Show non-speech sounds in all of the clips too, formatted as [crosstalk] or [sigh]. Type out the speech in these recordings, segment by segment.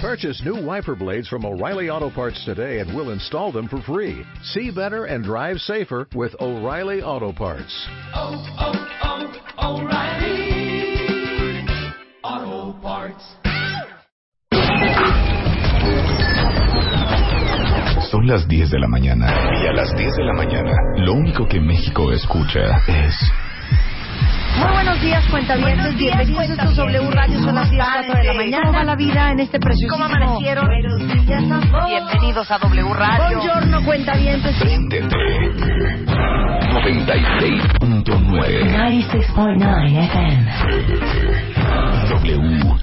Purchase new wiper blades from O'Reilly Auto Parts today and we'll install them for free. See better and drive safer with O'Reilly Auto Parts. oh, oh, O'Reilly Auto Parts. Son las 10 de la mañana. Y a las 10 de la mañana, lo único que México escucha es Muy buenos días, cuentavientes. Buenos días, Bienvenidos a estos W Radio. Son las 10, cuatro de la mañana. ¿Cómo va la vida en este precioso ¿Cómo amanecieron? Bienvenidos a W Radio. Buongiorno, cuentavientes. Préndete 96.9 96.9 FM. W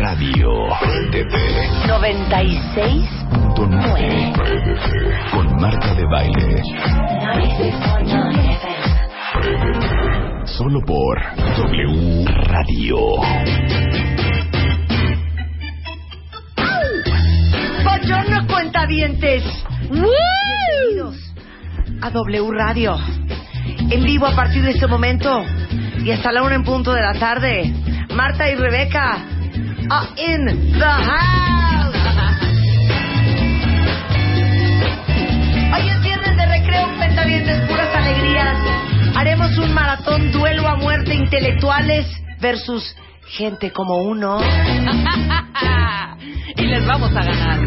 Radio. Préndete 96. 9 con Marta de Baile. Solo por W Radio. Buongiorno, cuentavientes. Bienvenidos a W Radio. En vivo a partir de este momento y hasta la una en punto de la tarde. Marta y Rebeca are in the house. Hoy es viernes de recreo, cuentavientes, puras alegrías. Haremos un maratón duelo a muerte intelectuales versus gente como uno. [laughs] y les vamos a ganar.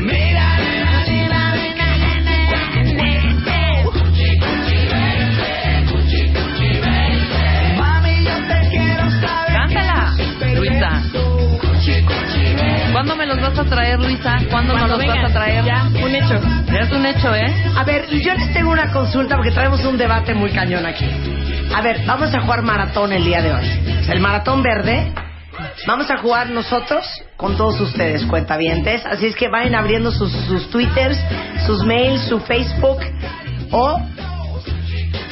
Cántala, Luisa. ¿Cuándo me los vas a traer, Luisa? ¿Cuándo no los vas a traer? Ya, un hecho. Es un hecho, ¿eh? A ver, y yo les tengo una consulta porque traemos un debate muy cañón aquí. A ver, vamos a jugar maratón el día de hoy. O sea, El maratón verde. Vamos a jugar nosotros con todos ustedes, cuentavientes. Así es que vayan abriendo sus, sus twitters, sus mails, su Facebook o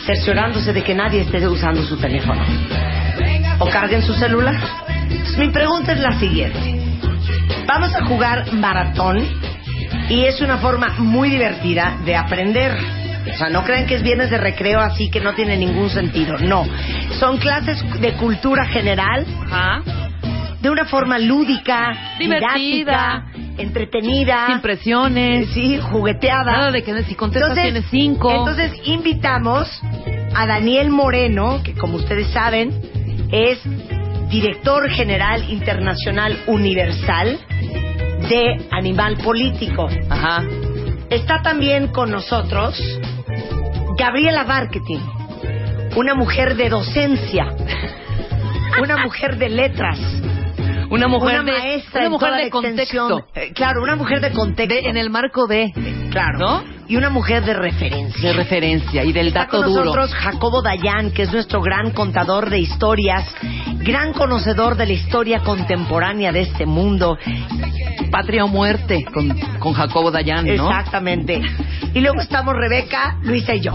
cerciorándose de que nadie esté usando su teléfono. O carguen su celular. Entonces, mi pregunta es la siguiente. Vamos a jugar maratón y es una forma muy divertida de aprender. O sea, no crean que es viernes de recreo así que no tiene ningún sentido. No, son clases de cultura general Ajá. de una forma lúdica, Divertida. didáctica, entretenida, Sin presiones. sí, jugueteada. Nada de que si contestas tienes cinco. Entonces invitamos a Daniel Moreno, que como ustedes saben es director general internacional universal de Animal Político. Ajá. Está también con nosotros Gabriela Marketing, una mujer de docencia, una mujer de letras, Una mujer una de maestra, una en mujer toda de la extensión. contexto. Eh, claro, una mujer de contexto. De- en el marco de, claro, ¿no? y una mujer de referencia. de referencia y del Está dato con duro. nosotros Jacobo Dayan, que es nuestro gran contador de historias, gran conocedor de la historia contemporánea de este mundo. Patria o muerte con, con Jacobo Dayan, ¿no? Exactamente. Y luego estamos Rebeca, Luisa y yo.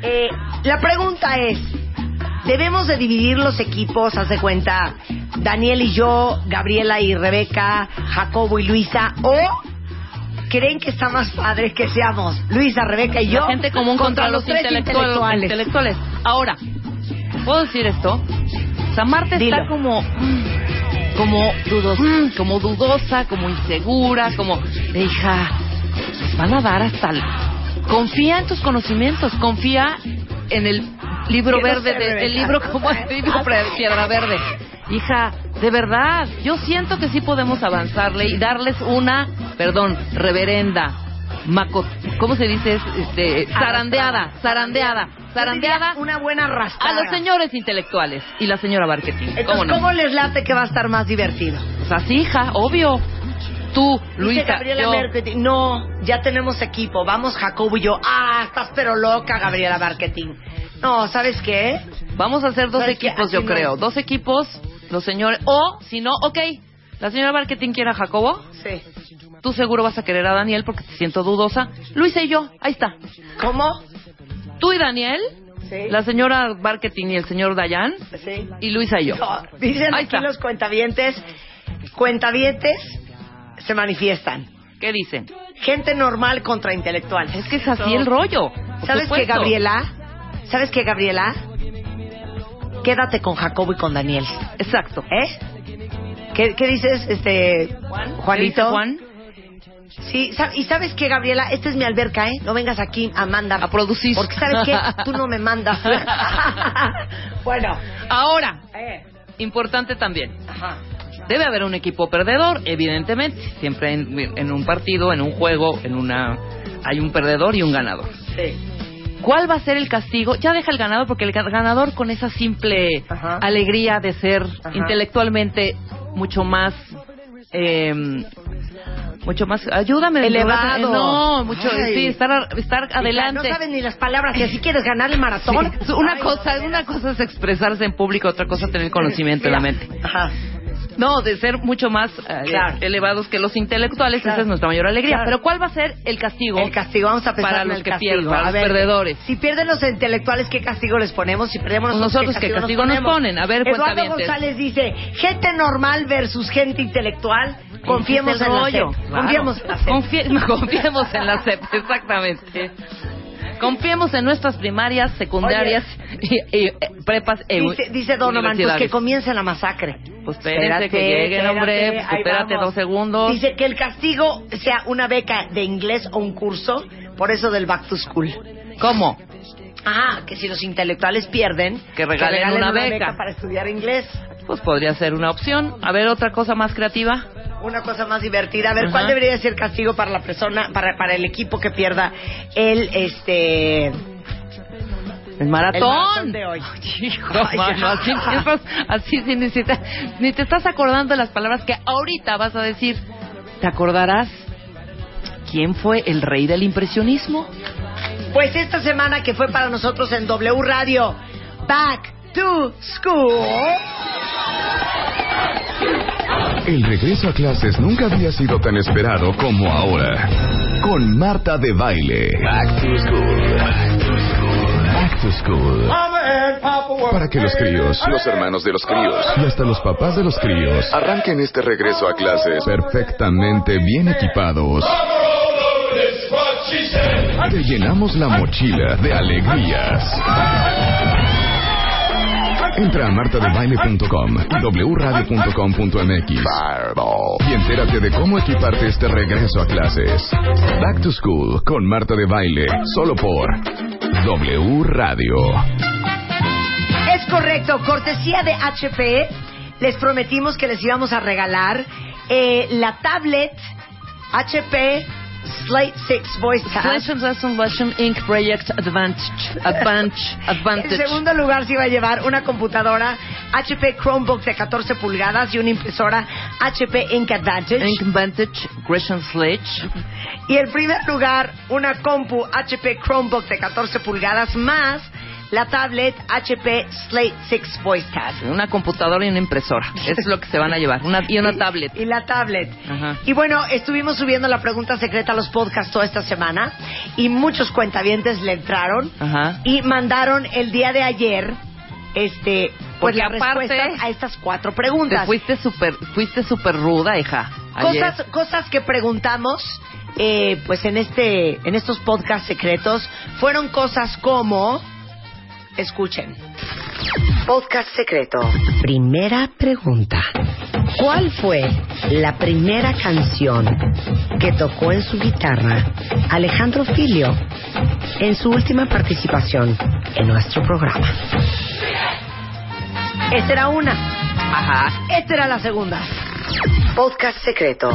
Eh, la pregunta es, ¿debemos de dividir los equipos? Haz de cuenta, Daniel y yo, Gabriela y Rebeca, Jacobo y Luisa, o creen que está más padre que seamos Luisa, Rebeca y yo La gente común contra, los, tres intelectuales. intelectuales. Ahora, ¿puedo decir esto? O sea, Marta Dilo. Mm. está como... mm, Como dudosa, como dudosa, como insegura, como... de, Hija, les van a dar hasta... el- Confía en tus conocimientos, confía en el libro Quiero verde, ser de- el Rebeca. libro como el libro [laughs] pre- Piedra Verde. Hija, de verdad, yo siento que sí podemos avanzarle y darles una, perdón, reverenda, maco, ¿cómo se dice? Es- Este, zarandeada, zarandeada, zarandeada Una buena a arrastrada. los señores intelectuales y la señora marketing. Entonces, ¿Cómo no? ¿cómo, les late que va a estar más divertido? Pues así, hija, obvio. Tú, Dice Luisa, Gabriela yo, Marketing, no, ya tenemos equipo, vamos Jacobo y yo. Ah, estás pero loca, Gabriela Marketing. No, ¿sabes qué? vamos a hacer dos Sabes que equipos, así yo no creo. es. Dos equipos, los señores, o si no, ok, la señora marketing quiere a Jacobo, Sí. Tú seguro vas a querer a Daniel porque te siento dudosa. Luisa y yo, ahí está. ¿Cómo? Tú y Daniel, Sí. la señora marketing y el señor Dayan, Sí. y Luisa y yo. No, dicen Ahí aquí está. los cuentavientes, cuentavientes se manifiestan. ¿Qué dicen? Gente normal contra intelectual. Es que es así el [laughs] rollo. por ¿Sabes qué, supuesto. Gabriela? ¿Sabes qué, Gabriela? Quédate con Jacobo y con Daniel. Exacto. ¿Eh? ¿Qué, qué dices, este, ¿Dice Juanito? Juan? Sí, sa- y sabes qué, Gabriela, esta es mi alberca, ¿eh? No vengas aquí a mandar. A producir. Porque sabes [laughs] qué, tú no me mandas. bueno, Ahora, Eh. importante Este también. Debe haber un equipo perdedor, evidentemente. Siempre en, en un partido, en un juego, en una hay un perdedor y un ganador. sí. ¿Cuál va a ser el castigo? Ya deja el ganador porque el ga- ganador con esa simple Ajá. alegría de ser Ajá. intelectualmente mucho más eh, mucho más ayúdame Elevado. eh, no mucho Ay. sí estar a- estar adelante No sabes ni las palabras que así quieres ganar el [laughs] maratón. Sí. una Ay, cosa una cosa es expresarse en público otra cosa es tener conocimiento en la mira. mente Ajá. no, de ser mucho más eh, Claro. elevados que los intelectuales, Claro. esa es nuestra mayor alegría. Claro. Pero ¿cuál va a ser el castigo? El castigo, vamos a pensar Para en los el que castigo. pierden, para A los ver, perdedores. Si pierden los intelectuales, ¿qué castigo les ponemos? Si perdemos Nosotros, ¿qué castigo nos ponemos? ponen? A ver, Eduardo cuentavientes. González dice, gente normal versus gente intelectual, confiemos Ese es en el la rollo. SEP. Claro. Confiemos en la SEP. Confie- [laughs] confiemos en la CEP, exactamente. Confiemos en nuestras primarias, secundarias y, y, eh, prepas e Dice, dice Donovan, pues universidades. que comience la masacre. Pues espérense que lleguen, hombre, pues ahí espérate vamos. dos segundos. Dice que el castigo sea una beca de inglés o un curso, por eso del back to school. ¿Cómo? Ah, que si los intelectuales pierden, Que regalen una beca. para estudiar inglés. Pues podría ser una opción. A ver, otra cosa más creativa. Una cosa más divertida. A ver, ¿cuál Ajá. debería ser castigo para la persona, para, [laughs] para el equipo que pierda el este el El maratón. maratón de hoy? No, mano, así, estás- así sí necesitas- ni te estás acordando de las palabras que ahorita vas a decir. ¿Te acordarás quién fue el rey del impresionismo? Pues esta semana que fue para nosotros en W Radio, Back to School. El regreso a clases nunca había sido tan esperado como ahora. Con Marta de Baile. Back to school. Back to school. Back to school. Para que los críos, los hermanos de los críos y hasta los papás de los críos arranquen este regreso a clases perfectamente bien equipados. Te llenamos la mochila de alegrías. Entra a martadebaile.com y wradio.com.mx y entérate de cómo equiparte este regreso a clases. Back to School con Marta de Baile, solo por W Radio. Es correcto, cortesía de HP. Les prometimos que les íbamos a regalar eh, la tablet HP Slate 6 Voice Tab. Selection, Selection, Selection, Inc. Project Advantage. [laughs] Advantage. En Advantage. segundo lugar se iba a llevar una computadora HP Chromebook de 14 pulgadas y una impresora HP Ink Advantage. Inc. Advantage. Gresham Sledge. Y en primer lugar, una compu HP Chromebook de 14 pulgadas más la tablet HP Slate 6 Voice Tab. Una computadora y una impresora. Es lo que se van a llevar. Una, y una tablet. [laughs] Y la tablet. Ajá. Y bueno, estuvimos subiendo la pregunta secreta a los podcasts toda esta semana y muchos cuentavientes le entraron Ajá. y mandaron el día de ayer este Porque pues las aparte- respuestas a estas cuatro Te preguntas. fuiste súper fuiste super ruda, hija. ayer. Cosas, cosas que preguntamos eh, pues en este en estos podcasts secretos fueron cosas como escuchen. Podcast secreto. Primera pregunta. ¿Cuál fue la primera canción que tocó en su guitarra Alejandro Filio en su última participación en nuestro programa? Esta era una. Ajá. Esta era la segunda. Podcast secreto.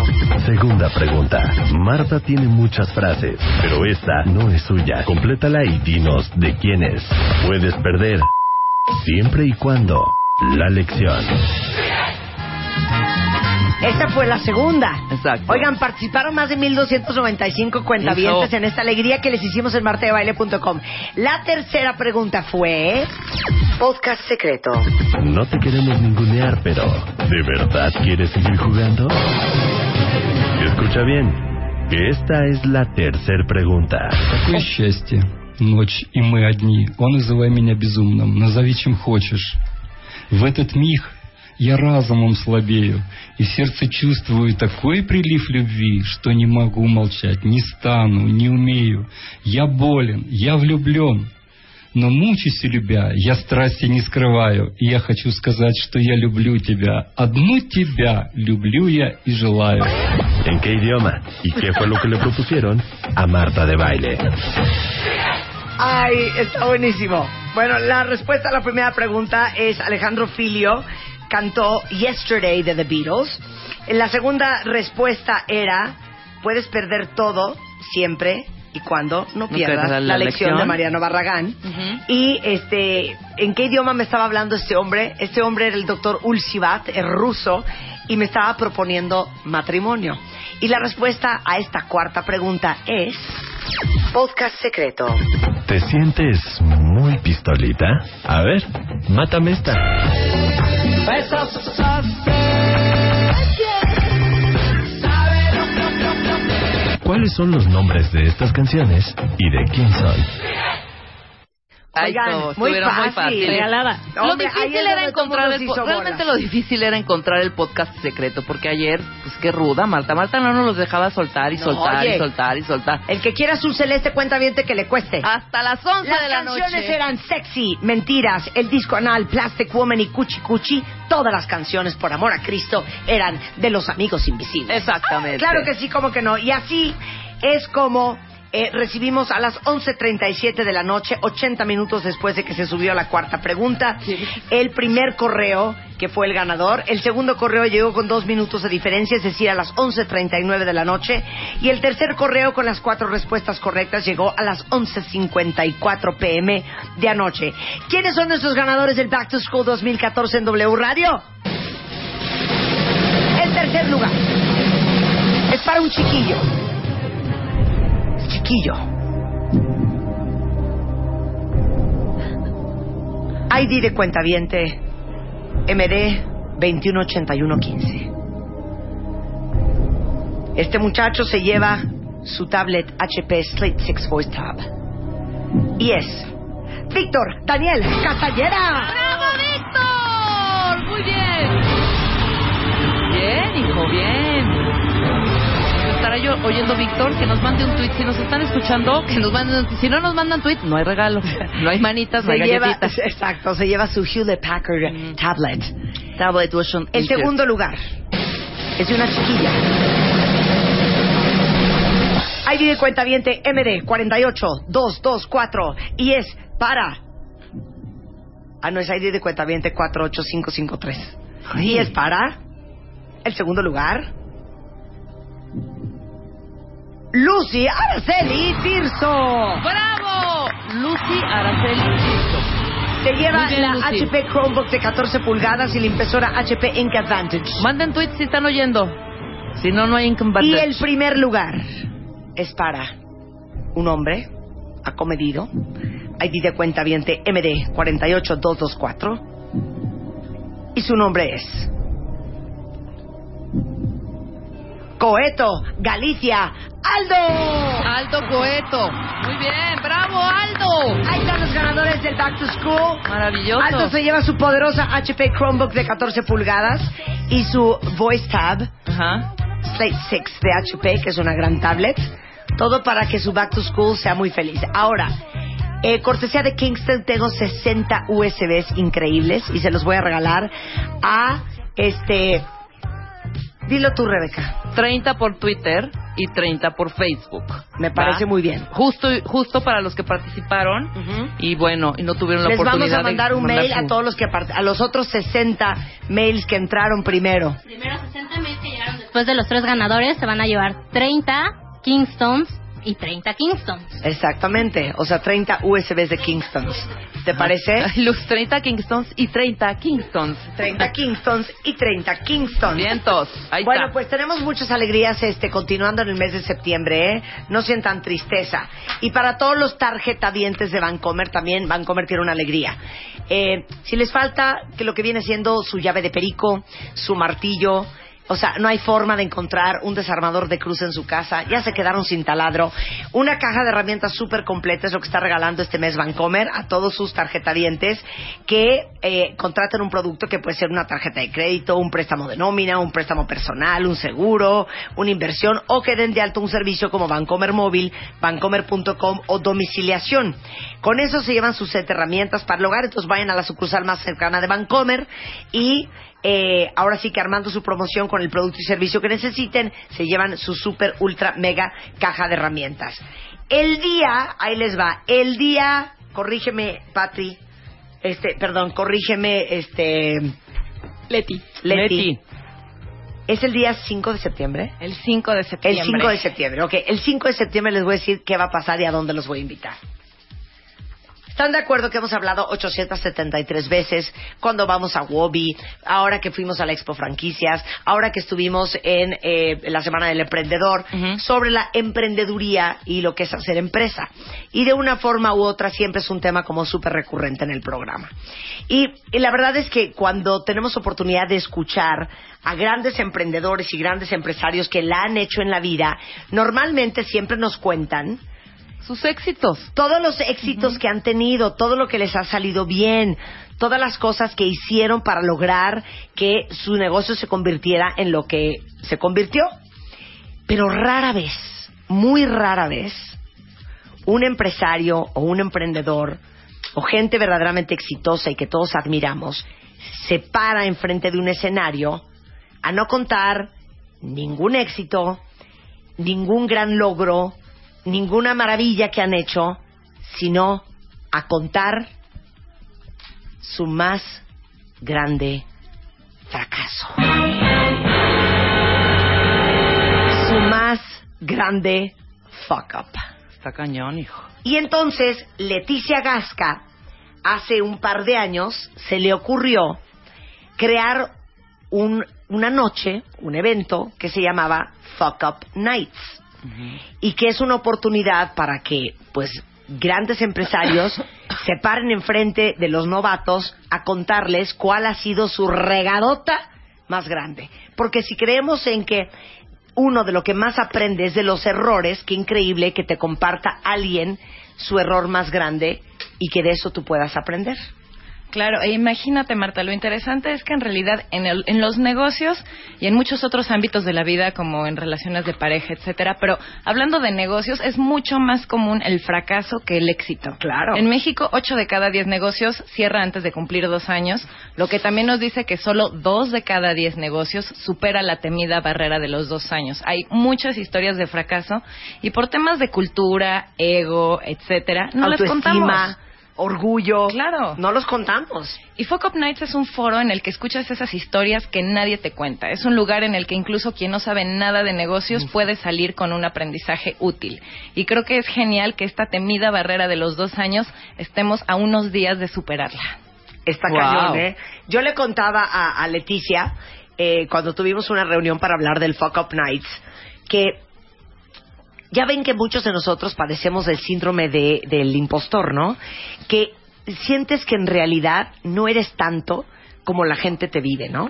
Segunda pregunta. Marta tiene muchas frases, pero esta no es suya. Complétala y dinos de quién es. Puedes perder siempre y cuando la lección. Esta fue la segunda. Exacto. Oigan, participaron más de 1.295 cuentavientes Eso. en esta alegría que les hicimos en martadebaile.com. La tercera pregunta fue... Podcast secreto. No te queremos ningunear, pero ¿de verdad quieres seguir jugando? Escucha bien. Esta es la tercera pregunta. Какое счастье. Ночь, и мы одни. О, называй меня безумным, назови чем хочешь. В этот миг я разумом слабею, и в сердце чувствую такой прилив любви, что не могу молчать, не стану, не умею. Я болен, я влюблен. но мучусь и любя, я страсти не скрываю, и я хочу сказать, что я люблю тебя. Одну тебя люблю я и желаю. ¿En qué idioma? ¿Y qué fue lo que le propusieron a Marta de Baile? Ay, está buenísimo. Bueno, la respuesta a la primera pregunta es Alejandro Filio cantó Yesterday de The Beatles. En la segunda respuesta era puedes perder todo siempre y cuando no pierdas la, pierdas la lección, lección. de Mariano Barragán. Y este, ¿en qué idioma me estaba hablando este hombre? Este hombre era el doctor Ulsivat, es ruso, y me estaba proponiendo matrimonio. Y la respuesta a esta cuarta pregunta es podcast secreto. ¿Te sientes muy pistolita? A ver, mátame esta. ¿Cuáles son los nombres de estas canciones y de quién son? Ay, Oigan, no, muy estuvieron fácil. Regalada. Lo Hombre, ahí es difícil era donde todo encontrar mundo el se po- hizo realmente bolas. lo difícil era encontrar el podcast secreto porque ayer pues qué ruda Marta Marta no nos los dejaba soltar y No, soltar oye. y soltar y soltar Ah, El que quiera su celeste cuenta bien que le cueste. hasta las 11 Las de la canciones noche eran sexy, mentiras, el disco anal, Plastic Woman y Cuchi Cuchi. Todas las canciones, por amor a Cristo, eran de los amigos invisibles. exactamente Claro que sí, como que no. Y así es como eh, recibimos a las 11.37 de la noche, 80 minutos después de que se subió la cuarta pregunta, el primer correo que fue el ganador. El segundo correo llegó con dos minutos de diferencia, es decir, a las 11.39 de la noche. Y el tercer correo con las cuatro respuestas correctas llegó a las 11.54 pm de anoche. ¿Quiénes son nuestros ganadores del Back to School 2014 en W Radio? El tercer lugar es para un chiquillo. Chiquillo. ID de cuentaviente MD 218115. Este muchacho se lleva su tablet HP Slate 6 Voice Tab. Y es Víctor Daniel Castañeda. ¡Bravo, Víctor! Muy bien. Bien, hijo, bien. Estará yo oyendo Víctor que nos mande un tweet. Si nos están escuchando, que nos manden un tuit. Si no nos mandan tweet, no hay regalo. No hay manitas, no Se hay lleva, galletitas. [laughs] exacto, se lleva su Hewlett Packard Mm. tablet. Tablet pues, version El Easter. segundo lugar es de una chiquilla. ID de cuenta viente MD 48224 y es para. Ah, no, es ID de cuenta viente 48553. Y es para. El segundo lugar. Lucy Araceli Tirso. ¡Bravo! Lucy Araceli. Se lleva Muy bien, la Lucy. HP Chromebook de 14 pulgadas y la impresora HP Ink Advantage. Manden tweets si están oyendo. Si no, no hay Y incompatible. el primer lugar es para un hombre acomedido, ID de cuenta viente MD 48224, y su nombre es Coeto Galicia Aldo. Aldo Coeto. Muy bien, bravo, Aldo. Ahí están los ganadores del Back to School. Maravilloso. Aldo se lleva su poderosa HP Chromebook de 14 pulgadas y su Voice Tab. Ajá. Slate 6 de HP, que es una gran tablet. Todo para que su back to school sea muy feliz. Ahora, eh, cortesía de Kingston, tengo 60 USBs increíbles y se los voy a regalar a este. Dilo tú, Rebeca. 30 por Twitter y 30 por Facebook. Me parece ¿Va? muy bien. Justo, justo para los que participaron y bueno, y no tuvieron la Les oportunidad vamos a de mandar un mail su- a todos los que part- a los otros 60 mails que entraron primero. Primero 60 mil que llegaron después de los tres ganadores se van a llevar 30 Kingstones y 30 Kingstones. Exactamente, o sea, 30 USBs de Kingston. ¿Te parece? Los 30 Kingstones Ah. [laughs] y 30 Kingstones. 30 Kingstons y 30 Kingstons. Vientos. Ahí bueno, está. pues tenemos muchas alegrías este, continuando en el mes de septiembre, ¿eh? No sientan tristeza. Y para todos los tarjetadientes de Vancomer también, Vancomer tiene una alegría. Eh, si les falta que lo que viene siendo su llave de perico, su martillo, O sea, no hay forma de encontrar un desarmador de cruz en su casa. Ya se quedaron sin taladro. Una caja de herramientas súper completa es lo que está regalando este mes Vancomer a todos sus tarjetadientes que eh, contraten un producto que puede ser una tarjeta de crédito, un préstamo de nómina, un préstamo personal, un seguro, una inversión o que den de alto un servicio como Vancomer Móvil, vancomer.com o domiciliación. Con eso se llevan sus set de herramientas para el hogar. Entonces vayan a la sucursal más cercana de Vancomer y eh, ahora sí que armando su promoción con el producto y servicio que necesiten, se llevan su super, ultra, mega caja de herramientas. El día, ahí les va, el día, corrígeme, Patri, este, perdón, corrígeme, este, Leti. Leti. ¿Es el día 5 de septiembre? El 5 de El septiembre. 5 de septiembre, ok. El 5 de septiembre les voy a decir qué va a pasar y a dónde los voy a invitar. ¿Están de acuerdo que hemos hablado 873 veces cuando vamos a Wobby, ahora que fuimos a la Expo Franquicias, ahora que estuvimos en eh, la Semana del Emprendedor, Ujú. sobre la emprendeduría y lo que es hacer empresa? Y de una forma u otra siempre es un tema como súper recurrente en el programa. Y, y la verdad es que cuando tenemos oportunidad de escuchar a grandes emprendedores y grandes empresarios que la han hecho en la vida, normalmente siempre nos cuentan Sus éxitos. todos los éxitos que han tenido, todo lo que les ha salido bien, todas las cosas que hicieron para lograr que su negocio se convirtiera en lo que se convirtió. Pero rara vez, muy rara vez, un empresario o un emprendedor o gente verdaderamente exitosa y que todos admiramos se para enfrente de un escenario a no contar ningún éxito, ningún gran logro, ninguna maravilla que han hecho, sino a contar su más grande fracaso. Su más grande fuck up. Está cañón, hijo. Y entonces Leticia Gasca, hace un par de años, se le ocurrió crear un- una noche, un evento que se llamaba Fuck Up Nights y que es una oportunidad para que, pues, grandes empresarios se paren enfrente de los novatos a contarles cuál ha sido su regadota más grande. Porque si creemos en que uno de lo que más aprende es de los errores, qué increíble que te comparta alguien su error más grande y que de eso tú puedas aprender. Claro, e imagínate, Marta, lo interesante es que en realidad en, el- en los negocios y en muchos otros ámbitos de la vida, como en relaciones de pareja, etcétera, pero hablando de negocios, es mucho más común el fracaso que el éxito. Claro. En México, 8 de cada 10 negocios cierra antes de cumplir dos años, lo que también nos dice que solo 2 de cada 10 negocios supera la temida barrera de los dos años. Hay muchas historias de fracaso y por temas de cultura, ego, etcétera, no las contamos. Autoestima, orgullo. Claro. No los contamos. Y Fuck Up Nights es un foro en el que escuchas esas historias que nadie te cuenta. Es un lugar en el que incluso quien no sabe nada de negocios puede salir con un aprendizaje útil. Y creo que es genial que esta temida barrera de los dos años estemos a unos días de superarla. Está Wow. cañón, ¿eh? Yo le contaba a, a Leticia, eh, cuando tuvimos una reunión para hablar del Fuck Up Nights, que ya ven que muchos de nosotros padecemos del síndrome de- del impostor, ¿no? Que sientes que en realidad no eres tanto como la gente te vive, ¿no?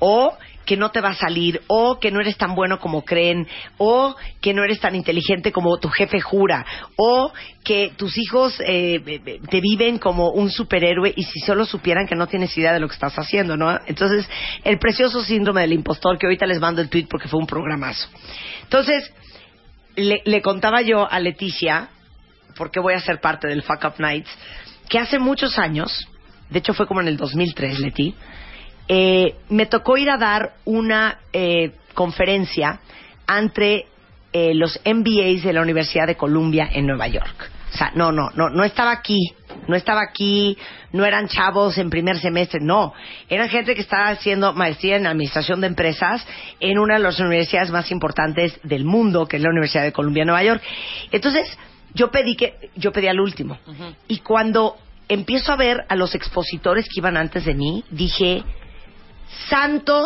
O que no te va a salir, o que no eres tan bueno como creen, o que no eres tan inteligente como tu jefe jura, o que tus hijos eh, be- be- te viven como un superhéroe y si solo supieran que no tienes idea de lo que estás haciendo, ¿no? Entonces, el precioso síndrome del impostor, que ahorita les mando el tweet porque fue un programazo. Entonces, le, le contaba yo a Leticia, porque voy a ser parte del Fuck Up Nights, que hace muchos años, de hecho fue como en el 2003, Leti, eh, me tocó ir a dar una eh, conferencia entre eh, los MBAs de la Universidad de Columbia en Nueva York. O sea, no, no, no, no estaba aquí, no estaba aquí, no eran chavos en primer semestre, no, eran gente que estaba haciendo maestría en administración de empresas en una de las universidades más importantes del mundo, que es la Universidad de Columbia en Nueva York. Entonces, yo pedí que, yo pedí al último. Y cuando empiezo a ver a los expositores que iban antes de mí, dije, Santo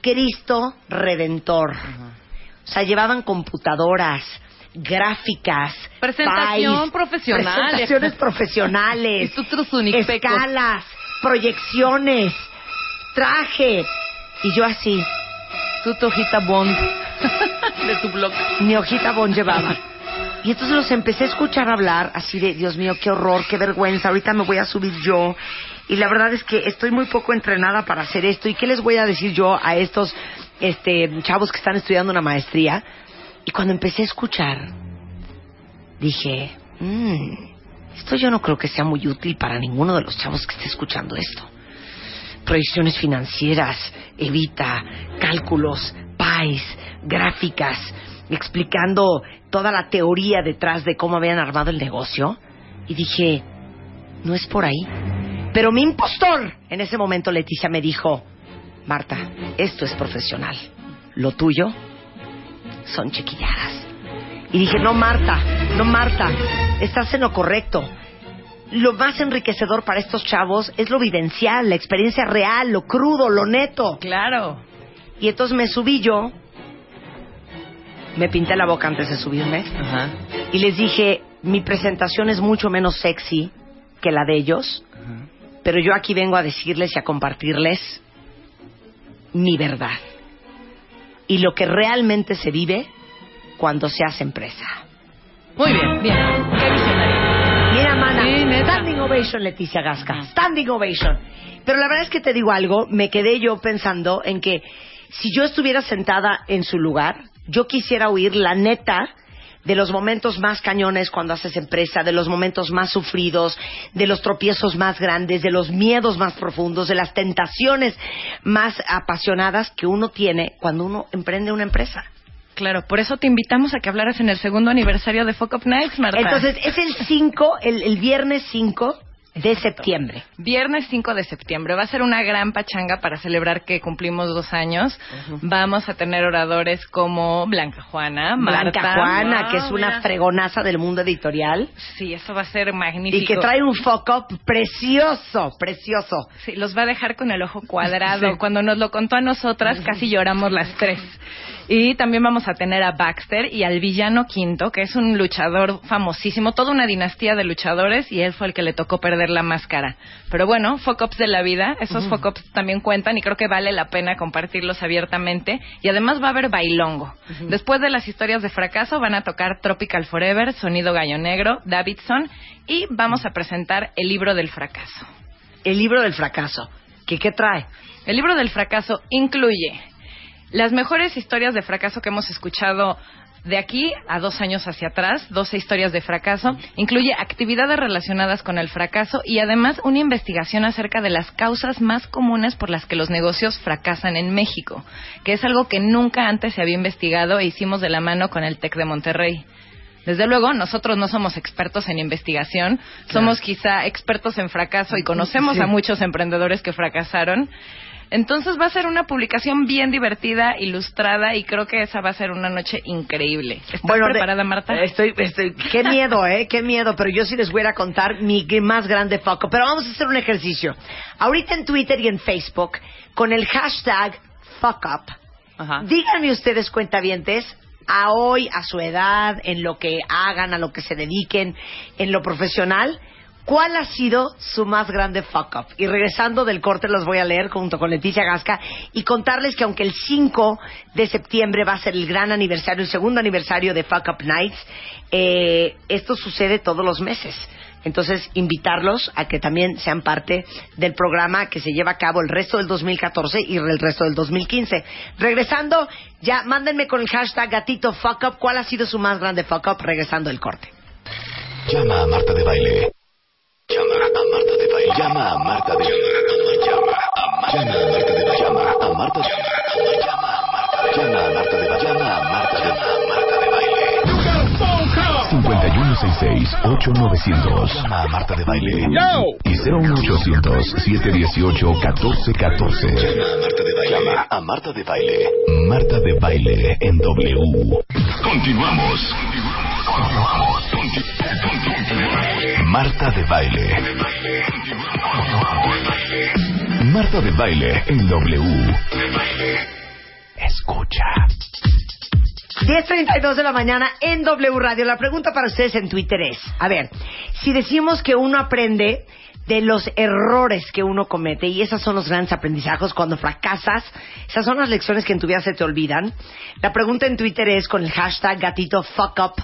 Cristo Redentor. O sea, llevaban computadoras, gráficas, Presentación pies, profesional. presentaciones profesionales, Y tú, tus unipecos. escalas, proyecciones, traje. Y yo así, tú tu hojita [laughs] Bond de tu blog. Mi hojita Bon llevaba. Y entonces los empecé a escuchar hablar así de, Dios mío, qué horror, qué vergüenza, ahorita me voy a subir yo. Y la verdad es que estoy muy poco entrenada para hacer esto. ¿Y qué les voy a decir yo a estos este, chavos que están estudiando una maestría? Y cuando empecé a escuchar, dije, "Mm, esto yo no creo que sea muy útil para ninguno de los chavos que esté escuchando esto. Proyecciones financieras, evita, cálculos, PAIS, gráficas, explicando toda la teoría detrás de cómo habían armado el negocio. Y dije, no es por ahí. Pero mi impostor, en ese momento Leticia me dijo, Marta, esto es profesional. Lo tuyo son chiquilladas. Y dije, no Marta, no Marta, estás en lo correcto. Lo más enriquecedor para estos chavos es lo vivencial, la experiencia real, lo crudo, lo neto. Claro. Y entonces me subí yo, me pinté la boca antes de subirme, Ajá. y les dije, mi presentación es mucho menos sexy que la de ellos, pero yo aquí vengo a decirles y a compartirles mi verdad y lo que realmente se vive cuando se hace empresa. Muy bien, bien. Qué visionario. Mira, mana, Sí, neta. standing ovation, Leticia Gasca, standing ovation. Pero la verdad es que te digo algo, me quedé yo pensando en que si yo estuviera sentada en su lugar, yo quisiera oír la neta de los momentos más cañones cuando haces empresa, de los momentos más sufridos, de los tropiezos más grandes, de los miedos más profundos, de las tentaciones más apasionadas que uno tiene cuando uno emprende una empresa. Claro, por eso te invitamos a que hablaras en el segundo aniversario de Fuck Up Nights, Marta. Entonces, es el 5, el, el viernes 5 de septiembre. Viernes 5 de septiembre. Va a ser una gran pachanga para celebrar que cumplimos dos años. Vamos a tener oradores como Blanca Juana, Blanca Marta. Juana, Wow, que es una mira. fregonaza del mundo editorial Sí, eso va a ser magnífico. y que trae un fuck up precioso, precioso. Sí, los va a dejar con el ojo cuadrado. Cuando nos lo contó a nosotras, casi lloramos las tres. Y también vamos a tener a Baxter y al villano Quinto, que es un luchador famosísimo, toda una dinastía de luchadores, y él fue el que le tocó perder la máscara. Pero bueno, focops de la vida, esos focops también cuentan y creo que vale la pena compartirlos abiertamente. Y además va a haber bailongo. Después de las historias de fracaso van a tocar Tropical Forever, Sonido Gallo Negro, Davidson, y vamos a presentar el libro del fracaso. El libro del fracaso. ¿Qué, qué trae? El libro del fracaso incluye las mejores historias de fracaso que hemos escuchado de aquí a dos años hacia atrás, 12 historias de fracaso, incluye actividades relacionadas con el fracaso y además una investigación acerca de las causas más comunes por las que los negocios fracasan en México, que es algo que nunca antes se había investigado e hicimos de la mano con el TEC de Monterrey. Desde luego, nosotros no somos expertos en investigación, somos quizá expertos en fracaso y conocemos a muchos emprendedores que fracasaron. Entonces va a ser una publicación bien divertida, ilustrada y creo que esa va a ser una noche increíble. ¿Estás de- preparada, Marta? Estoy, estoy. Qué miedo, ¿eh? Qué miedo. Pero yo sí les voy a ir a contar mi gr- más grande foco. Pero vamos a hacer un ejercicio. Ahorita en Twitter y en Facebook, con el hashtag fuck up, Ajá. Díganme ustedes, cuentavientes, a hoy, a su edad, en lo que hagan, a lo que se dediquen, en lo profesional, ¿cuál ha sido su más grande fuck up? Y regresando del corte los voy a leer junto con Leticia Gasca y contarles que aunque el 5 de septiembre va a ser el gran aniversario, el segundo aniversario de Fuck Up Nights, eh, esto sucede todos los meses. Entonces, invitarlos a que también sean parte del programa que se lleva a cabo el resto del 2014 y el resto del 2015. Regresando, ya mándenme con el hashtag gatito fuck up cuál ha sido su más grande fuck up regresando el corte. Llama a Marta de Baile. Llama a Marta de Baile. Llama a Marta de Llama a Marta de Baile. Llama a Marta de Baile. Llama a Marta de Baile. Llama a Marta de Baile. Llama a Marta de Baile. 5166-8900. Llama a Marta de Baile. Y 01800-718-1414. Llama a Marta de Baile. Llama a Marta de Baile. Marta de Baile en W. Continuamos. Marta de Baile. Marta de Baile en W. Escucha. 10.32 de la mañana en W Radio. La pregunta para ustedes en Twitter es, a ver, si decimos que uno aprende de los errores que uno comete y esos son los grandes aprendizajes cuando fracasas. Esas son las lecciones que en tu vida se te olvidan. La pregunta en Twitter es con el hashtag gatito fuck up.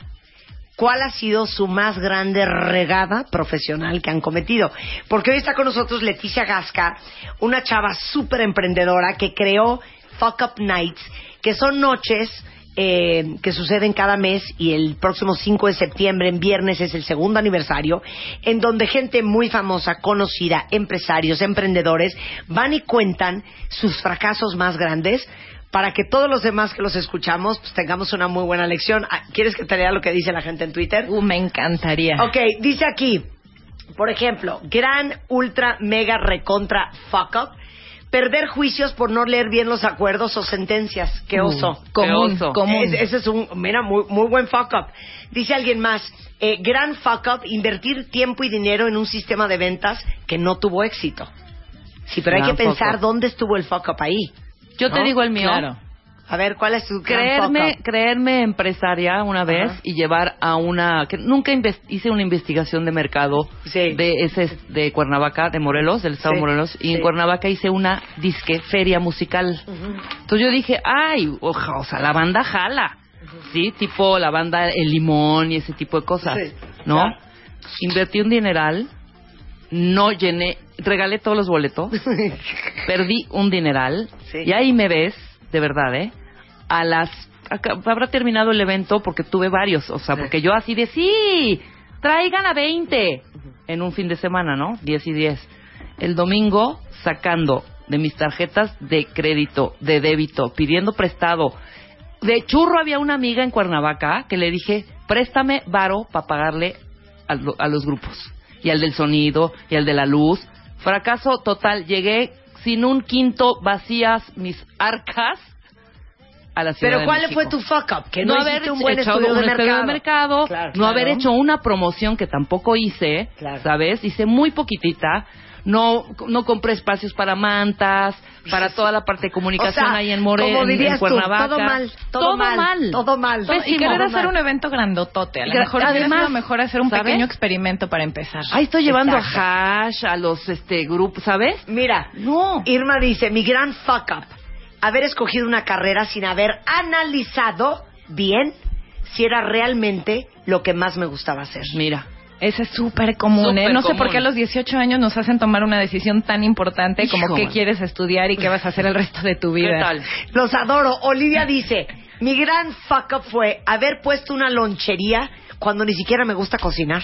¿Cuál ha sido su más grande regada profesional que han cometido? Porque hoy está con nosotros Leticia Gasca, una chava súper emprendedora que creó Fuck Up Nights, que son noches eh, que suceden cada mes y el próximo 5 de septiembre, en viernes, es el segundo aniversario, en donde gente muy famosa, conocida, empresarios, emprendedores, van y cuentan sus fracasos más grandes para que todos los demás que los escuchamos pues, tengamos una muy buena lección. Ah, ¿Quieres que te lea lo que dice la gente en Twitter? Uh, me encantaría. Ok, dice aquí, por ejemplo, gran, ultra, mega, recontra, fuck up. Perder juicios por no leer bien los acuerdos o sentencias. Qué oso. Uh, común, común. Es- ese es un, mira, muy, muy buen fuck up. Dice alguien más, eh, gran fuck up, invertir tiempo y dinero en un sistema de ventas que no tuvo éxito. Sí, pero hay Gran que fuck pensar up. dónde estuvo el fuck up ahí. Yo te ¿no? digo el mío. Claro. A ver, ¿cuál es tu gran creerme fuck up? creerme empresaria una vez Ajá. y llevar a una que nunca inves- hice una investigación de mercado Sí. de ese de Cuernavaca de Morelos del estado Sí, de Morelos y sí. en Cuernavaca hice una disque feria musical entonces yo dije ay oja, o sea la banda jala sí tipo la banda el limón y ese tipo de cosas Sí, no claro. invertí un dineral no llené regalé todos los [laughs] boletos perdí un dineral Sí. y ahí me ves, de verdad, ¿eh? A las... acá- habrá terminado el evento porque tuve varios, o sea, Sí. porque yo así de sí, traigan a 20 en un fin de semana, ¿no? 10 y 10. El domingo sacando de mis tarjetas de crédito, de débito, pidiendo prestado. De churro había una amiga en Cuernavaca que le dije, préstame varo para pagarle a, lo- a los grupos. Y al del sonido, y al de la luz. Fracaso total. Llegué sin un quinto vacías mis arcas a la ciudad Pero de ¿cuál México. fue tu fuck up? Que no, hiciste un buen hecho estudio, un de mercado. estudio de mercado, Claro, no haber Ah, claro. hecho una promoción que tampoco hice, Claro. ¿sabes? Hice muy poquitita. No, no compré espacios para mantas, para toda la parte de comunicación O sea, ahí en Morelos, como dirías en tú, Cuernavaca. todo mal, todo mal, todo mal. Todo- Pues, y Pésimo. querer hacer un evento grandotote. A lo Gra- mejor hubiera además, sido mejor hacer un ¿sabes? pequeño experimento para empezar. Ahí estoy llevando Exacto. a hash, a los este grupos, ¿sabes? Mira, No. Irma dice, mi gran fuck up, haber escogido una carrera sin haber analizado bien si era realmente lo que más me gustaba hacer. Mira. Ese es súper común, ¿eh? Súper No sé por común. qué a los 18 años nos hacen tomar una decisión tan importante como Hijo, qué man. quieres estudiar y qué vas a hacer el resto de tu ¿Qué vida. tal? Los adoro. Olivia dice, mi gran fuck up fue haber puesto una lonchería cuando ni siquiera me gusta [laughs] cocinar.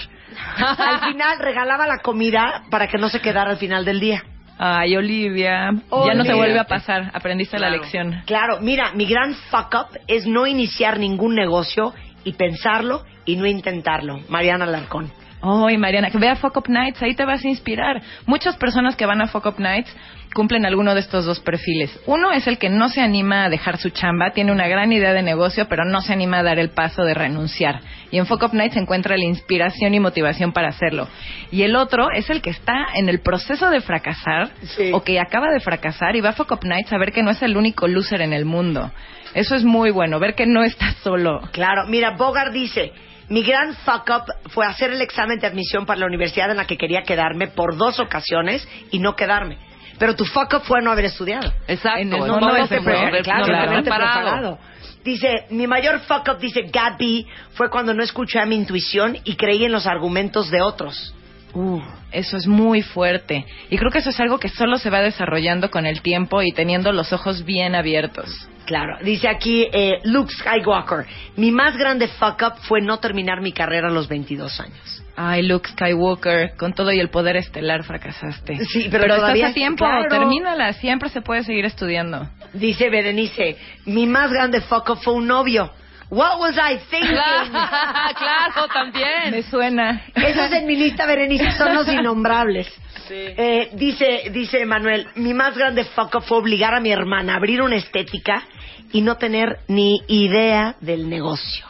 Al final regalaba la comida para que no se quedara al final del día. Ay, Olivia, ya no Olvídate. te vuelve a pasar. Aprendiste la Claro. lección. Claro, mira, mi gran fuck up es no iniciar ningún negocio y pensarlo y no intentarlo. Mariana Alarcón. Ay, Mariana, que vea Fuck Up Nights, ahí te vas a inspirar. Muchas personas que van a Fuck Up Nights cumplen alguno de estos dos perfiles. Uno es el que no se anima a dejar su chamba, tiene una gran idea de negocio, pero no se anima a dar el paso de renunciar. Y en Fuck Up Nights encuentra la inspiración y motivación para hacerlo. Y el otro es el que está en el proceso de fracasar Sí. o que acaba de fracasar y va a Fuck Up Nights a ver que no es el único loser en el mundo. Eso es muy bueno, ver que no estás solo. Claro, mira, Bogart dice, mi gran fuck up fue hacer el examen de admisión para la universidad en la que quería quedarme por dos ocasiones y no quedarme. Pero tu fuck up fue no haber estudiado. Exacto. En el no fondo me de haber- siempre, no haber- no claro, haber claro. totalmente preparado. preparado. Dice, mi mayor fuck up, dice Gaby, fue cuando no escuché a mi intuición y creí en los argumentos de otros. Uh, eso es muy fuerte. Y creo que eso es algo que solo se va desarrollando con el tiempo y teniendo los ojos bien abiertos. Claro, dice aquí eh, Luke Skywalker, mi más grande fuck up fue no terminar mi carrera a los 22 años. Ay, Luke Skywalker, con todo y el poder estelar fracasaste. Sí, pero todavía- estás a tiempo, claro. termínala, siempre se puede seguir estudiando. Dice Berenice, mi más grande fuck up fue un novio. What was I thinking? [laughs] claro, también. Me suena. Eso es en mi lista, Berenice, [laughs] son los innombrables. Eh, dice, dice Manuel, mi más grande fuck up fue obligar a mi hermana a abrir una estética y no tener ni idea del negocio.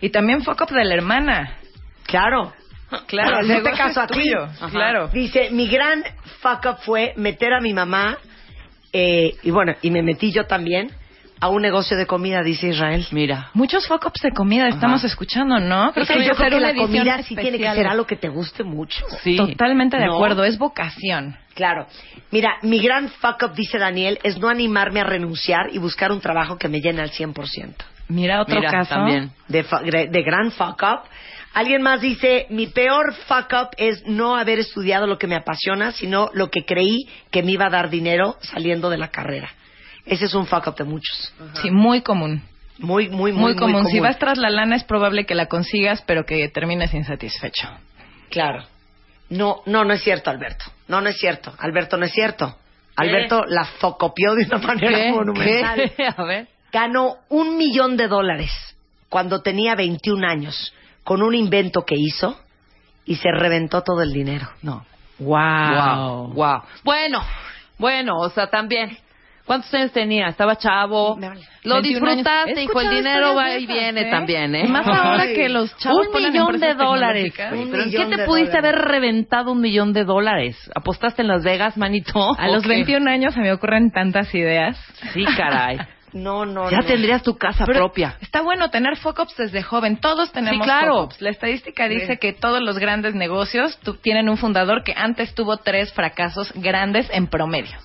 Y también fuck up de la hermana. [laughs] Claro. Claro, en este [laughs] caso a [laughs] ti. tuyo. Ajá. Claro. Dice, mi gran fuck up fue meter a mi mamá, eh, y bueno, y me metí yo también, a un negocio de comida, dice Israel. Mira. Muchos fuck-ups de comida estamos escuchando, ¿no? Es que voy a yo creo hacer que una la edición comida sí tiene que especial. ser algo que te guste mucho. Sí. Totalmente de ¿No? acuerdo, es vocación. Claro. Mira, mi gran fuck up, dice Daniel, es no animarme a renunciar y buscar un trabajo que me llene al 100%. Mira otro Mira, caso. también. De, fu- gre- de gran fuck up. Alguien más dice, mi peor fuck up es no haber estudiado lo que me apasiona, sino lo que creí que me iba a dar dinero saliendo de la carrera. Ese es un fuck up de muchos. Sí, muy común. Muy, muy, muy, Muy, común. Si vas tras la lana es probable que la consigas, pero que termines insatisfecho. Claro. No, no, no es cierto, Alberto. No, no es cierto. Alberto, no es cierto. Alberto la focopió de una manera monumental. [laughs] A ver. ganó un millón de dólares cuando tenía 21 años con un invento que hizo y se reventó todo el dinero. No. Wow. Wow. Wow. Bueno, bueno, o sea, también. ¿Cuántos años tenía? Estaba chavo. Me vale. Lo 21 años. He disfrutaste, hijo. El escuchado dinero va historias y de viene esas, ¿eh? también, ¿eh? Y más ahora Ay. que los chavos un ponen millón de empresas dólares. tecnológicas. Un ¿Pero en qué millón de te pudiste dólares. haber reventado un millón de dólares? ¿Apostaste en Las Vegas, manito? A los ¿O qué? 21 años se me ocurren tantas ideas. Sí, [laughs] caray. No, no, ya no. tendrías tu casa Oh, Pero propia. Está bueno tener focops desde joven. Todos tenemos claro. fuck-ups. La estadística dice que todos los grandes negocios tu- tienen un fundador que antes tuvo tres fracasos grandes en promedio.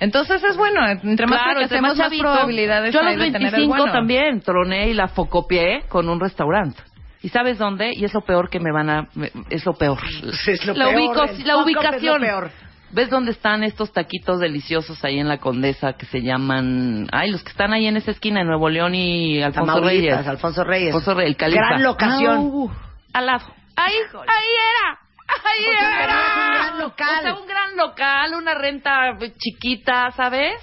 Entonces es bueno, entre más claro, fracasos, entre más más chavito. probabilidades Yo a hay los de tener el 25 bueno. también troné y la focopié con un restaurante. ¿Y sabes dónde? Y es lo peor que me van a... me- Es lo peor. [laughs] Es lo la peor, ubico- la el fuck up es lo ubicación. peor. ¿Ves dónde están estos taquitos deliciosos ahí en la Condesa que se llaman... Ay, los que están ahí en esa esquina, en Nuevo León y Alfonso Tamaulipas, Reyes. Alfonso Reyes. Alfonso Reyes, el Califa. Gran locación. Ah, uh, al lado. Ahí, ahí era. Ahí Porque era. no es un gran local. O sea, un gran local, una renta eh, chiquita, ¿sabes?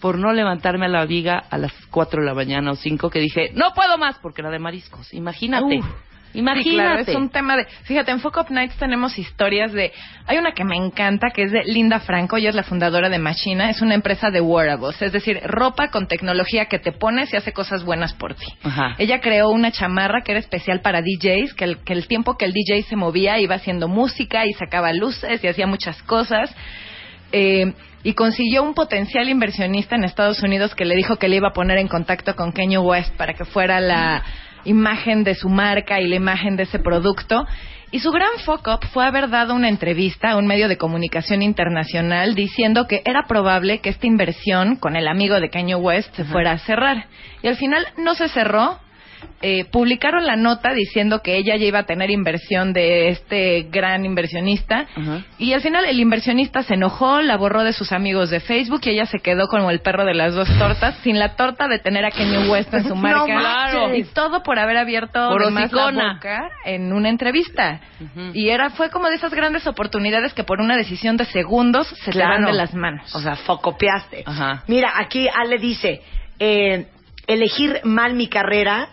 Por no levantarme a la viga a las 4 de la mañana o 5 que dije, no puedo más porque era de mariscos. Imagínate. Uf. Imagínate. Sí, claro, es un tema de... Fíjate, en Fuck Up Nights tenemos historias de... Hay una que me encanta, que es de Linda Franco. Ella es la fundadora de Machina. Es una empresa de wearables, es decir, ropa con tecnología que te pones y hace cosas buenas por ti. Ajá. Ella creó una chamarra que era especial para DJs, que el, que el tiempo que el DJ se movía iba haciendo música y sacaba luces y hacía muchas cosas. Eh, y consiguió un potencial inversionista en Estados Unidos que le dijo que le iba a poner en contacto con Kanye West para que fuera la imagen de su marca y la imagen de ese producto. Y su gran foco fue haber dado una entrevista a un medio de comunicación internacional diciendo que era probable que esta inversión con el amigo de Kanye West se fuera a cerrar. Y al final no se cerró, eh, publicaron la nota diciendo que ella ya iba a tener inversión de este gran inversionista Ajá. y al final el inversionista se enojó, la borró de sus amigos de Facebook y ella se quedó como el perro de las dos tortas, sin la torta de tener a Kanye [laughs] West [laughs] en su marca. manches. Y todo por haber abierto Por de más la hocicona. boca en una entrevista. Ujú. Y era fue como de esas grandes oportunidades que por una decisión de segundos se Claro. te van de las manos. O sea, focopiaste. Ajá. Mira, aquí Ale dice, eh, elegir mal mi carrera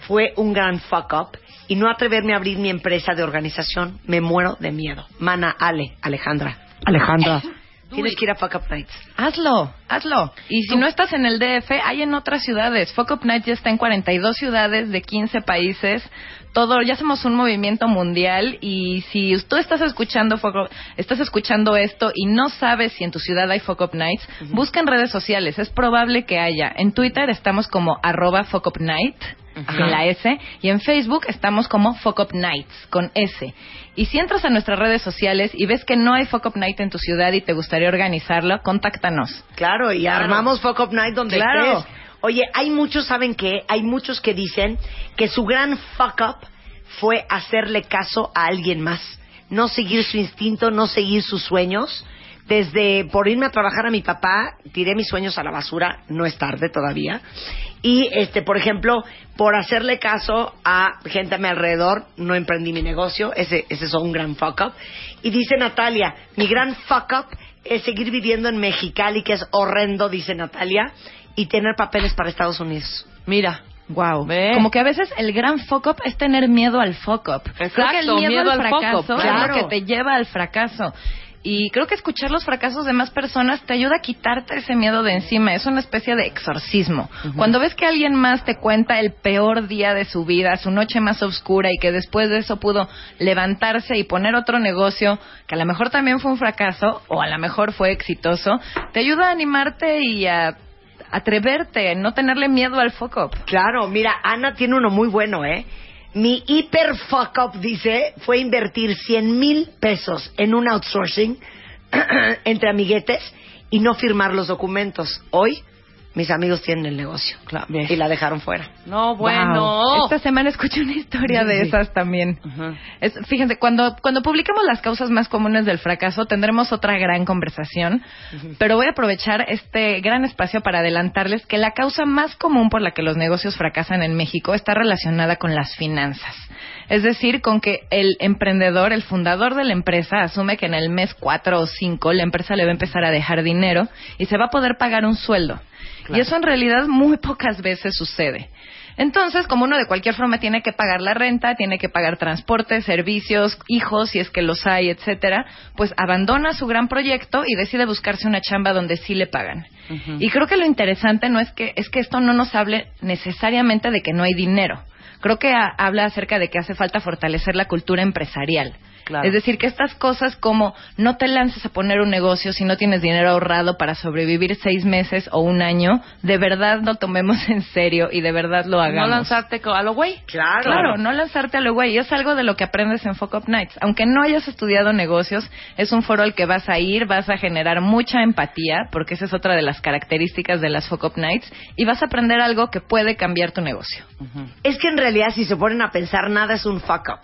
fue un gran fuck up y no atreverme a abrir mi empresa de organización, me muero de miedo. Mana Ale, Alejandra. Alejandra. [laughs] Tienes que ir a Fuck Up Nights. Hazlo, hazlo. Y si no estás en el DF, hay en otras ciudades. Fuck Up Night ya está en 42 ciudades de 15 países. Todo, ya somos un movimiento mundial y si tú estás escuchando Fuck Up- estás escuchando esto y no sabes si en tu ciudad hay Fuck Up Nights, busca en redes sociales, es probable que haya. En Twitter estamos como arroba Fuck Up Night, con la S, y en Facebook estamos como Fuck Up Nights, con S. Y si entras a nuestras redes sociales y ves que no hay Fuck Up Night en tu ciudad y te gustaría organizarlo, contáctanos. Claro, y armamos Fuck Up Night donde Claro. estés. Oye, hay muchos, ¿saben qué? Hay muchos que dicen que su gran fuck up fue hacerle caso a alguien más. No seguir su instinto, no seguir sus sueños. Desde por irme a trabajar a mi papá, tiré mis sueños a la basura, no es tarde todavía. Y, este, por ejemplo, por hacerle caso a gente a mi alrededor, no emprendí mi negocio, ese, ese es un gran fuck up. Y dice Natalia, mi gran fuck up es seguir viviendo en Mexicali, que es horrendo, dice Natalia, y tener papeles para Estados Unidos. Mira. Wow. Ve. Como que a veces el gran fuck up es tener miedo al fuck up. creo que el Exacto, miedo, miedo al al fuck fracaso up, es lo claro. que te lleva al fracaso. Y creo que escuchar los fracasos de más personas te ayuda a quitarte ese miedo de encima. Es una especie de exorcismo. Cuando ves que alguien más te cuenta el peor día de su vida, su noche más oscura y que después de eso pudo levantarse y poner otro negocio que a lo mejor también fue un fracaso o a lo mejor fue exitoso, te ayuda a animarte y a atreverte, no tenerle miedo al fuck up. Claro, mira, Ana tiene uno muy bueno, ¿eh? Mi hiper fuck up, dice, fue invertir 100 mil pesos en un outsourcing [clears throat] entre amiguetes y no firmar los documentos. Hoy, mis amigos tienen el negocio Claro. y la dejaron fuera. No, bueno. Esta semana escuché una historia de esas también. Es- fíjense, cuando, cuando publiquemos las causas más comunes del fracaso, tendremos otra gran conversación. Pero voy a aprovechar este gran espacio para adelantarles que la causa más común por la que los negocios fracasan en México está relacionada con las finanzas. Es decir, con que el emprendedor, el fundador de la empresa, asume que en el mes 4 o 5 la empresa le va a empezar a dejar dinero y se va a poder pagar un sueldo. Y eso en realidad muy pocas veces sucede. Entonces, como uno de cualquier forma tiene que pagar la renta, tiene que pagar transporte, servicios, hijos, si es que los hay, etcétera, pues abandona su gran proyecto y decide buscarse una chamba donde sí le pagan. Y creo que lo interesante no es que es que esto no nos hable necesariamente de que no hay dinero. Creo que a- habla acerca de que hace falta fortalecer la cultura empresarial. Claro. Es decir, que estas cosas como no te lances a poner un negocio si no tienes dinero ahorrado para sobrevivir seis meses o un año, de verdad lo tomemos [laughs] en serio y de verdad lo hagamos. No lanzarte co- a lo güey. Claro. Claro, no lanzarte a lo güey. Es algo de lo que aprendes en Fuck Up Nights. Aunque no hayas estudiado negocios, es un foro al que vas a ir, vas a generar mucha empatía, porque esa es otra de las características de las Fuck Up Nights, y vas a aprender algo que puede cambiar tu negocio. Es que en realidad, si se ponen a pensar, nada es un fuck up.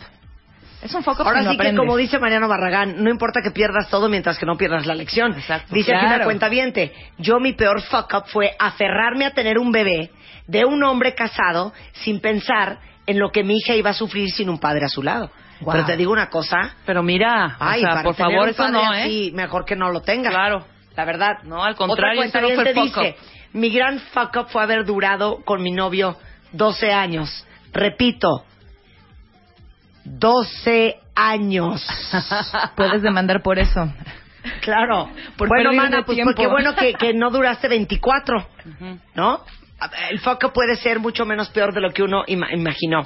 Es un fuck up Ahora pues, si no sí que, aprendes. como dice Mariano Barragán, no importa que pierdas todo mientras que no pierdas la lección. Exacto. dice aquí una Claro. cuenta viente, yo mi peor fuck up fue aferrarme a tener un bebé de un hombre casado sin pensar en lo que mi hija iba a sufrir sin un padre a su lado. Guau. Pero te digo una cosa, Pero mira, ay, o sea, para por tener favor, un eso padre no, ¿eh? así, mejor que no lo tenga. Claro. La verdad. No, al contrario, Otra ese no fue el cuentaviente fuck dice, mi gran fuck up fue haber durado con mi novio 12 años. Repito, 12 años. [laughs] Puedes demandar por eso. Claro. Por bueno, pérdida mana, de pues tiempo. qué bueno que, que no duraste 24, ¿no? El foco puede ser mucho menos peor de lo que uno ima- imaginó.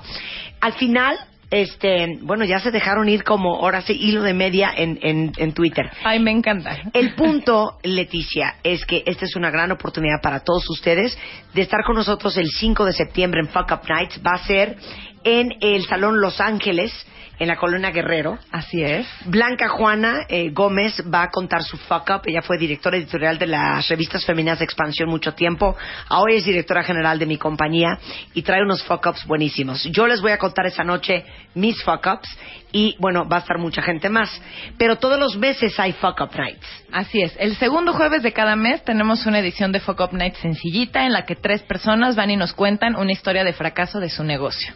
Al final, este, bueno, ya se dejaron ir como ahora sí hilo de media en, en, en Twitter. Ay, me encanta. [laughs] El punto, Leticia, es que esta es una gran oportunidad para todos ustedes de estar con nosotros el 5 de septiembre en Fuck Up Nights. Va a ser en el Salón Los Ángeles, en la Colonia Guerrero. Así es. Blanca Juana eh, Gómez va a contar su fuck up. Ella fue directora editorial de las revistas femeninas de expansión mucho tiempo. Ahora es directora general de mi compañía y trae unos fuck ups buenísimos. Yo les voy a contar esa noche mis fuck ups y bueno, va a estar mucha gente más. Pero todos los meses hay fuck up nights. Así es. El segundo jueves de cada mes tenemos una edición de Fuck Up Night sencillita en la que tres personas van y nos cuentan una historia de fracaso de su negocio.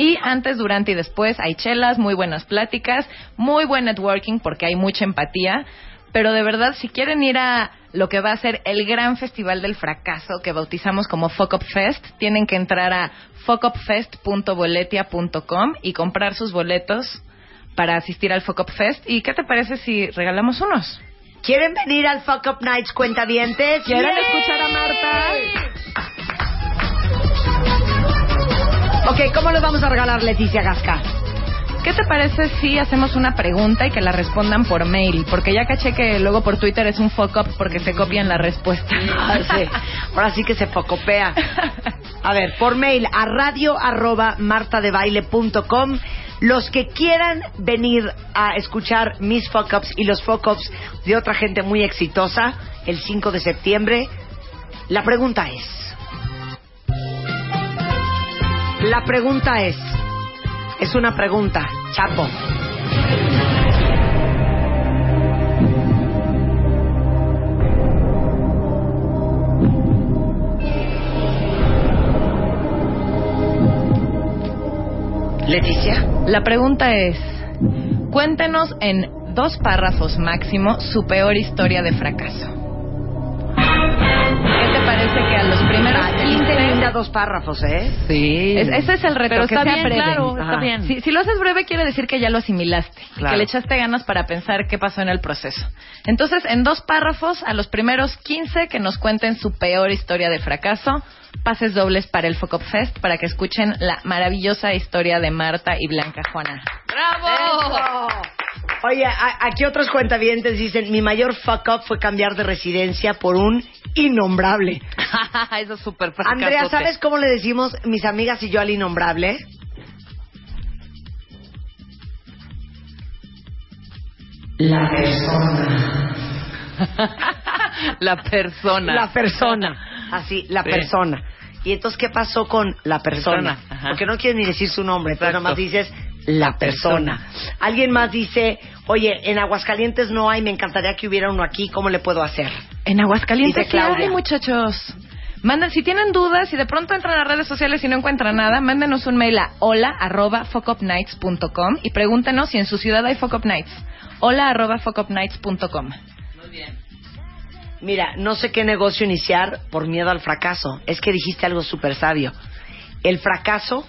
Y antes, durante y después hay chelas, muy buenas pláticas, muy buen networking porque hay mucha empatía. Pero de verdad, si quieren ir a lo que va a ser el gran festival del fracaso que bautizamos como Fuck Up Fest, tienen que entrar a fuckupfest.boletia.com y comprar sus boletos para asistir al Fuck Up Fest. ¿Y qué te parece si regalamos unos? ¿Quieren venir al Fuck Up Nights cuentavientes? ¿Quieren ¡Yay! escuchar a Marta? Ok, ¿cómo les vamos a regalar Leticia Gasca? ¿Qué te parece si hacemos una pregunta y que la respondan por mail? Porque ya caché que luego por Twitter es un fuck up porque se copian la respuesta. [laughs] Ah, sí. Ahora sí que se focopea. A ver, por mail a radio arroba martadebaile.com. Los que quieran venir a escuchar mis fuck ups y los fuck ups de otra gente muy exitosa el 5 de septiembre, la pregunta es. La pregunta es. Es una pregunta, Chapo. Leticia. La pregunta es, cuéntenos en dos párrafos máximo su peor historia de fracaso. ¿Qué te parece que a los primeros Ah, 15 15 linda dos párrafos, ¿eh? Sí. Es- ese es el reto, Pero que está sea bien, breve. claro, está Ajá. bien. Si, si lo haces breve quiere decir que ya lo asimilaste, y Claro. que le echaste ganas para pensar qué pasó en el proceso. Entonces, en dos párrafos, a los primeros 15 que nos cuenten su peor historia de fracaso, pases dobles para el Focop Fest para que escuchen la maravillosa historia de Marta y Blanca Juana. ¡Bravo! Oye, a- aquí otros cuentavientes dicen, mi mayor fuck up fue cambiar de residencia por un innombrable. [laughs] Eso es súper Andrea, fracasote. ¿sabes cómo le decimos mis amigas y yo al innombrable? La persona. [laughs] La persona. La persona. Así, la Sí. persona. ¿Y entonces qué pasó con la persona? Persona, ajá. Porque no quieres ni decir su nombre, pero Exacto. nomás dices la persona. Alguien más dice, oye, en Aguascalientes no hay, me encantaría que hubiera uno aquí, ¿cómo le puedo hacer? En Aguascalientes, Dice ¿qué Claudia. hay, muchachos? Manden, si tienen dudas, si de pronto entran a redes sociales y no encuentran nada, mándenos un mail a hola arroba fuckupnights.com y pregúntenos si en su ciudad hay fuckupnights. Hola arroba fuckupnights.com. Mira, no sé qué negocio iniciar por miedo al fracaso. Es que dijiste algo súper sabio. El fracaso,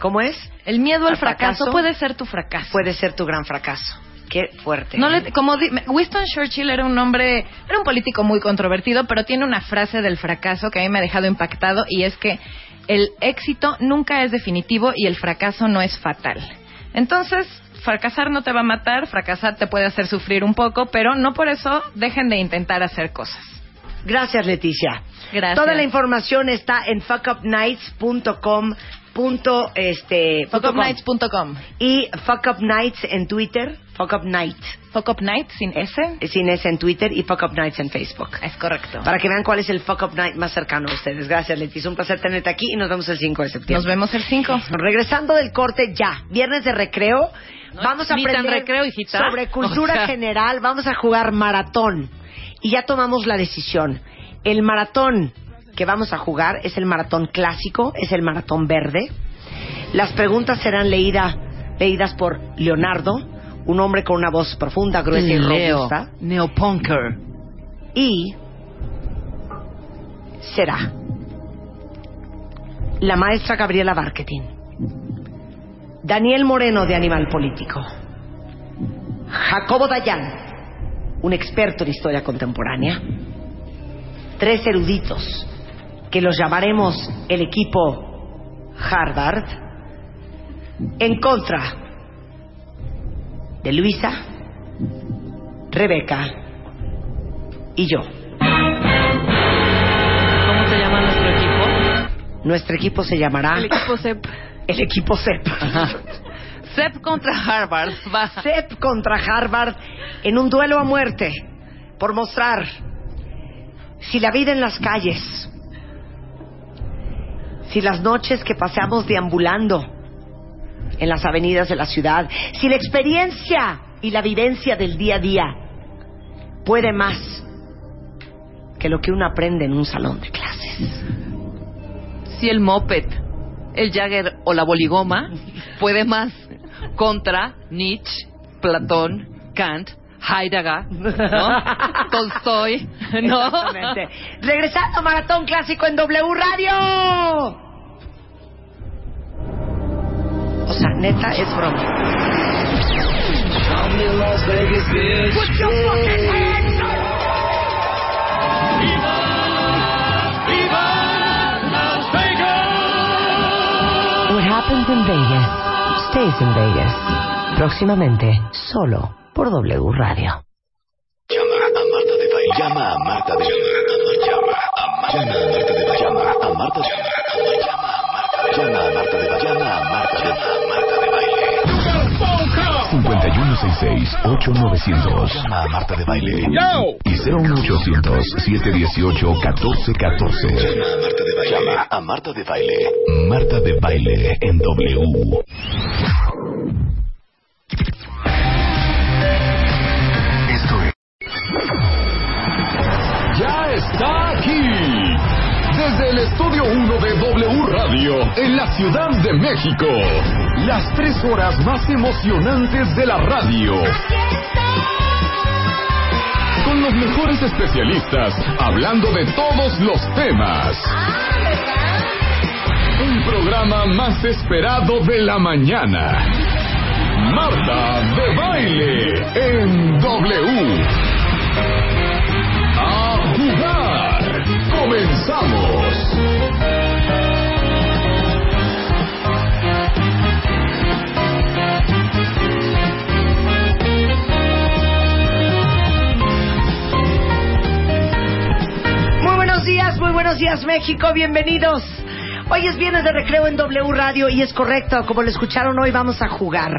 ¿cómo es? El miedo al ¿Al fracaso? fracaso, puede ser tu fracaso. Puede ser tu gran fracaso. Qué fuerte. No le- como di- Winston Churchill era un hombre, era un político muy controvertido, pero tiene una frase del fracaso que a mí me ha dejado impactado y es que el éxito nunca es definitivo y el fracaso no es fatal. Entonces, fracasar no te va a matar, fracasar te puede hacer sufrir un poco, pero no por eso dejen de intentar hacer cosas. Gracias, Leticia. Gracias. Toda la información está en fuckupnights.com. punto, este, punto com. Fuckupnights.com. Y Fuck Up Nights en Twitter, Fuck Up Night, Fuck up night sin S. sin S en Twitter y Fuck Up Nights en Facebook. Es correcto. Para que vean cuál es el Fuck Up Night más cercano a ustedes. Gracias, Leticia. Un placer tenerte aquí y nos vemos el 5 de septiembre. Nos vemos el 5. Regresando del corte ya, viernes de recreo, No vamos a ni tan aprender recreo, hijita. sobre [laughs] cultura O sea. general, vamos a jugar maratón y ya tomamos la decisión. El maratón que vamos a jugar es el maratón clásico, es el maratón verde. Las preguntas serán leída- leídas por Leonardo, un hombre con una voz profunda, gruesa y Leo. robusta, Neopunker. y será la maestra Gabriela Barquetín, Daniel Moreno de Animal Político, Jacobo Dayan, un experto en historia contemporánea, tres eruditos que los llamaremos el equipo Harvard, en contra de Luisa, Rebeca y yo. ¿Cómo se llama nuestro equipo? Nuestro equipo se llamará El equipo CEP. el equipo CEP. CEP contra Harvard. Va. CEP contra Harvard en un duelo a muerte por mostrar si la vida en las calles, si las noches que pasamos deambulando en las avenidas de la ciudad, si la experiencia y la vivencia del día a día puede más que lo que uno aprende en un salón de clases. Si el moped, el Jagger o la [laughs] boligoma puede más contra Nietzsche, Platón, Kant, Heidegger, ¿no? Tolstoy, ¿no? Exactamente. Regresando Maratón Clásico en W Radio. O sea, neta, es broma. What happens in Vegas stays in Vegas. Próximamente, solo por W Radio. Llama a Marta de Baile. Llama a Marta de Baile. Llama a Marta de Baile. Llama a Marta de Baile. Llama a Marta de Baile. Llama a Marta de Baile. Llama a Marta de Baile. 5166-8900 Llama a Marta de Baile y 01800-718-1414 Llama a Marta de Baile Llama a Marta de Baile Marta de Baile en W Esto es ya está aquí. Desde el estudio 1 de W Radio, en la Ciudad de México. Las tres horas más emocionantes de la radio. Con los mejores especialistas, hablando de todos los temas. El programa más esperado de la mañana. Marta de baile en W. A jugar. Comenzamos. buenos días México, bienvenidos. Hoy es viernes de recreo en W Radio y es correcto, como lo escucharon hoy vamos a jugar.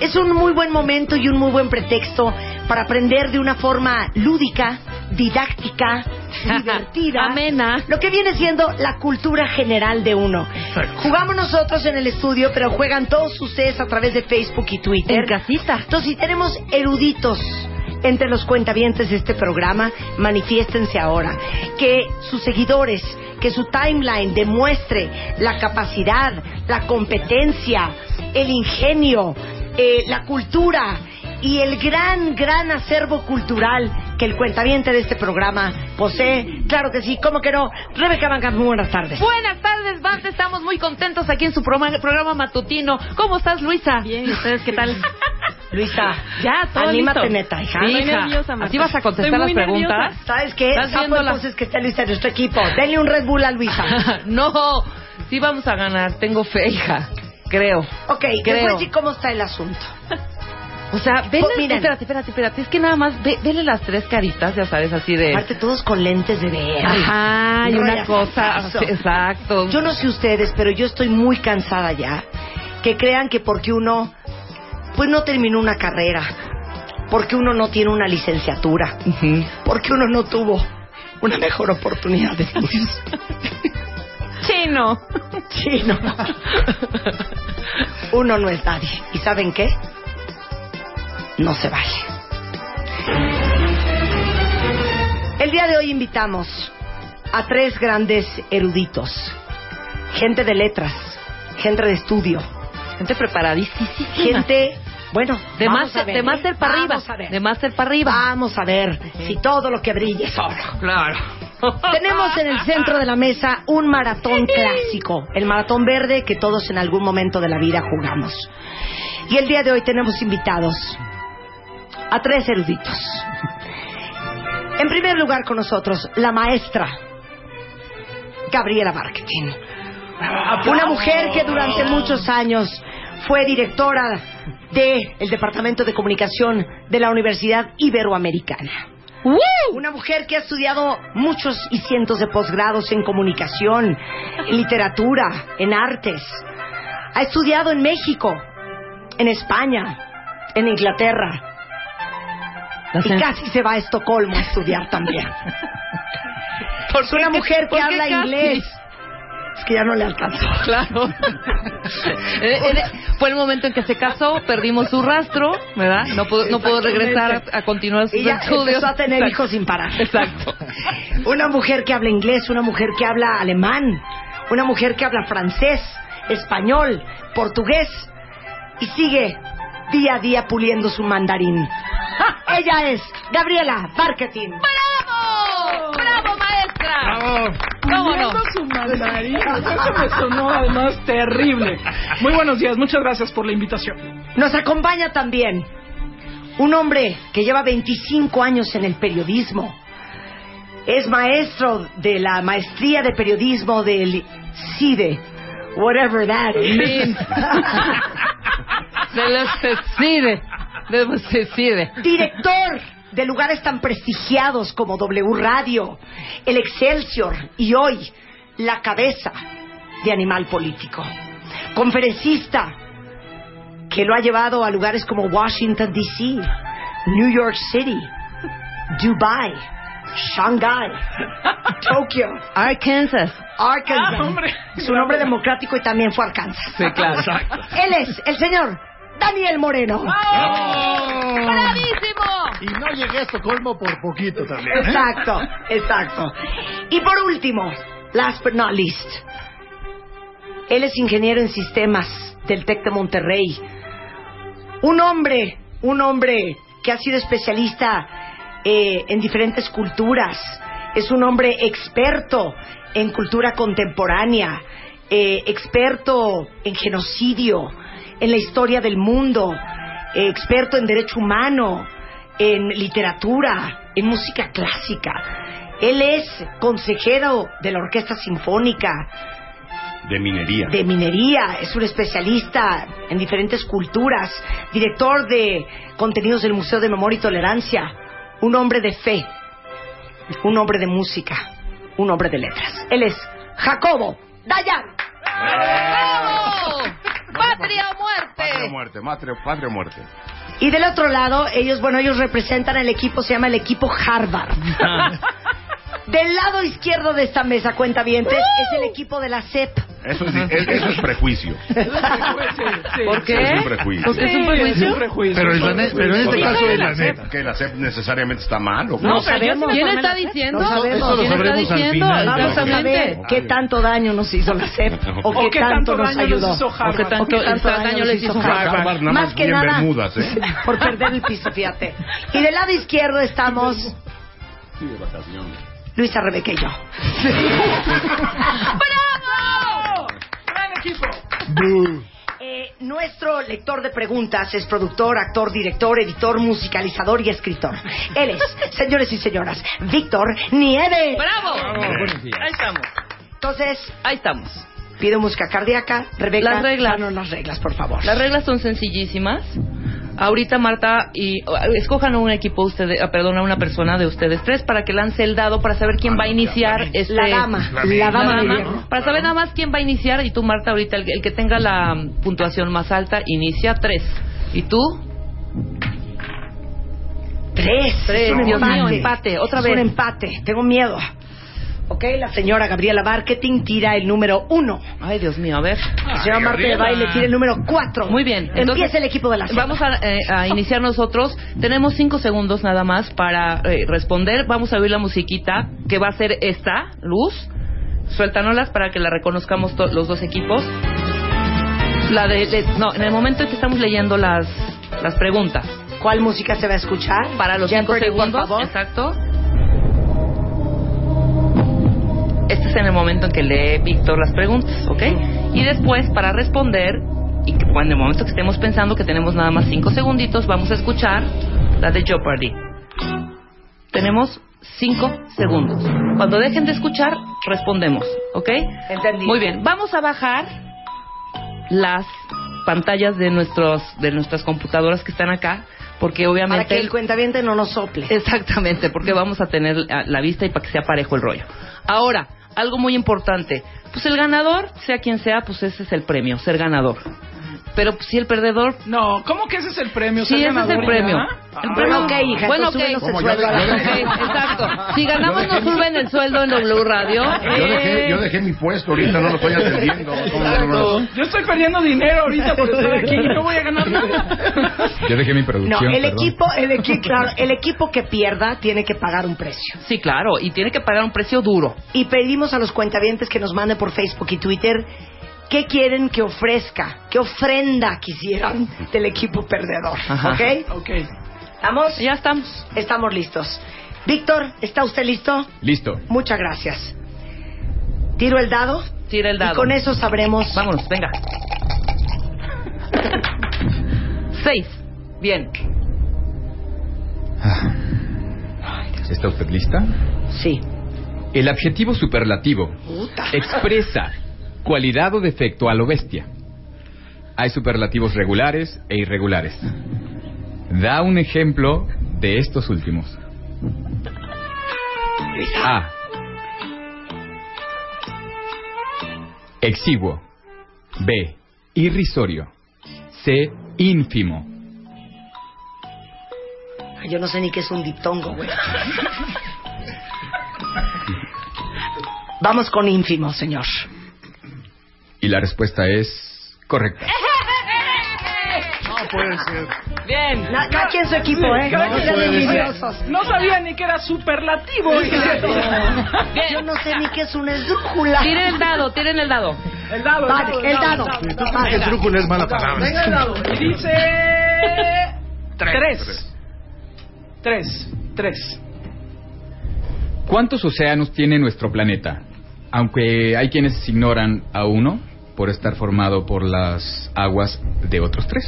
Es un muy buen momento y un muy buen pretexto para aprender de una forma lúdica, [laughs] didáctica, divertida, Amena. lo que viene siendo la cultura general de uno. Jugamos nosotros en el estudio, pero juegan todos ustedes a través de Facebook y Twitter. En casita. Entonces, si tenemos eruditos entre los cuentavientes de este programa, manifiéstense ahora. Que sus seguidores, que su timeline demuestre la capacidad, la competencia, el ingenio, eh, la cultura y el gran, gran acervo cultural que el cuentaviente de este programa posee. Claro que sí, ¿cómo que no? Rebeca Banca, muy buenas tardes. [laughs] Buenas tardes, Bart. Estamos muy contentos aquí en su programa, programa matutino. ¿Cómo estás, Luisa? Bien, ustedes qué tal? Luisa, Ya, todo anímate, listo. neta, Sí, hija. Ah, Estoy hija. nerviosa, Marta. ¿Así vas a contestar Estoy muy las preguntas? nerviosa. ¿Sabes qué? ¿Estás Sapo, viendo la- entonces que está lista nuestro equipo. Denle un Red Bull a Luisa. [laughs] no, sí vamos a ganar. Tengo fe, hija. Creo. Ok, Creo. después sí cómo está el asunto. O sea, vele... Pues, miren. espérate, espérate, espérate. Es que nada más ve- vele las tres caritas, ya sabes, así de... Aparte, todos con lentes de ver. Ajá, y No una haya cosa... fracaso. sí, Exacto. Yo no sé ustedes, pero yo estoy muy cansada ya. Que crean que porque uno, pues no terminó una carrera, porque uno no tiene una licenciatura, Ujú. porque uno no tuvo una mejor oportunidad de estudios. [laughs] Chino. Sí, [laughs] no. Uno no es nadie. ¿Y saben qué? No se vale. El día de hoy invitamos a tres grandes eruditos. Gente de letras, gente de estudio, Gente preparadísima. gente, bueno, De vamos a máster, ver, de ¿eh? máster para arriba. Vamos a ver. De máster para arriba. Vamos a ver si todo lo que brille [laughs] es oro. Claro. Tenemos en el centro de la mesa un maratón clásico, el maratón verde que todos en algún momento de la vida jugamos. Y el día de hoy tenemos invitados a tres eruditos. En primer lugar con nosotros, la maestra Gabriela Marketing. Una mujer que durante muchos años fue directora del Departamento de Comunicación de la Universidad Iberoamericana. Una mujer que ha estudiado muchos y cientos de posgrados en comunicación, en literatura, en artes. Ha estudiado en México, en España, en Inglaterra. La Y sen- casi se va a Estocolmo a estudiar también. Es una mujer que [laughs] por qué habla casi? inglés. Es que ya no le alcanzó. Claro. Eh, eh, Fue el momento en que se casó, perdimos su rastro, ¿verdad? No pudo, no pudo regresar a, a continuar sus [laughs] Y ya estudios. empezó a tener Exacto. [laughs] hijos sin parar. Exacto. [laughs] Una mujer que habla inglés, una mujer que habla alemán, una mujer que habla francés, español, portugués y sigue día a día puliendo [laughs] su mandarín. Ella es Gabriela Marketing. ¡Bravo! ¡Bravo, maestra! Bravo. ¿Cómo no? Puliendo su mandarín. Eso me sonó además terrible. Muy buenos días, muchas gracias por la invitación. Nos acompaña también un hombre que lleva 25 años en el periodismo. Es maestro de la maestría de periodismo del CIDE, E. whatever that Sí. is. Se les decide. Se les decide. director de lugares tan prestigiados como W Radio, El Excelsior y hoy la cabeza de Animal Político. Conferencista que lo ha llevado a lugares como Washington, D.C., New York City, Dubai, [laughs] Shanghai, Tokio, Arkansas. Arkansas. Ah, hombre. Es un hombre democrático y también fue a Arkansas. [laughs] Sí, claro. Él es el señor Daniel Moreno. ¡Bravísimo! Y no llegué a Estocolmo por poquito también. ¿eh? Exacto, exacto. Y por último, last but not least, él es ingeniero en sistemas del TEC de Monterrey. Un hombre, un hombre que ha sido especialista eh, en diferentes culturas. Es un hombre experto en cultura contemporánea, eh, experto en genocidio, en la historia del mundo, eh, experto en derecho humano, en literatura, en música clásica. Él es consejero de la Orquesta Sinfónica, De minería. de minería, es un especialista en diferentes culturas, director de contenidos del Museo de Memoria y Tolerancia, un hombre de fe, un hombre de música, un hombre de letras. Él es Jacobo Dayan. ¡Patria o Patria o muerte! muerte, matria- patria o muerte. Y del otro lado, ellos, bueno, ellos representan el equipo, se llama el equipo Harvard. [laughs] del lado izquierdo de esta mesa, cuenta vientes, es el equipo de la CEP. Eso es, es- eso es prejuicio. ¿Por qué? Es un prejuicio. ¿Porque es un Sí, prejuicio? es un prejuicio. Pero el Dane- pero en este Porque- caso porque es la SEP- neta. Que la SEP necesariamente está mal. ¿o Pues qué? No, pero yo sí me ¿Quién tomé está la CEP. diciendo? No sabemos. Eso lo ¿Quién está sabremos al diciendo? final, Vamos a exactamente. ver qué tanto daño nos hizo la CEP. O qué, tanto, nos ayudó. O qué tanto- tanto daño les hizo Harvard. Harvard, nada más Más que bien nada, Bermudas, ¿eh? por perder el piso, fíjate. Y del lado izquierdo estamos Sí, de vacaciones. Luisa, Rebeca y yo. ¡Bravo! ¡Gran equipo! Eh, nuestro lector de preguntas es productor, actor, director, editor, musicalizador y escritor. Él es, señores y señoras, Víctor Nieve. ¡Bravo! Ahí estamos. Entonces, ahí estamos. Pido música cardíaca. Rebeca, Las reglas. danos las reglas, por favor. Las reglas son sencillísimas. Ahorita Marta y escojan un equipo ustedes, ah, perdón, a una persona de ustedes tres para que lance el dado para saber quién va a iniciar este Ah, La dama. La La dama de hierro. para saber nada más quién va a iniciar y tú Marta ahorita el, el que tenga la mm, puntuación más alta inicia tres y tú Tres. Tres, Es un Dios mío, empate, otra Es vez. un empate. Tengo miedo. Ok, la señora Gabriela Marketing tira el número uno. ay Dios mío a ver La señora Marta de Baile tira el número cuatro. Muy bien. Empieza el equipo de la cena. Vamos a, eh, a iniciar nosotros. Tenemos cinco segundos nada más para eh, responder. Vamos a oír la musiquita que va a ser esta, Luz. Suéltanolas para que la reconozcamos to- los dos equipos. La de, de- no, en el momento en que estamos leyendo las las preguntas ¿Cuál música se va a escuchar? para los cinco Jeopardy, por segundos, favor. exacto. Este es en el momento en que lee Víctor las preguntas, ¿ok? Y después, para responder, y que cuando en el momento que estemos pensando que tenemos nada más cinco segunditos, vamos a escuchar la de Jeopardy. Tenemos cinco segundos. Cuando dejen de escuchar, respondemos, ¿ok? Entendido. Muy bien, vamos a bajar las pantallas de nuestros de nuestras computadoras que están acá, porque obviamente Para que el cuentaviente no nos sople. Exactamente, porque vamos a tener a, la vista y para que sea parejo el rollo. Ahora, algo muy importante. Pues el ganador, sea quien sea, pues ese es el premio, ser ganador. Pero pues, si el perdedor... No, ¿cómo que ese es el premio? Sí, ¿Ser ese es el ganador premio. ya? El Ah. premio- Bueno, ok, hija, Bueno, ok. entonces súbenos el Ok, sueldo a la gente. exacto. Si ganamos nos suben el sueldo en W Radio. Yo dejé, yo Eh, dejé mi puesto ahorita, no lo estoy atendiendo. ¿Cómo no lo- Yo estoy perdiendo dinero ahorita por estar aquí y no voy a ganar nada. Yo dejé mi No, producción. el perdón. equipo, el equipo, claro, el equipo que pierda tiene que pagar un precio. Sí, claro, y tiene que pagar un precio duro. y pedimos a los cuentavientes que nos manden por Facebook y Twitter qué quieren que ofrezca, qué ofrenda quisieran del equipo perdedor. Ajá. ¿Ok? Ok. ¿Estamos? Ya estamos. Estamos listos. Víctor, ¿está usted listo? Listo. Muchas gracias. Tiro el dado Tira el dado. y con eso sabremos. Vámonos, venga. Seis. Bien. ¿Está usted lista? Sí. El adjetivo superlativo expresa cualidad o defecto a lo bestia. Hay superlativos regulares e irregulares. Da un ejemplo de estos últimos. A. Exiguo. B. Irrisorio. C. Ínfimo. Yo no sé ni qué es un diptongo, güey. Vamos con ínfimo, señor. Y la respuesta es correcta. No puede ser. Bien. Na- Cada quien su equipo, ¿eh? Cada quien sean su equipo. envidiosos. No sabía ni que era superlativo. [laughs] Yo no sé ni qué es una esdrújula. Tiren el dado, tiren el dado. El dado, Vale, el dado. Vale. Ah, El truco no es mala Venga el palabra. dado. Y dice... Tres. Tres. Tres. ¿Cuántos océanos tiene nuestro planeta? Aunque hay quienes ignoran a uno por estar formado por las aguas de otros tres.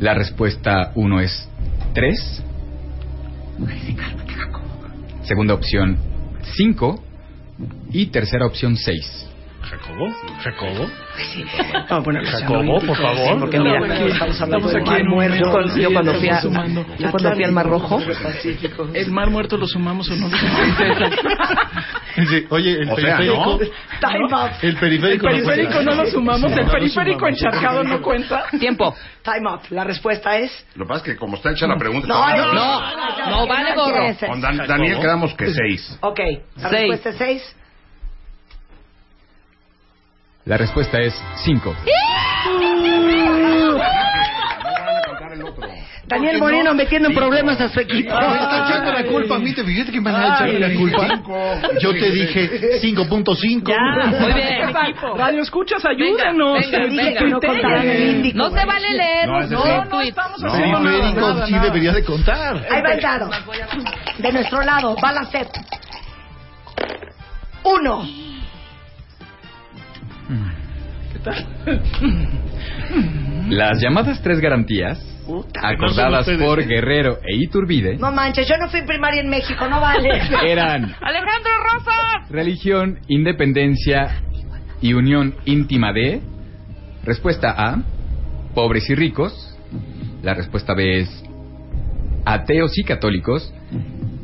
La respuesta uno es tres. Segunda opción cinco y tercera opción seis. Jacobo, Jacobo. Pues Ah, bueno, Jacobo, por favor. Sí, porque mira, estamos hablando del Pues Mar Muerto. Yo cuando fui a- yo cuando fui al Mar Rojo. ¿El mar muerto lo sumamos o no? Sí, oye, el O sea, ¿no? periférico. Time out. El periférico, El periférico no lo sumamos, el periférico encharcado no cuenta. cuenta. Tiempo. Time up. La respuesta es. Lo que pasa es que como está hecha la pregunta... No, no, no, no, vale gorro. Con Dan- Daniel quedamos que Pues seis. Ok, la Seis. respuesta es seis. La respuesta es 5. Daniel Moreno metiendo en problemas a su equipo. Me Ah. está echando Ah, la culpa a mí, te fíjate que me van a echar la culpa. Yo te dije 5.5. Muy bien. Radio escuchas, ayúdenos. Venga, Te dije venga. que no contaran el índice. No se vale leer No, los ese sí. los tweets. No, periférico sí debería de contar. Ahí va el dado. De nuestro lado, va la set. Uno. Las llamadas tres garantías, acordadas ustedes. por Guerrero e Iturbide, No manches, yo no fui primaria en México, no vale. [laughs] Eran. Alejandro Rosa. religión, independencia y unión íntima de. Respuesta A, pobres y ricos. La respuesta B es ateos y católicos.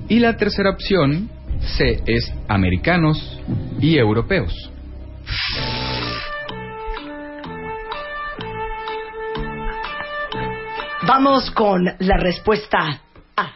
Y la tercera opción, C, es americanos y europeos. Vamos con la respuesta A.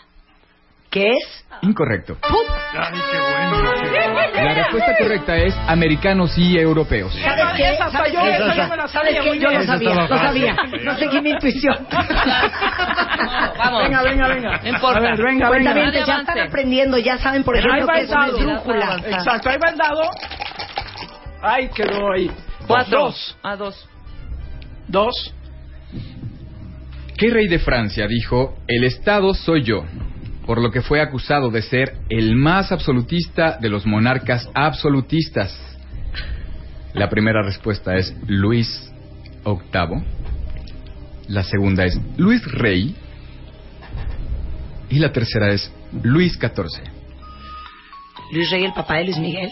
¿Qué es? Incorrecto. Ay, qué bueno. La respuesta correcta es americanos y europeos. ¿Sabes qué? Esa, ¿Sabes yo, qué? esa yo me la ¿Sabes sabía qué? muy Yo bien. lo Esa sabía, estaba lo fácil. sabía. No seguí mi intuición. Vamos. Venga, venga, venga. No importa. A ver, venga, venga. Cuentavientes, Nadie ya avance. están aprendiendo, ya saben, por ahí ejemplo, va que el es una dado. esdrújula. Exacto, ahí va el dado. Ahí quedó ahí. Cuatro. Dos. A dos. Dos. ¿Qué rey de Francia dijo, el Estado soy yo? Por lo que fue acusado de ser el más absolutista de los monarcas absolutistas. La primera respuesta es Luis VIII. La segunda es Luis Rey. Y la tercera es Luis XIV. Luis Rey, el papá de Luis [laughs] Miguel.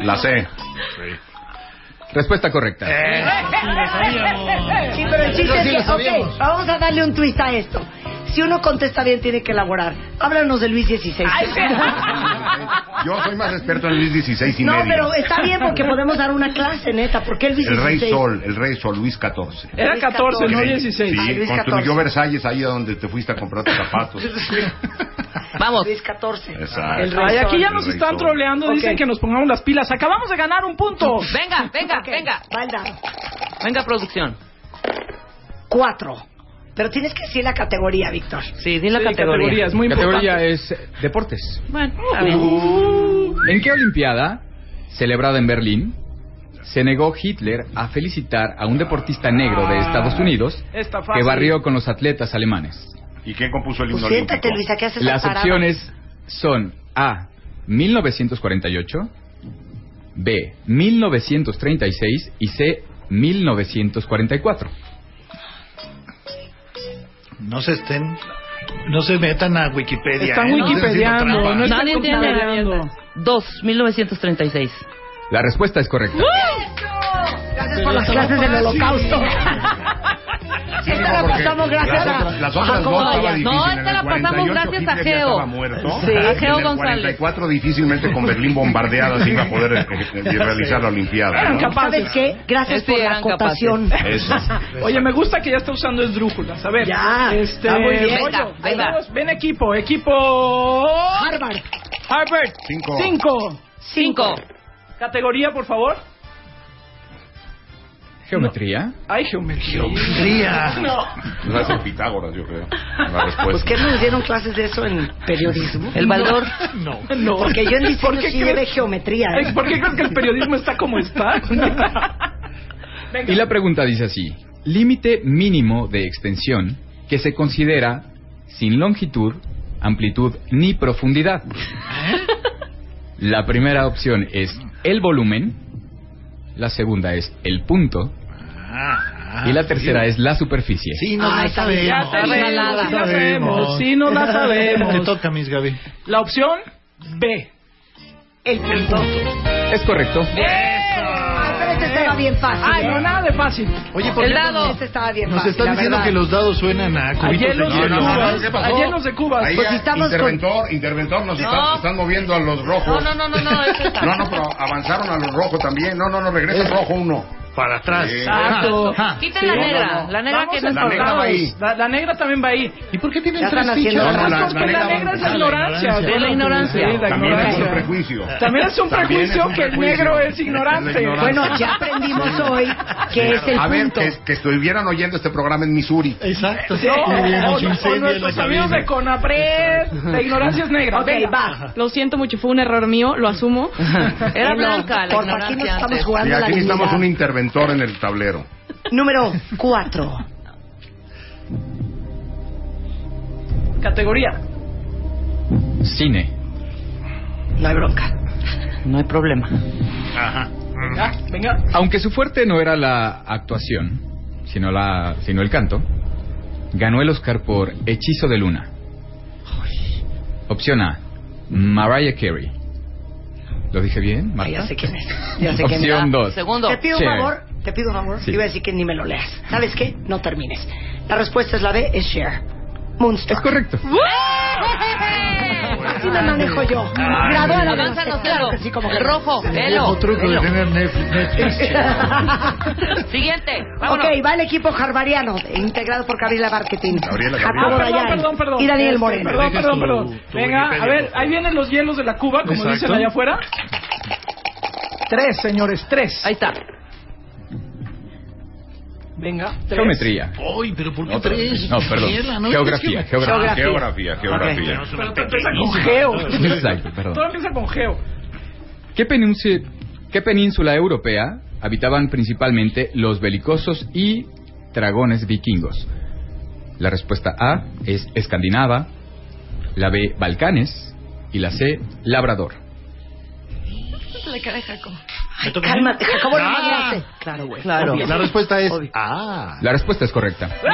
La C. Respuesta correcta. Eh. Sí, pero el chiste Eso sí es lo que, ok, sabíamos. vamos a darle un twist a esto. Si uno contesta bien, tiene que elaborar. Háblanos de Luis XVI. [laughs] Yo soy más experto en Luis XVI y no, medio. pero está bien porque podemos dar una clase, neta. ¿Por qué el Luis El rey XVI? Sol, el rey Sol, Luis XIV. Era Luis 14, no Sí, 16. Sí, Ay, Luis 14. construyó Versalles ahí a donde te fuiste a comprar tus zapatos. Vamos. Luis XIV. Exacto. El Ay, aquí ya nos El rey están Sol. troleando, dicen Ok. que nos pongamos las pilas. Acabamos de ganar un punto. Venga, venga, Ok, venga. Va el dado. Venga, producción. Cuatro. Pero tienes que decir la categoría, Víctor. Sí, di la Sí, categoría. categoría, es muy Categoría importante. Ah, es deportes. Uh. Bueno, está bien. Uh. ¿En qué Olimpiada, celebrada en Berlín, se negó Hitler a felicitar a un deportista negro de Estados Unidos Esta Ah. fácil. que barrió con los atletas alemanes? ¿Y quién compuso el Pues himno siéntate, olímpico? Luisa, ¿qué haces Las parada? opciones son A. 1948, B. 1936 y C. 1944. No se estén. No se metan a Wikipedia. Están ¿eh? No estén haciendo wikipediando, trampa. no están Nadie entiende la wikipediando. Dos, 1936. La respuesta es correcta. Gracias por las clases del holocausto. Sí, Esta digo, la porque pasamos gracias las a- otras- Las otras a dos Cobaya. estaba No, difícil. En esta el la pasamos 48 gracias a Hitler ya Geo. estaba muerto. Sí, a En Geo el González. 44 difícilmente con Berlín bombardeada se iba a poder eh, eh, realizar la Olimpiada. Eran ¿no? capaces. ¿Sabes qué? Gracias Sí, por la eran capaces. acotación. Eso. [laughs] Oye, me gusta que ya está usando esdrújulas. A ver, Ya, este, está muy bien. Goyo, Venga, ahí va. volvemos. ven equipo, equipo Harvard. Harvard. Cinco. Cinco. Cinco. Categoría, por favor. Geometría. Ay, geometría. Geometría. No. Pues va a ser Pitágoras, yo creo. [laughs] La Pues respuesta. que nos dieron clases de eso en periodismo. El Baldor. No. No. Porque yo en diseño sí crees- llevé geometría. ¿eh? Ex, ¿Por qué crees que el periodismo está [laughs] como está? Venga. Y la pregunta dice así: límite mínimo de extensión que se considera sin longitud, amplitud ni profundidad. ¿Eh? La primera opción es el volumen, la segunda es el punto y Ah, la tercera es la superficie. Sí, no Ay, la sabemos. ya Ya sabemos, sí la [laughs] sabemos, Sabemos. sí no la Te sabemos. toca, mis Gaby. La opción B. el punto. Es correcto. Ah, pero este estaba bien fácil. Ay, no, nada de fácil. Oye, ¿por El qué dado. Este estaba bien Nos fácil. están la diciendo verdad. que los dados suenan a cubitos Ayer los de de hielo. Cubas. Ayer los de Cubas. Ahí Pues ya, si estamos con- interventor, interventor, nos están, No. están moviendo a los rojos. No, no, no, no, no, eso está- No, no, pero avanzaron a los rojos también. No, no, no, regresa rojo uno. Ah. Para atrás. Exacto. Quiten la Sí. negra, No, no, no. la negra Vamos que no a es por estar nada. va ahí. La, la negra también va ahí. ¿Y por qué tienen Ya tres están haciendo- fichas? No, Porque la negra es la ignorancia. ignorancia. De la ignorancia. Sí, También es ignorancia. un prejuicio. También es un También es prejuicio un que el prejuicio. negro es ignorante. Es la ignorancia. Bueno, [laughs] ya aprendimos hoy que es el A ver, punto. que, que estuvieran oyendo este programa en Missouri. Exacto. No, o- o nuestros amigos de Conapred, la ignorancia es negra. Ok, Venga. va. Lo siento mucho, fue un error mío, [laughs] lo asumo. Era blanca Era blanca la Porfa, aquí no ignorancia estamos antes. jugando. Y la aquí dignidad. necesitamos un interventor en el tablero. Número cuatro. Categoría. Cine. No hay bronca. No hay problema. Ajá. Ah, venga. Aunque su fuerte no era la actuación, sino, la, sino el canto, ganó el Oscar por Hechizo de Luna. Opción A, Mariah Carey. ¿Lo dije bien, Marta? Ya sé quién es. Ya sé quién Opción es. dos. Segundo. Te pido un Cher. favor. Te pido un favor. Sí. Iba a decir que ni me lo leas. ¿Sabes qué? No termines. La respuesta es la B, es Cher. Moonstruck. Es [laughs] correcto. Así me manejo yo. Ay. Graduada de Avanza los los claro dedos. que sí, como El que- rojo, Viejo truco de tener [laughs] Netflix. Netflix. Siguiente. Vámonos. Ok, va el equipo jarvariano, integrado por Gabriela Marketing. Gabriela Jacobo Ah, perdón, Dayan perdón, perdón. y Daniel Este, Moreno. Perdón, perdón, perdón. tu Venga, a Wikipedia, ver, ahí vienen los hielos de la Cuba, como Exacto. dicen allá afuera. Tres, señores, tres. Ahí está. Venga, tres. Geometría. Ay, pero ¿por qué No, pero- tres? no, perdón. Mierda, ¿no? Geografía, Es que- geografía. Geografía, geografía. Pero te empieza con geo. Exacto, perdón. Todo empieza con geo. ¿Qué, penunci- qué península europea habitaban principalmente los belicosos y dragones vikingos? La respuesta A es Escandinava, la B Balcanes y la C Labrador. La cara de Jacobo. Cálmate, Jacobo, no Ah. me hace. Claro, güey. Claro. Obvio. La respuesta es ah. La respuesta es correcta. Pero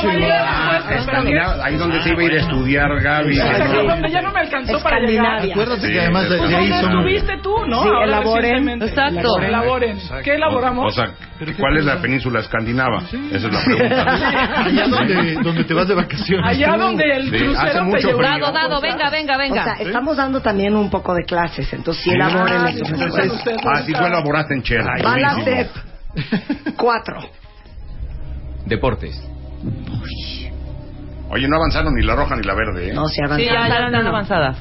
valía la respuesta, chulada. Es pero mira, Ah, Escandinava, Ahí donde se iba a ir a estudiar, Gaby. Exacto, donde ya no me alcanzó para llegar. Acuérdate Sí, que además sí, de sí. ahí ¿Dónde son- Estuviste tú, ¿no? Sí, Ahora elaboren. recientemente. Exacto. Elaboren. ¿Qué O elaboramos? sea, ¿cuál es la península escandinava? Esa es la pregunta. [laughs] Allá donde, donde te vas de vacaciones. Allá donde el Sí, hace crucero te mucho llevó. Dado, dado, venga, venga, venga. O sea, estamos dando también un poco de clases, entonces sí Ah, elaboren eso. Entonces, así Ah, tú elaboraste en Chela. Va la CEP. Cuatro. Deportes. Oye, no avanzaron ni la roja ni la verde. ¿eh? No, se Sí, ya, ya están avanzadas.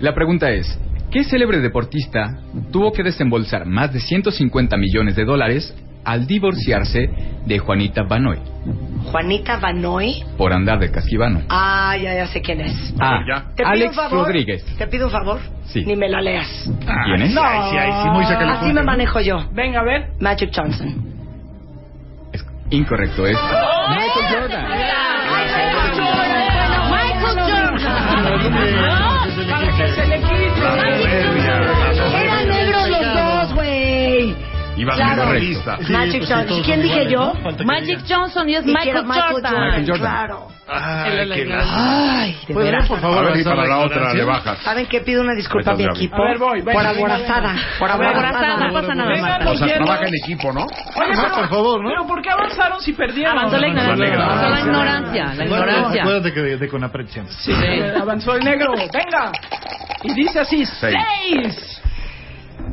La pregunta es, ¿qué célebre deportista tuvo que desembolsar más de 150 millones de dólares al divorciarse de Juanita Banoy Juanita Banoy. por andar de casquivano? Ah, ya, ya sé quién es. A. Te pido un Alex favor, Rodríguez. Te pido un favor. Sí. Ni me la leas. ¿Quién es? No. Ay, sí, ay, sí, muy saca la Así punta, me ¿no? manejo yo. Venga, a ver. Magic Johnson. Incorrecto, es Oh, ¡Eh! Michael Jordan. Michael Jordan. Para que se le quite. Eran negros los dos, güey. Y va Claro. a lista. Magic Johnson. ¿Quién dije yo? Magic Johnson y es Ni que era Michael, Michael Jordan. Jordan. Michael Jordan. Claro. Ay, qué Ay, de ¿Puedes, veras. por favor, A ver, y avanzar para la otra le ignorancia? bajas. ¿Saben qué? Pido una disculpa a mi Ahorita equipo. A ver, voy, venga, Por venga, aborazada. venga. Por A ver, aborazada. aborazada, No pasa nada, venga, Marta. los O sea, hielos. trabaja en equipo, ¿no? Oye, Más, por favor, ¿no? Pero ¿por qué avanzaron si perdieron? Avanzó la ignorancia. Avanzó la ignorancia. La Bueno, ignorancia. Acuérdate que de, de Conapred siempre. [laughs] Sí, avanzó el negro. Venga. Y dice así, seis.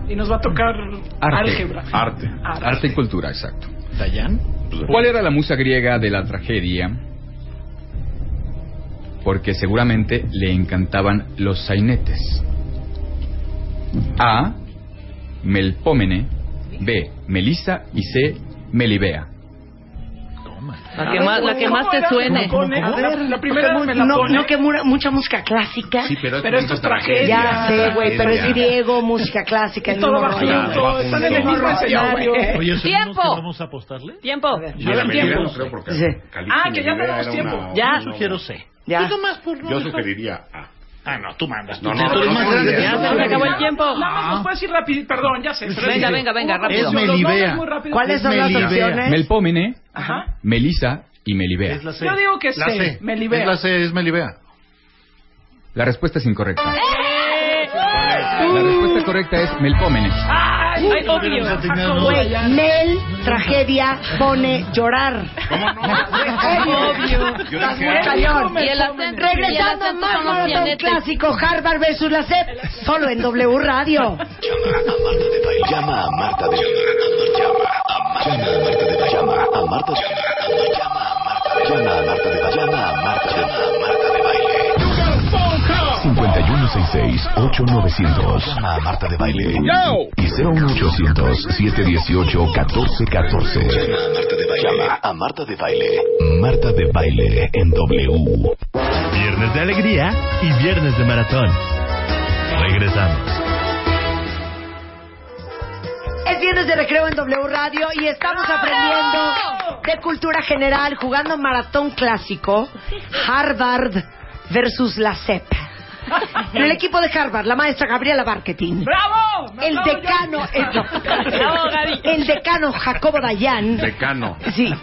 Y nos va a tocar Arte. álgebra. Arte. Arte. Arte y cultura, exacto. ¿Dayan? Pues ¿Cuál era la musa griega de la tragedia? Porque seguramente le encantaban los sainetes. A. Melpómene. B. Melisa. Y C. Melibea. La que más, la que más te suene. A ver, la primera no, me la no, pone. no que mura- mucha música clásica. Sí, pero, Pero esto es tragedia. Ya sé, güey, pero es griego, música clásica, el Todo mismo va rollo. junto, güey. están en el mismo escenario. Oye, ¿son Tiempo. unos que ¿Vamos a apostarle? Tiempo. Yo la medida no tiempos. creo porque Sí. Calixto Ah, que ya Melibea tenemos era tiempo. una- Ya. una- Yo quiero C. Ya. Tú nomás por no Yo dejar- sugeriría A. Ah, no, tú mandas. No, tú- no, tú no, eres no, más no, grande no, que no, yo. no, no, Se acabó el tiempo. Nada más nos puedes ir rápido, perdón, ya sé. pero Venga, sí. venga, venga, Una rápido. confusión, los Melibea. nombres muy rápido. ¿Cuáles son las Melibea. opciones? Melpómene. Ajá. Melisa y Melibea. Es la C. Yo digo que La C, C. Melibea. Es la C, es Melibea. La respuesta es incorrecta. ¡Eh! La respuesta correcta es Melpómenes. ¡Ay, obvio! Güey, Mel, tragedia, pone llorar. ¿Cómo no? Yo [laughs] obvio. Estás dije, muy "Ay, cañón. cómo me tomen". Y el Regresando a acento más somos Maratón jinetes. Clásico, Harvard versus la CEP, solo en W Radio. Llama a Marta de Baile. Llama a Marta de Baile. Llama a Marta de Baile. Llama a Marta de Baile. Llama a Marta de Baile. 5166-8900. Llama a Marta de Baile. Y 01800-718-1414. Llama a Marta de Baile. Marta de Baile en W. Viernes de alegría y viernes de maratón. Regresamos. Es viernes de recreo en W Radio y estamos aprendiendo de cultura general jugando maratón clásico Harvard versus la CEP. En el equipo de Harvard, la maestra Gabriela Barquetín. ¡Bravo! Me [laughs] El acabo de decano, llorar. Bravo, Gaby. el decano Jacobo Dayan Decano. Sí.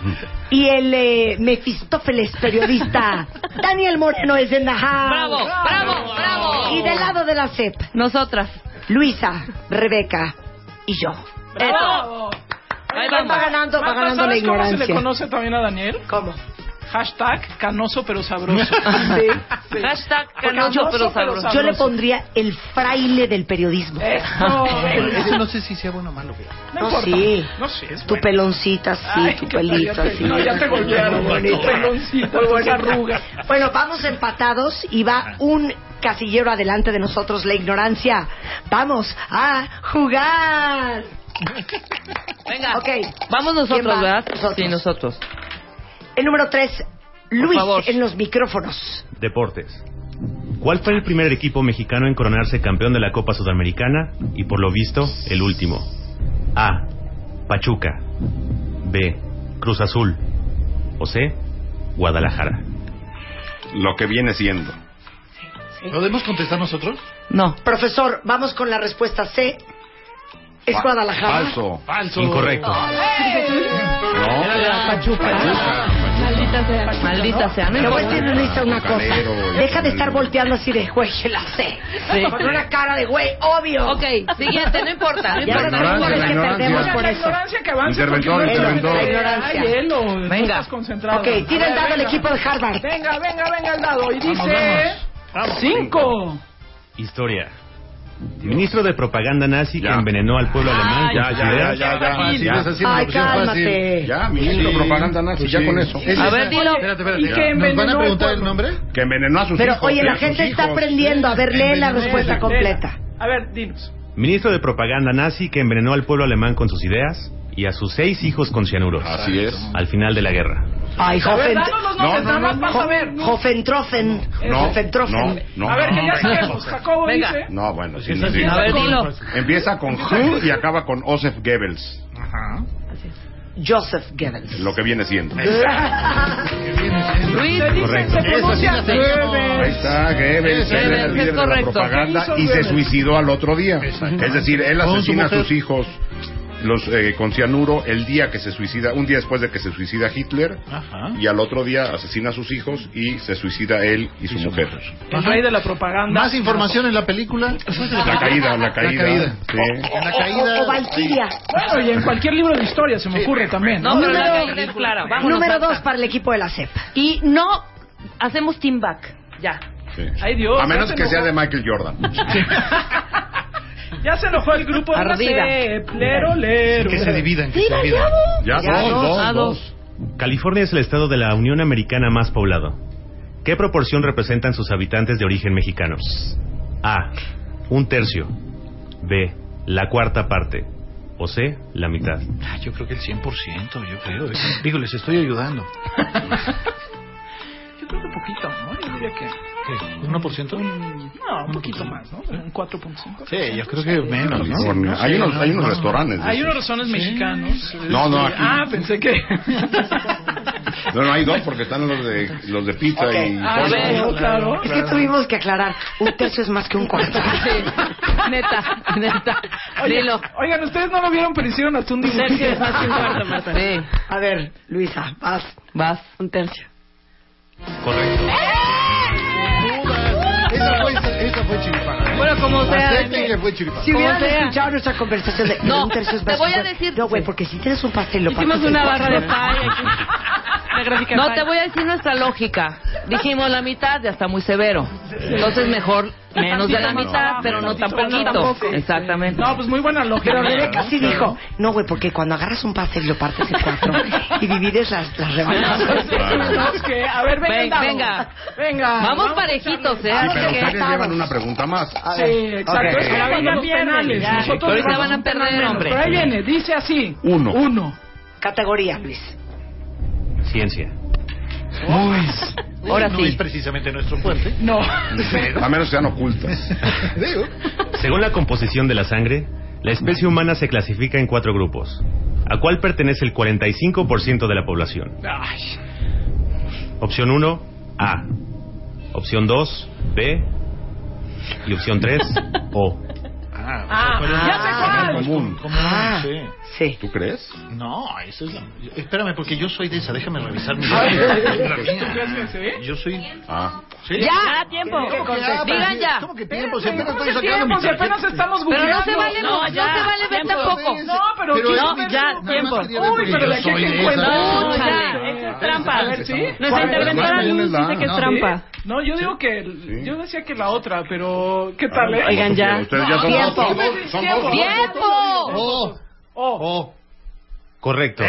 y el eh, Mefistófeles periodista Daniel Moreno es en la house. Bravo, bravo, bravo. Y del lado de la CEP, nosotras, Luisa, Rebeca y yo. ¡Bravo! Ahí vamos. Va ganando, va Marta, ¿sabes ganando la ¿Cómo se ignorancia. le conoce también a Daniel? ¿Cómo? Hashtag canoso pero sabroso. [laughs] Sí, Hashtag Yo, yo le pondría el fraile del periodismo. [laughs] Pero ese no sé si sea bueno o malo. fíjate. No, sí. No sé. es Tu peloncita, sí, tu pelito, te- sí. no, ya te golpearon, Muy tu bonita. peloncito, Muy tus bonita. arrugas. Bueno, vamos empatados y va un casillero adelante de nosotros, la ignorancia. Vamos a jugar. Venga. Ok. Vamos nosotros, ¿Quién va? ¿verdad? Nosotros. Sí, nosotros. El número tres, Luis, favor. en los micrófonos. Deportes. ¿Cuál fue el primer equipo mexicano en coronarse campeón de la Copa Sudamericana y por lo visto el último? A. Pachuca. B. Cruz Azul. O C. Guadalajara. Lo que viene siendo. ¿Podemos contestar nosotros? No. Profesor, vamos con la respuesta C. Es Guadalajara. Falso. Falso. Incorrecto. No. Era la Pachuca. Ah. Maldita sea. Maldita sea, no Pero voy a importa. decir Luisa, una Azucarero, cosa. Deja de estar volteando así de güey, la sé. Sí. Con una cara de güey, obvio. Ok, siguiente, no importa. No Ya importa. sabemos ignorancia, por la el que ignorancia. perdemos Oiga, por la eso. ignorancia que avanza Interventor, porque- interventor. La ignorancia. Ay, hielo, no Venga. estás concentrado. Ok, tira el dado al equipo de Harvard. Venga, venga, venga el dado. Y Vamos, dice... [laughs] Cinco. Historia. Ministro de propaganda nazi que envenenó al pueblo alemán Ya, con sus ya, ya, ideas. ya, ya, fácil. Esa sí es una Ay, opción cálmate. fácil. Ya, ministro Sí, propaganda nazi, pues ya sí. con eso. Ese A ver, dilo. Espérate, espérate. ¿Y qué ¿Nos van envenenó a el preguntar el pueblo? nombre? Que envenenó a sus Pero hijos. oye, y a la sus gente está hijos. aprendiendo. A ver, lee la respuesta completa. A ver, dinos. Ministro de propaganda nazi que envenenó al pueblo alemán con sus ideas y a sus seis hijos con cianuro. Así es. Al final de la guerra. Ay, A ver, Hoffen. danos los nombres, nada más para saber. Hoffentrofen. No, Hoffentrofen. no, no. A ver, que [laughs] ya no, sabemos. Jacobo Venga. dice... No, bueno, sí, Empieza sí. con- A ver, dilo. Empieza con Hu y acaba con Joseph Goebbels. Joseph Goebbels. Lo que viene siendo. Luis, Correcto. Ahí está, Goebbels, él era el líder de la propaganda y se suicidó al otro día. Es decir, él Con su asesina a mujer. sus hijos los eh, con cianuro el día que se suicida, un día después de que se suicida Hitler y al otro día asesina a sus hijos y se suicida él y su mujer. El rey de la propaganda. Más información en la [laughs] película. La caída, la caída. caída. Eh, sí. La caída. Valkyria. Bueno, y en cualquier libro de historia se me ocurre también. No, pero la Número- caída es clara. Vámonos, Número Marta. dos para el equipo de la E CEP. Y no hacemos team back. Ya. Sí. Ay, Dios, este a menos ya se que sea enojó. de Michael Jordan. Ya se enojó el grupo de la Ardida. CEP, lero, lero. Que se dividan, que se Mira, dividan. Ya, Ya, dos, dos, dos, ah, dos. California es el estado de la Unión Americana más poblado. ¿Qué proporción representan sus habitantes de origen mexicanos? A. Un tercio. B. La cuarta parte. O C. La mitad. Ah, Yo creo que el 100%, yo creo. ¿eh? Digo, les estoy ayudando. Yo creo que poquito, ¿no? Yo diría que... ¿Qué? ¿1%? No, un poquito más, ¿no? Un 4.5. Sí, yo creo que menos, ¿no? California. No sé, Hay unos- no, hay unos no. restaurantes de Hay unos razones mexicanos. No, no, Este, aquí. Ah, pensé que... [laughs] No, no hay dos porque están los de los de pizza y Ah, pollo. bueno, claro. Es que tuvimos que aclarar. Un tercio es más que [laughs] un cuarto. Neta, neta. Oye, Dilo. Oigan, ustedes no lo vieron, pero hicieron hasta un dibujito. Sergio es más que un cuarto, Marta. Sí. A ver, Luisa, vas. Vas. Un tercio. Correcto. Esa fue, esa- esa esa fue chiripada. Bueno, como sea, Acepten Daniel. que fue chiripada. Si hubieran sea. escuchado nuestra conversación de No, un tercio es te voy a basura. decir- No, güey, porque si tienes un pastel lo Hicimos partes en una cuatro. barra de pay aquí. No, te voy a decir nuestra lógica. Dijimos la mitad, ya está muy severo. Entonces mejor menos de la Tantito más mitad, abajo, pero no tan tantito, pero no poquito. tampoco. Exactamente. No, pues muy buena Pero Rebeca sí dijo, no, güey, porque cuando agarras un pastel lo partes en [laughs] cuatro y divides las, las rebanas. Es que, a ver, venga, Ven, andamos. venga. Venga, Vamos, vamos, parejitos, ¿eh? Ah, Sí, pero Porque- ustedes llevan una pregunta más. Ah, Sí, eh, exacto. Ok. Es que ahorita Vamos, pierden, penales, ya. sí. Nosotros Ahorita vamos van a un perder, penal menos. hombre. Pero ahí viene, dice así. Uno. Uno. Categoría, Luis. Ciencia. Uy, no es precisamente nuestro fuerte. No. A menos sean ocultas. Según la composición de la sangre, la especie humana se clasifica en cuatro grupos, a cuál pertenece el 45% de la población. Opción 1, A. Opción 2, B. Y opción 3, O. Ah, ya sé cuál. común. Ah, sí. ¿Tú crees? No, eso es la... Espérame, porque yo soy de esa. Déjame revisar mi... Ay, [laughs] La ¿tú mía. crees Yo soy... Ah. ¿Sí? Ya, tiempo. ¿Cómo que Digan Pues, ya. ¿Cómo que tiempo? Si Espérate, apenas ¿cómo que estoy sacando mi tiempo? Si apenas tarjeta. estamos Pero no se googleando. vale, no, No, ya. se vale ver Tiempo. tampoco. No, pero, Pero quiero eso ver ya, algo. Nada tiempo. más quería ver Uy, porque pero yo la soy que de encuentra. esas. No, chale. Esa es trampa. trampa. A ver, ¿sí? Nuestra ¿Cuál? interventora ¿Cuál Luz es la- dice que es no, trampa. No, yo digo que yo decía que la otra, pero ¿qué tal? eh? Ah, Oigan, ya. Ustedes ya son Tiempo. dos, son dos, son dos. ¡Tiempo! Oh, Oh. Correcto.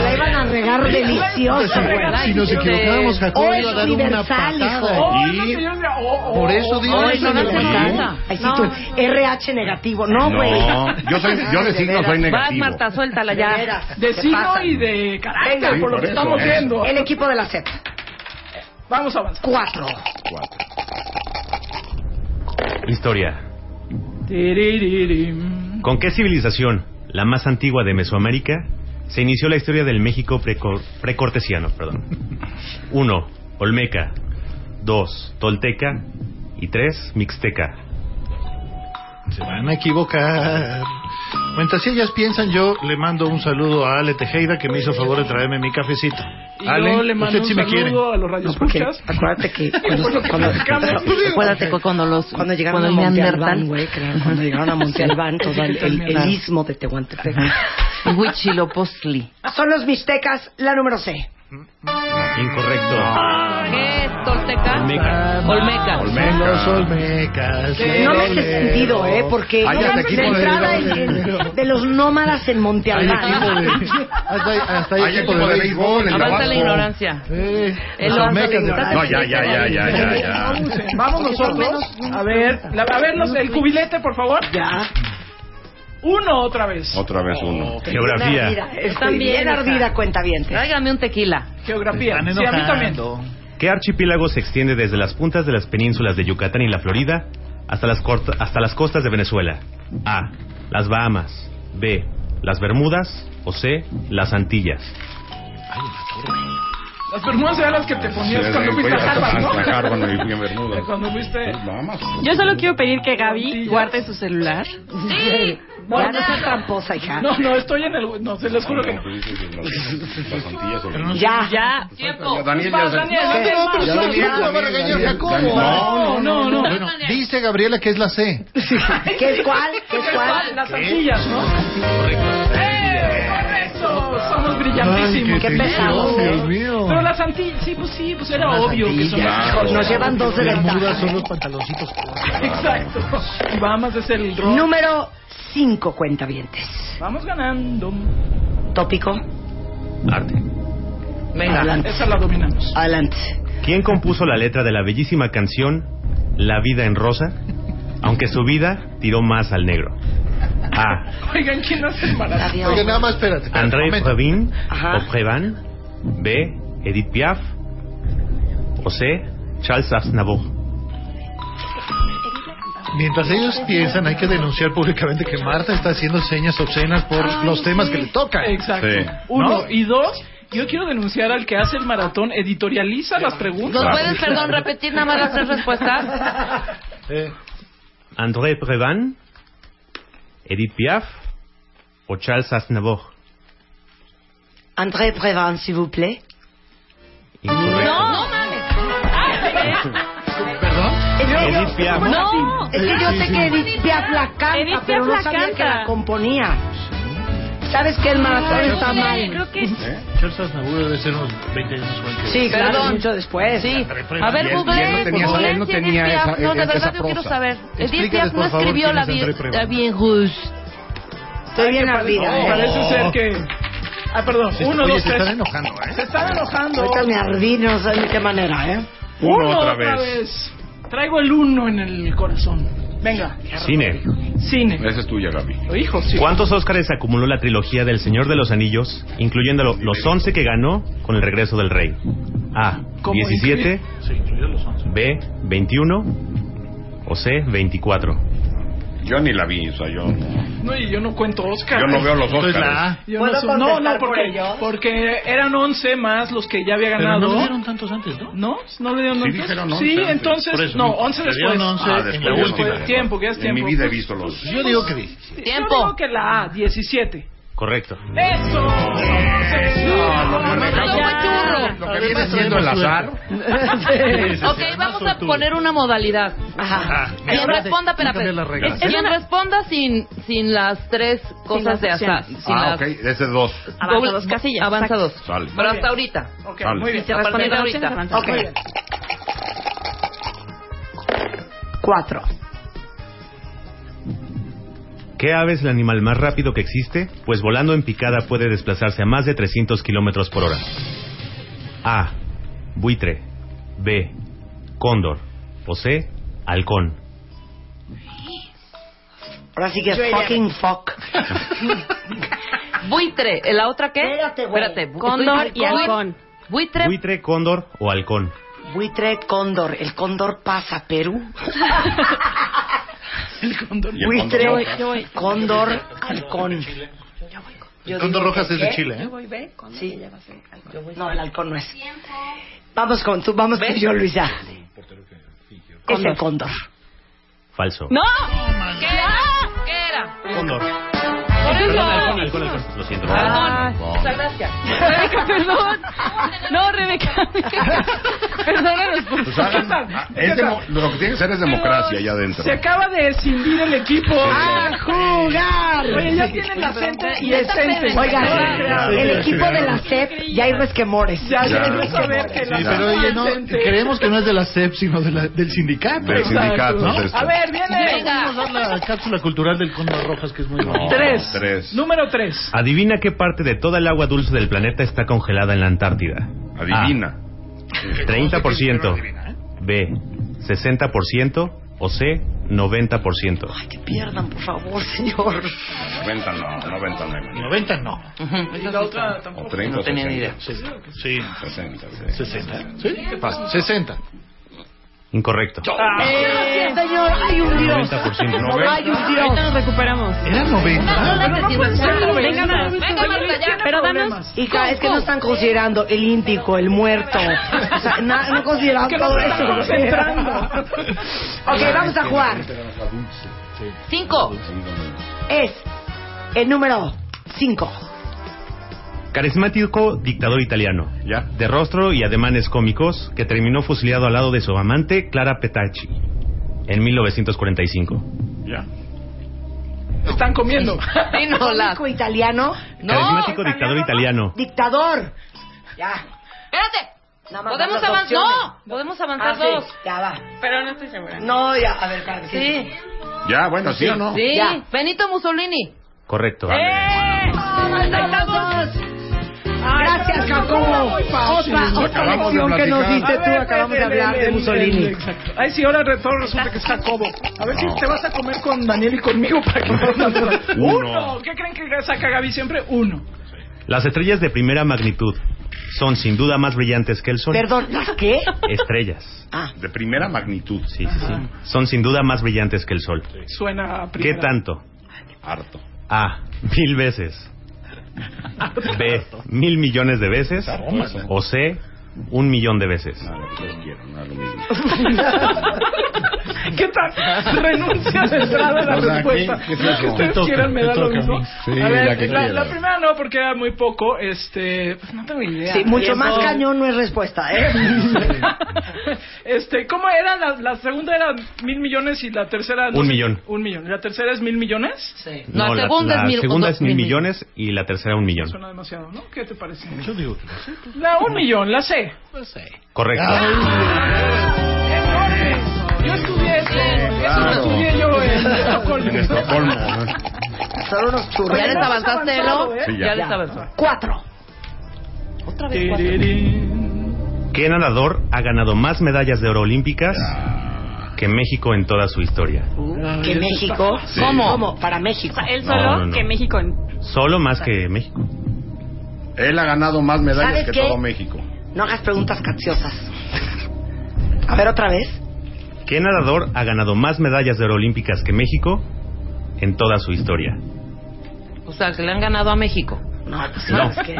La iban a regar delicioso, Pues, güey. Si nos equivocábamos, Jacob Oh, iba a es dar una universal, patada. hijo. Oh, es lo que yo decía, oh, oh, Por eso digo, oh, eso no no se se pasa. pasa. Ahí sí tú, RH negativo. No, güey. No, yo soy- yo de signo soy veras. Vas, negativo. Marta, suéltala De ya. veras, De se signo pasan. y de carácter, Venga, por lo por que eso, estamos eh. viendo. El equipo de la Z. Vamos a avanzar. Cuatro. Cuatro. Historia. Tiriririm. ¿Con qué civilización, la más antigua de Mesoamérica, se inició la historia del México precor- precortesiano? Perdón. 1. Olmeca. 2. Tolteca. Y 3. Mixteca. Se van a equivocar. Mientras ellas piensan, yo le mando un saludo a Ale Tejeda que me hizo favor de traerme mi cafecito. Y Ale, yo le mando usted un sí me quiere. saludo a los No, porque radioescuchas. acuérdate que Por lo cuando, que cuando- platicamos. Acuérdate cu- cuando los cuando llegaron cuando a el Montealbán, Neandertal- güey, claro, cuando llegaron a Montealbán, todo el, el- el istmo de Tehuantepec. Huichilopostli. Son los mixtecas, la número C. Incorrecto. Ah. ¿Qué es Tolteca? Olmeca. Olmeca. Son Los Olmecas. No me hace sentido, ¿eh? Porque Hay la hasta equipo de- entrada de, de los nómadas en Hay Montealbán. [laughs] equipo de. Hasta hay, hasta hay Hay equipo, equipo de de béisbol. béisbol en Avanza la Tabasco. ignorancia. Eh, El los Olmecas. de- No, ya, ya, ya, ya, ya, ya. Vamos nosotros. A ver, la- a ver los- el cubilete, por favor. Ya. Uno otra vez. Otra vez uno. Bien Geografía. ardida, estoy Están bien, bien ardida, están. cuenta bien. Tráigame un tequila. Geografía. Están Sí, a mí también. enojando. ¿Qué archipiélago se extiende desde las puntas de las penínsulas de Yucatán y la Florida hasta las, corta- hasta las costas de Venezuela? A. Las Bahamas. B. Las Bermudas. O C. Las Antillas. Las bermudas eran las que te ponías Sí, cuando sí, fuiste fui a Harvard, ¿no? hasta Harvard, me fui a [laughs] Bermudas. Pues Cuando fuiste... Vamos. Yo solo quiero pedir que Gaby guarde su celular. Sí. No, no seas tramposa, hija. No, no, estoy en el... No, se les juro que no. Las Antillas o las- Ya. Ya. Tiempo. Daniel ya Vas, se- Pues, Daniel, Ya, Daniel, pero vas. ya, Daniel, ya, la va a regañar Jacobo. Daniel. No, no, no. Bueno, dice Gabriela que es la C. ¿Qué es cuál? ¿Qué es cuál? Las antillas, ¿no? ¡Eh! ¡Correcto! Somos Ay, brillantísimos. qué pesado. Dios mío. Pero las antillas, sí, pues sí, pues era obvio que son Antillas. las Nos llevan dos de Bermudas ventaja. son los pantaloncitos cortos. Exacto. Y Bahamas es el rock. Número 5 cuentavientes. Vamos ganando. Tópico. Arte. Venga. Adelante. Esa la dominamos. Adelante. ¿Quién compuso la letra de la bellísima canción La vida en rosa? Aunque su vida tiró más al negro. A. Oigan, ¿quién hace el maratón? Oye, nada más espérate. espérate, André momento. Previn Ajá. o Previn. B. Edith Piaf. O C. Charles Aznavour. Mientras ellos piensan, hay que denunciar públicamente que Marta está haciendo señas obscenas por los temas que le tocan. Exacto. Sí. Uno. ¿No? Y dos, yo quiero denunciar al que hace el maratón, editorializa las preguntas. ¿Nos puedes, perdón, repetir nada más las tres respuestas? Eh, André Previn, Edith Piaf o Charles Aznavour. André Previn, s'il vous plaît. Incorrecto. No mames. ¿Perdón? Edith Piaf. No, es que yo sé que Edith Piaf la canta, pero no la sabía que canta. la componía. ¿Sabes que el maratón está mal? Creo que es Charles Aznavour debe ser unos 20 años más joven que Sí, yo. claro, mucho después. Sí. Pero A ver, y él- y él Google, no tenía esa- Google, él no ¿quién tenía es Piaf? esa- No, de esa verdad yo prosa. quiero saber. Edith Explícales, Piaf no por favor, escribió quién la es André Prevot. vida. bien Gus. Estoy bien ardida. No, ¿eh? Parece ser que. Ah, perdón. Sí, Uno, oye, dos, se tres. están enojando, ¿eh? Se están enojando. Ahorita me ardí, no sé de qué manera, ¿eh? Uno, Uno otra, otra vez. Traigo el uno en el corazón. Venga. Cine. [laughs] Cine. Esa es tuya, Gaby. Oh, Hijo, sí. ¿Cuántos Óscares acumuló la trilogía del Señor de los Anillos, incluyendo lo- los 11 que ganó con el regreso del rey? A. ¿Cómo 17, incluye- Sí, incluye los 11. B. 21 o C. 24. Yo ni la vi, o sea, yo. No, y yo no cuento Oscar. Pues Yo no veo los Entonces, Óscares. la A. Yo ¿Puedo no, sub- no, no, contestar por porque, ellos? porque eran 11 más los que ya había Pero ganado. no le dieron tantos antes, ¿no? ¿No? ¿No le dieron Sí, antes? dijeron Sí, 11 antes. Por entonces. eso, No, le 11 dieron después. 11 Ah, en la Después, última. Tiempo, que es En tiempo. mi vida he visto los- Yo digo que vi. Tiempo. Yo digo que la A, 17. Correcto. ¡Eso! Lo que viene siendo el azar. Ok, vamos a poner una modalidad. Ajá. Ah, mira, Quien ahora responda, sí, espera, espera. cambian las reglas. Quien responda sin, sin las tres cosas las de azar. opciones. sin Ah, las- ok, ese es dos. Doble- Avanza dos. Sale. Pero hasta ahorita. Ok, Sale. muy bien. Y se A responde partir de ahorita. ahorita avanza. Ok. Muy bien. Cuatro. ¿Qué ave es el animal más rápido que existe? Pues volando en picada puede desplazarse a más de 300 kilómetros por hora. A. Buitre. B. Cóndor. O C. Halcón. Ahora sí Yo que es iría. fucking fuck. Buitre. ¿La otra qué? Espérate, güey. Cóndor y halcón. Buitre. Buitre, cóndor o halcón. Buitre cóndor. El cóndor pasa a Perú. [laughs] el cóndor. Y el Buitre, cóndor rojas. Yo voy. cóndor, halcón. Yo El cóndor digo rojas que es de ve. Chile, ¿eh? Yo voy B. Sí. No, el halcón no es. Vamos con tú, vamos con yo, Luisa. Es el Eh, cóndor. Falso. ¡No! ¿Qué era? ¿Qué era? Cóndor. Por Perdón, eso. halcón, halcón, halcón. Lo siento. Ah, Perdón. Muchas gracias. Rebeca, perdón. No, Rebeca. Perdónanos, por Pues hagan- favor. ah, es demo- lo que tiene que ser es democracia allá adentro. Se acaba de escindir el equipo. ¡A Ah, jugar! Oye, ya tienen la gente y escente. Oigan, el equipo de la CEP ya hay resquemores. Ya, ya hay resquemores. saber que Sí, la pero oye, no, creemos que no es de la SEP, sino de la- del sindicato. Del Exacto. sindicato, ¿No? de esto. A ver, viene. Vamos a dar la cápsula cultural del Cóndor Rojas, que es muy bonita. Tres. Tres. Número 3. Adivina qué parte de toda el agua dulce del planeta está congelada en la Antártida. Adivina. A, 30%. B. 60%. O C. 90%. Pierdan, por favor, señor. 90 no, 90 no. hay manera. 90 no. Y la otra tampoco. O 30 No tenía ni idea. Sí. 60. sí. 60. ¿Sí? Fácil. 60. Incorrecto. Gracias, señor. Hay un dios. 90%. Hay un dios. Ahorita nos recuperamos. Era 90. Pero no pueden ser Venga, Marta, novelas. venga, Marta, ya. Pero danos... problemas. Hija, es que no están considerando el íntico, [laughs] el muerto. O sea, na- no consideran Que no todo se eso. están concentrando. ok, vamos a jugar. Cinco. Es el número 5. Carismático dictador italiano. Ya. De rostro y ademanes cómicos, que terminó fusilado al lado de su amante, Clara Petacci, en 1945. Ya. Están [laughs] comiendo. Sí, no, la- Cómico italiano. Carismático dictador italiano. Dictador. Ya. Espérate. Nada más Podemos las avanzar. opciones. No, podemos avanzar Ah, sí, dos. Ya va. Pero no estoy segura. No, ya. A ver, Carmen. Sí. Ya, bueno, sí o no. Sí. Ya. Benito Mussolini. Correcto. ¡Eh! Ahí estamos. Gracias, Jacobo. Otra, otra Acabamos de lección que nos platicar. diste tú. Acabamos de hablar de Mussolini. Exacto. Ay, sí, ahora re- todo resulta que es Jacobo. A ver si te vas a comer con Daniel y conmigo para que no [laughs] nos- Uno. Uno. ¿Qué creen que saca Gaby siempre? Uno. Las estrellas de primera magnitud son sin duda más brillantes que el sol. Perdón, ¿las qué? Estrellas. De primera magnitud. Sí, sí, sí. Son sin duda más brillantes que el sol. Suena a ¿Qué primera. tanto? Harto. A. Mil veces. B. Mil millones de veces. O C. Un millón de veces. Nada, que ustedes quieran, nada, lo mismo. ¿Qué tal? [laughs] Renuncia de entrada a la O sea, respuesta. ¿qué- qué Lo que te ustedes toca? quieran me Te da lo toca a mismo. mí. Sí, a ver, la que quieras. la primera no, porque era muy poco. Este, pues no tengo idea. Sí, mucho Eso- más cañón no es respuesta, ¿eh? [laughs] Este, ¿cómo era? La, la segunda era mil millones y la tercera... Un sé, millón. Un millón. ¿La tercera es mil millones? Sí. No, la segunda, es, mil, millones y la tercera un millón. Suena demasiado, ¿no? ¿Qué te parece? Yo digo que La un millón, la C. Pues La C. Correcto. Ah. Yo estudié eso. claro. Eso lo estudié yo [laughs] en En Estocolmo. Estocolmo. Son unos churros. Ya les avanzaste, ¿no? ¿eh? eh. Sí, ya. ya. les avanzaste. Cuatro. Otra vez cuatro. ¿Qué nadador ha ganado más medallas de oro olímpicas Ah. que México en toda su historia? Que México. Sí. ¿Cómo? ¿Cómo? Para México. Él No, solo no, no. que México en Solo más que México. Él ha ganado más ¿Sabes medallas que qué? todo México. No hagas preguntas capciosas. A ver, otra vez. ¿Qué nadador ha ganado más medallas de oro olímpicas que México en toda su historia? O sea, que le han ganado a México. No, pues, No. Es que-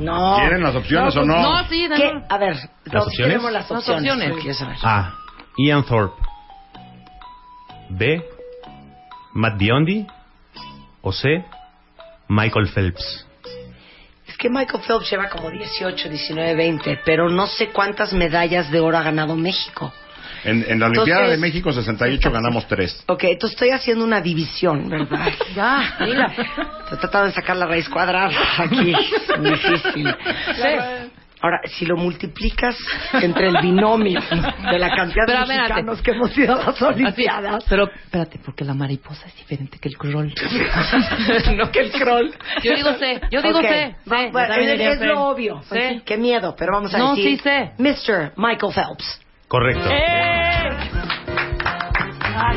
no. ¿Quieren las opciones o no? No, sí, ¿Qué? A ver, no, ¿Las opciones? queremos las Las opciones. opciones. porque quiero saber. A. Ian Thorpe. B. Matt Biondi. O C. Michael Phelps. Es que Michael Phelps lleva como 18, 19, 20, pero no sé cuántas medallas de oro ha ganado México. En, en la Olimpiada Entonces- de México 68 ganamos tres. Ok, entonces estoy haciendo una división, ¿verdad? Ya, mira. Estoy tratando de sacar la raíz cuadrada aquí. Es muy [laughs] difícil. Sí. Ahora, si lo multiplicas entre el binomio de la cantidad Pero, a de ver, mexicanos espérate. que hemos ido a las Así, Olimpiadas. pero espérate, porque la mariposa es diferente que el [laughs] crawl. no que el crawl. Yo digo C, yo digo Ok. C. Va- C, bueno, yo también es, diría es C. lo obvio. C. Pues sí, qué miedo, pero vamos a No, decir. sí sé. Mr. Michael Phelps. Correcto. Eh.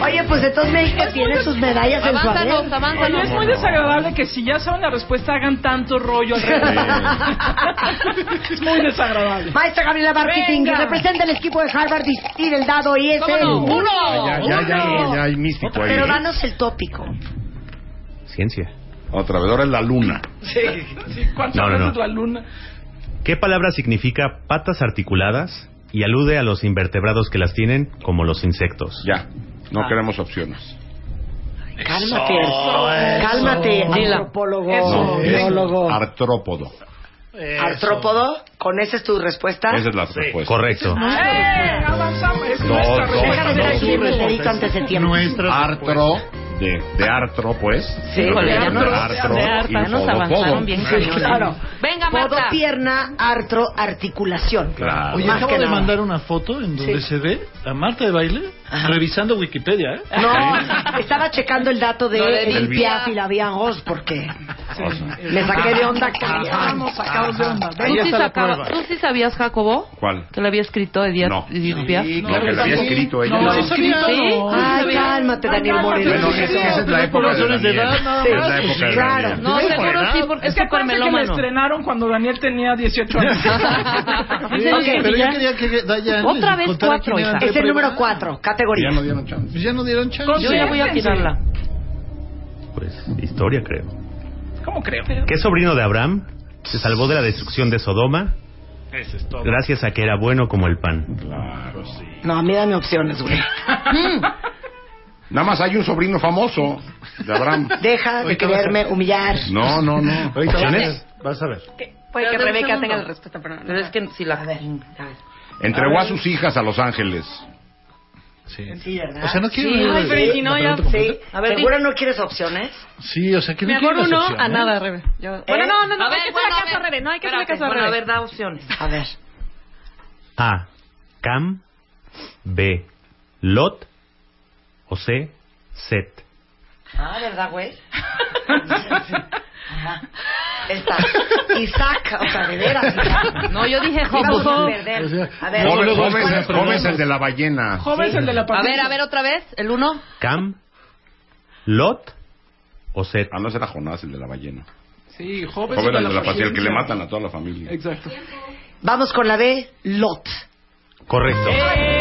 Oye, pues entonces México tiene sus medallas en su haber. Oye, es muy desagradable que si ya saben la respuesta hagan tanto rollo alrededor. [laughs] es muy desagradable. Maestra Gabriela Marketing, que Venga. representa el equipo de Harvard y y del dado y es el no? Uno. Ah, Ya, ya, ya, Uno. ya, ya hay místico ahí, Pero ¿eh? danos el tópico. Ciencia. Otra vez, ahora es la luna. Sí, sí, ¿cuántas No, no, veces no. la luna? ¿Qué palabra significa patas articuladas y alude a los invertebrados que las tienen, como los insectos? Ya. No Ah. queremos opciones. Oh, Cálmate. Cálmate, Dila. antropólogo. No, es biólogo. artrópodo. Artrópodo, ¿con esa es tu respuesta. Esa es la respuesta. Correcto. ¡Eh! Avanzamos. Es No, nuestra no, respuesta. Déjame ver no, a quién no, le no, dedico antes de tiempo. Artro de, de artro, pues. Creo que de se llama artro, artro de arpa, y nos podo, avanzaron podo. bien Sí, cañón. ¿eh? claro. Venga, Podo, Marta. pierna, artro, articulación. Claro. Oye, Más acabo que de nada. mandar una foto en donde Sí. se ve a Marta de baile revisando Wikipedia, ¿eh? No, estaba checando el dato de No le el digas. Piaf y la Bian Goss porque me saqué de onda cañón. Estábamos sacados de onda. ¿Tú sí, sacaba- ¿Tú sí sabías, Jacobo? ¿Cuál? ¿Que lo había escrito Edith No. Piaf? No, que lo había escrito ella. No, sí sabía, ¿Sí? Ah, no, sí Ay, sabía. cálmate, Daniel Moreno. Bueno, es que esa es la época de Razones de Daniel. edad, nada Sí, Es más. la época de Claro. Daniel. No, Sí, seguro ¿verdad? sí, porque Es es que súper acuérdense que me melómano. estrenaron cuando Daniel tenía 18 años. Sí, [laughs] Ok, pero ya. yo quería que Dayan les Otra vez contara cuatro, quién hija. eran. Es el número cuatro, categoría. Ya no dieron chance. Pues ya no dieron chance. Yo ya voy a tirarla. Pues historia, creo. ¿Cómo creo? ¿Qué sobrino de Abraham se salvó de la destrucción de Sodoma Ese es todo. gracias a que era bueno como el pan? Claro, sí. No, a mí dame opciones, güey. Nada más hay un sobrino famoso de [laughs] Abraham. Deja de Ahorita vas a- quererme humillar. No, no, no. [laughs] Ahorita vas a ver, ¿Opciones? vas a ver. Pero Puede que dame un Rebeca segundo. tenga la respuesta, pero no. Pero es que si la... Entregó a sus hijas a Los Ángeles. Sí. Sí, ¿verdad? O sea, no quiero... Ay, pero y si no, ya- Sí. A ver, ver, ¿Segura no quieres opciones? Sí, o sea, que no Mejor quiero las uno opciones. a nada, Rebe. Yo- Bueno, no, no, no, A hay ver, que bueno, a hacerle caso a ver. Rebe, no hay que hacerle Espérate, caso a Bueno, a Rebe. ver, da opciones. A ver. A. Cam. B. Lot. O C. Set. Ah, ¿verdad, güey? Ajá. Está. Isaac, o sea, de veras. Isaac. No, yo dije Vamos a Jobo. O perder. sea, A ver, Joven, luego- joven, luego- joven es el de la ballena. Joven es el de la A patente. ver, a ver, otra vez. El uno. Cam. Lot. O Set. Ah, no será Jonás el de la ballena. Sí, joven, Joven es el de la patente, patria, el que le matan a toda la familia. Exacto. vamos con la B, Lot. Correcto. ¡Eh!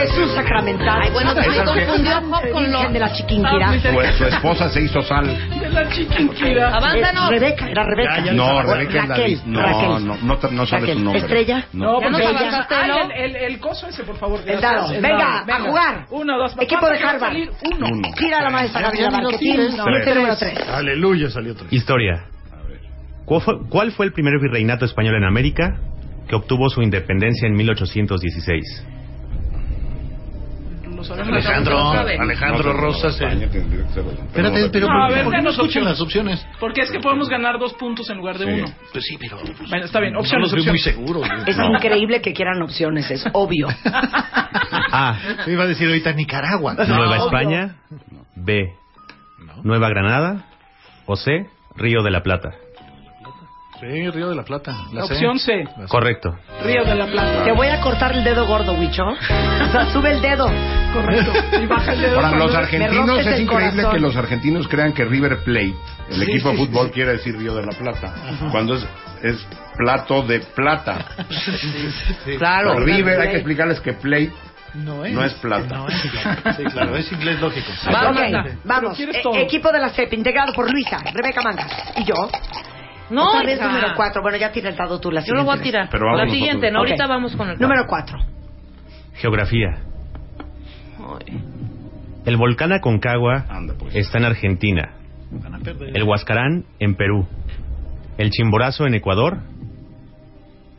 Jesús sacramental. Ay, bueno, me me confundió a Job con lo... de la chiquinquirá. Pues su esposa se hizo sal. De la chiquinquirá. Avánzanos. Rebeca, era Rebeca. No, Rebeca es la Raquel, dis- No, Raquel. no, no, te- no sabes Raquel. su nombre. Estrella. No, Ya nos Venga. avanzaste, Ay, ¿no? el, el- el coso ese, por favor. El dado. gracias. Venga, dado. a jugar. Uno, dos, Equipo de ¿cuánto va a Harvard. salir? Uno. Uno. Tira la maestra Gabriela Marquetín. Punto número tres. Aleluya, salió tres. Historia. ¿Cuál fue, cuál fue el primer virreinato español en América que obtuvo su independencia en 1816? Alejandro, Alejandro Rosas. eh. Espérate, Eh, pero No, a ¿por qué ver, por qué no danos escuchan opciones. las opciones? Porque es que podemos ganar dos puntos en lugar de Sí. uno. Pues sí, pero. Bueno, está bien, No opciones. los veo muy opciones. seguros. güey. Es increíble que quieran opciones, es obvio. A. Iba a decir ahorita Nicaragua. Nueva No. España. B. Nueva Granada. O C. Río de la Plata. Sí, Río de la Plata. La La opción C. Correcto. Río de la Plata. Te voy a cortar el dedo gordo, Huicho. O sea, sube el dedo. Correcto. [laughs] Y baja el dedo. Para cuando los me argentinos rompes es el increíble corazón. que los argentinos crean que River Plate, el Sí, equipo de sí, fútbol, quiere decir Río de la Plata, cuando es, es plato de plata. Claro. Pero River, hay Plate. que explicarles que Plate No no es plata. Ah, No es plata. Sí, claro, es inglés lógico. Vamos, Marta. vamos. quieres E- todo. equipo de la CEP, integrado por Luisa, Rebeca Mangas y yo. No, Otra vez hija. número cuatro. Bueno, ya tira el dado tú la Yo lo voy a siguiente vez. tirar. Pero vamos la nosotros. siguiente, ¿no? Ok. Ahorita vamos con el... Número cuatro. Geografía. El volcán Aconcagua está en Argentina. El Huascarán en Perú. El Chimborazo en Ecuador.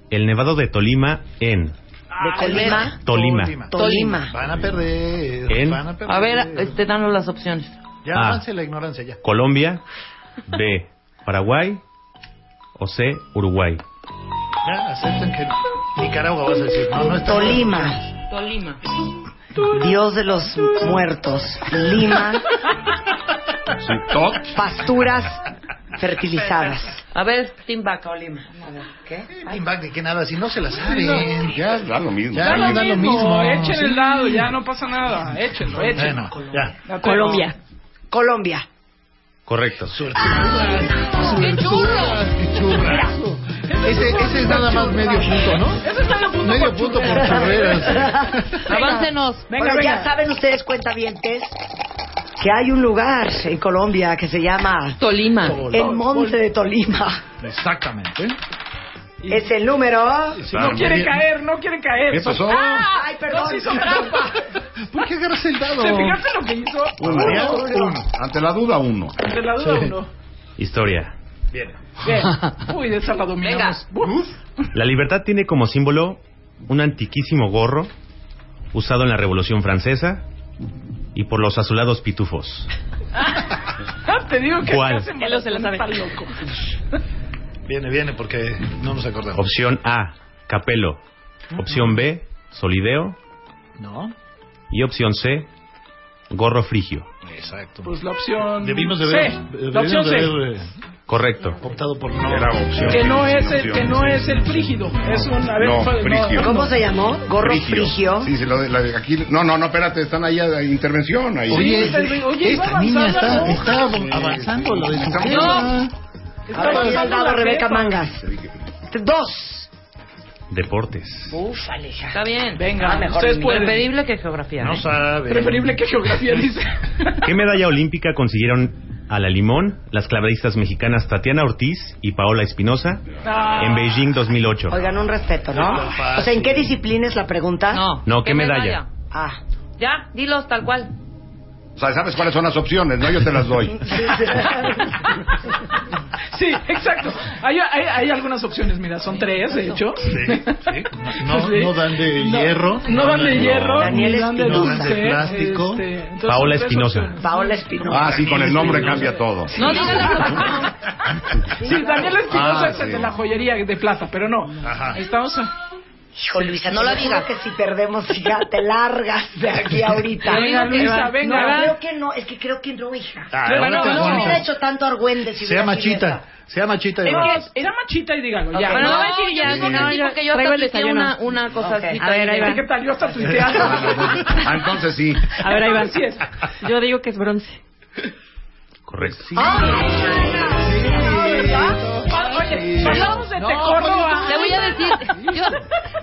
El Nevado de Tolima en Ah, De Colima. Tolima. Tolima. Van a perder. ¿En? Van a perder. A ver, este, danos las opciones. Ya Ah. avance la ignorancia ya. Colombia. B. Paraguay. O C. Uruguay. Ya acepten que Nicaragua vas a decir. No, no está. Tolima. Tolima. Dios de los muertos. [laughs] Lima. Pasturas fertilizadas. A ver, Timbaca, Olima. ¿Qué? Timbak de que nada, si no se la Ah, saben. No. Ya, da lo mismo. Ya, Da da lo lo mismo, mismo. Echen el Sí. dado, ya no pasa nada. Échenlo, échenlo. Bueno, ya. Ya te- Colombia. Colombia. Correcto. ¡Qué churras! ¡Qué churras! Ese, ese es nada más medio punto, ¿no? Ese es medio punto. Medio por punto por churras. churreras. Aváncenos. Venga, Bueno, venga. ya saben ustedes, cuentavientes, que hay un lugar en Colombia que se llama Tolima. el Monte de Tolima. Exactamente. Es el número... No quieren Eh, caer, no quieren caer. ¿Qué pasó? Ah, Ay, perdón. Nos hizo trampa. [laughs] ¿Por qué agarras el dado? ¿Te fijaste lo que hizo? Uno, uno. Ante la duda, uno. De la duda Sí. uno. Historia. Bien. Bien. [laughs] Uy, de esa la dominamos. Uf. La libertad tiene como símbolo un antiquísimo gorro usado en la Revolución Francesa y por los azulados pitufos. Ah, [laughs] Te digo que ¿Cuál? estás embarazada, Él no se la sabe. está loco. Viene, viene, porque no nos acordamos. Opción A, Capelo. Opción B, Solideo. No. Y opción C, Gorro Frigio. Exacto. Pues la opción. Debimos de haber, C. La debimos opción de C. haber eh, Correcto. optado por no. Era opción. Que no sin es el, opción. que no es el frígido. Es un. A ver, No, fue- frigio. ¿Cómo se llamó? Gorro frigio. Sí, se lo de- la de aquí. No, no, no, espérate, están ahí a intervención. Ahí. Oye, Sí, este, oye, oye, iba esta niña avanzando, está, ¿no? está avanzando lo de su Estamos- Ah. jefa. Está A ver, tira el pasando dado la Rebeca cepa. Mangas. Dos. Deportes. Uf, Aleja. Está bien. Venga, Ah, mejor. ustedes pueden. Preferible que geografía. No ¿eh? sabe. Preferible que geografía, dice. ¿Qué medalla olímpica consiguieron a la limón las clavadistas mexicanas Tatiana Ortiz y Paola Espinosa en Beijing 2008? Oigan, un respeto, ¿no? O sea, ¿en qué disciplina es la pregunta? No. No, ¿qué medalla? Ah. Ya, dilos tal cual. O sea, sabes cuáles son las opciones, ¿no? Yo te [laughs] las doy. [laughs] Sí, exacto. Hay, hay, hay algunas opciones, mira, son tres, de hecho. Sí, sí. No, Sí. no dan de No, hierro. No, dan de hierro. Daniel ni dan de Espinosa. dulce, No dan de plástico. este, entonces, Paola tres Espinosa. opciones. Paola Espinosa. Ah, sí, con el nombre cambia todo. No, digan las opciones. Sí, Daniel Espinosa Ah, es el sí. de la joyería de plata, pero no. Ajá. Estamos a... Hijo, Luisa, No te la juro digas. que si perdemos ya te largas de aquí ahorita. Yo digo que- Luisa, no, venga. No, ¿verdad? creo que no, es que creo que no, hija. Ah, Pero ahora no, te no, pones- hubiera hecho tanto argüende si Sea hubiera sido machita. esa. Sea machita de Es verdad. que era machita y dígalo, ya. Bueno, no, No, voy a decir ya, porque sí, porque yo traigo el hasta tuiteé una, una cosa Ok, así. a ver, ahí también. ¿Qué tal? Yo hasta [laughs] [laughs] tuiteando. Ah, entonces sí. A ver, ahí va. Así es. Yo digo que es bronce. Correcto. Ah, Oye, pues, hablamos de Tecórdoba. Te voy a decir, yo,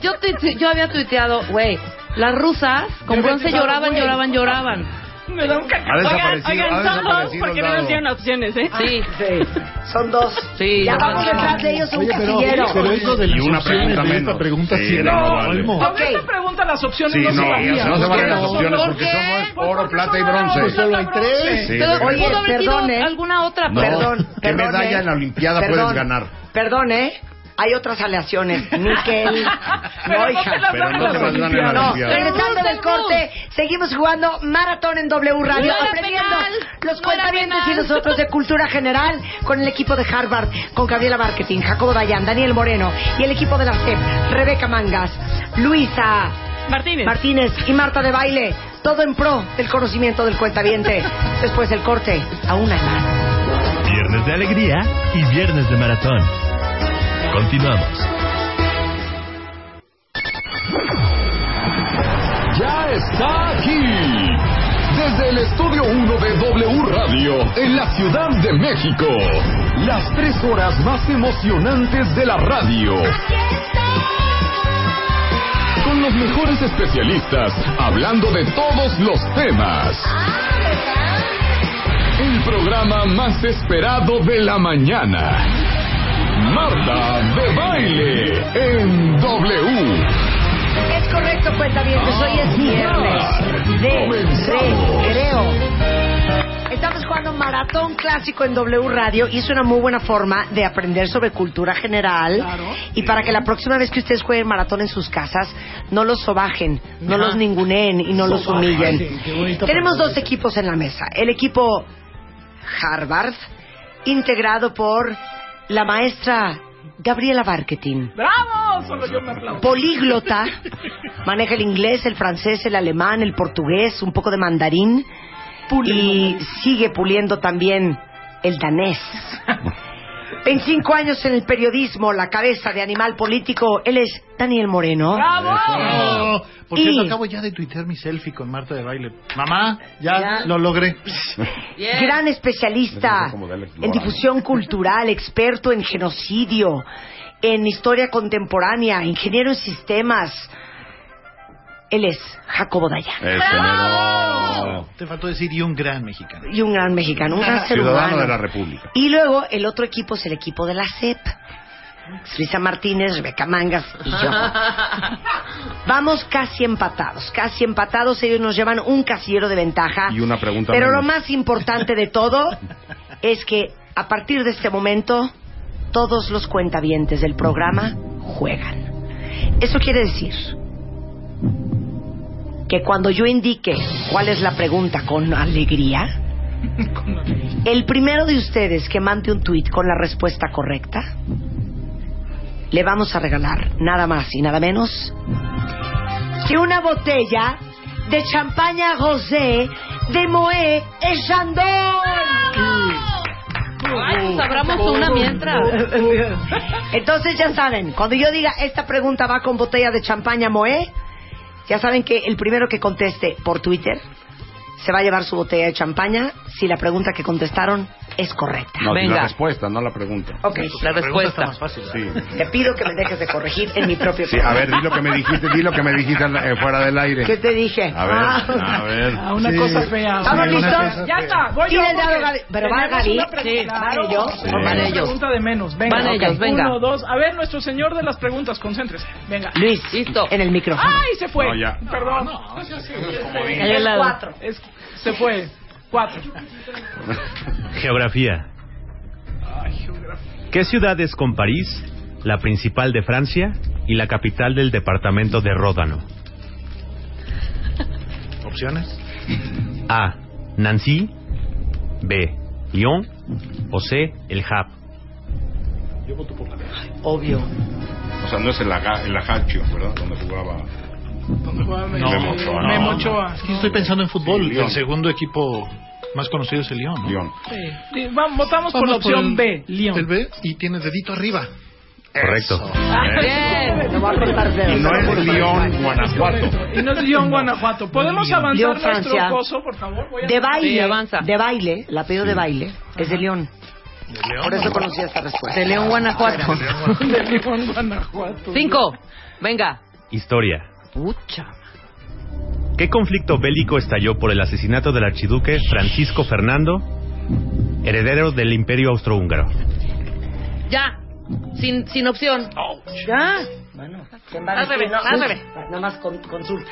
yo, tuite- yo había tuiteado, güey, Las rusas con Pero bronce ese es algo lloraban, bueno. lloraban, lloraban. Me da un Ha cacao. Oigan, desaparecido, ha oigan, son dos desaparecido porque el no dado. nos dieron opciones, ¿eh? Sí. Son dos. Sí. Ya son vamos dos. detrás de ellos un Oye, pero, casillero. pero eso de las Y una opciones pregunta de esta menos. pregunta Sí, sí, no, no era vale. Olmo. Con esta pregunta las opciones Sí, no, no, se valían. no se valen las ¿Por opciones qué? porque somos oro, plata y bronce. Pues solo hay tres. Sí, Pero de pudo verdad. haber sido perdón, ¿eh? alguna otra, No, Perdón, ¿Qué perdón, medalla ¿eh? en la Olimpiada Perdón. puedes ganar? Perdón, ¿eh? Hay otras aleaciones. [laughs] Níquel. Pero no, no hija. te las Pero dan en no las te las dan en Olimpiadas. las No, Olimpiadas. regresando del corte, seguimos jugando maratón en W Radio, No era aprendiendo penal, los no era cuentavientes y penal. nosotros de cultura general con el equipo de Harvard, con Gabriela Marketing, Jacobo Dayan, Daniel Moreno y el equipo de la CEP, Rebeca Mangas, Luisa Martínez. y Marta de Baile. Todo en pro del conocimiento del [laughs] cuentaviente. Después del corte, a una y más. Viernes de alegría y viernes de maratón. Continuamos. Ya está aquí. Desde el estudio 1 de W Radio, en la Ciudad de México. Las tres horas más emocionantes de la radio. Con los mejores especialistas, hablando de todos los temas. El programa más esperado de la mañana. Marta de baile en W. Es correcto, cuenta bien, hoy es viernes de recreo. Estamos jugando maratón clásico en W Radio y es una muy buena forma de aprender sobre cultura general. Y para que la próxima vez que ustedes jueguen maratón en sus casas, no los sobajen, no Ajá. los ninguneen y no los Ah. Sobajen, humillen. qué bonito Tenemos palabra dos equipos en la mesa. El equipo Harvard, integrado por la maestra Gabriela Barketing ¡Bravo! Solo yo me aplaudo. políglota, maneja el inglés, el francés, el alemán, el portugués, un poco de mandarín y sigue puliendo también el danés. 25 años en el periodismo, la cabeza de animal político, él es Daniel Moreno. Eso. Por Y- cierto, acabo ya de tuitear mi selfie con Marta de baile. Mamá, ya, lo logré. Gran especialista como de Alex en Lora. difusión cultural, experto en genocidio, en historia contemporánea, ingeniero en sistemas. Él es Jacobo Dayan. Te faltó decir y un gran mexicano. y un gran mexicano, un gran ser Ciudadano humano. de la República. Y luego el otro equipo es el equipo de la CEP. Luisa Martínez, Rebeca Mangas y yo. Vamos casi empatados, casi empatados. Ellos nos llevan un casillero de ventaja. Y una pregunta Pero lo menos. más importante de todo es que a partir de este momento todos los cuentavientes del programa juegan. Eso quiere decir que cuando yo indique cuál es la pregunta con alegría, el primero de ustedes que mande un tuit con la respuesta correcta, le vamos a regalar nada más y nada menos que una botella de champaña rosé de Moët Chandon. Ay, pues abramos una mientras. Entonces ya saben, cuando yo diga esta pregunta va con botella de champaña Moët, ya saben que el primero que conteste por Twitter se va a llevar su botella de champaña si la pregunta que contestaron es correcta. No, la respuesta, no la pregunta. Ok, la respuesta. Te pido que me dejes de corregir en mi propio Sí. sí, a ver, di lo que me dijiste, di lo que me dijiste eh, fuera del aire. ¿Qué te dije? A ver, Ah. a ver. Ah, una cosa fea. ¿Estamos Sí, una cosa listos? Ya está, voy ¿Quién yo, es Gaby? porque Pero va tenemos Gaby. una pregunta. Sí, van ellos. Sí. Van Una ellos. pregunta de menos. Venga, Van ok. ellos, venga. Uno, dos. A ver, nuestro señor de las preguntas, concéntrese. Venga. Luis, listo. En el micrófono. ¡Ay, se fue! No, ya. Perdón. El Es helado. cuatro. Es- se fue. Cuatro. Geografía. ¿Qué ciudad es con París, la principal de Francia y la capital del departamento de Ródano? Opciones. A. Nancy. B. Lyon. O C. El Hab. Yo voto por la B. Obvio. O sea, no es el, Aga- el Ajaccio, ¿verdad? Donde jugaba. No, eh, Memo Ochoa. Memo No, Ochoa. no. Es que estoy pensando en fútbol. Sí, León. el segundo equipo más conocido es el León. ¿no? Sí, vamos, votamos por la Vamos opción B. el- El B y tienes dedito arriba. Correcto. Eh. [laughs] Bien. Y no es León, Guanajuato. Y no es Lyon, Guanajuato. ¿Podemos avanzar Lyon, nuestro Francia. coso, por favor? Voy a- De baile, Sí, de baile, la apellido de baile, es de León. Por eso conocí esta respuesta. De León, Guanajuato. De León, Guanajuato. Cinco. Venga. Historia. Pucha. ¿Qué conflicto bélico estalló por el asesinato del archiduque Francisco Fernando, heredero del Imperio Austrohúngaro? Ya. Sin, sin opción. Ya. Bueno, ¿quién va a Al decir? revés, al revés. Nada más con- consulta.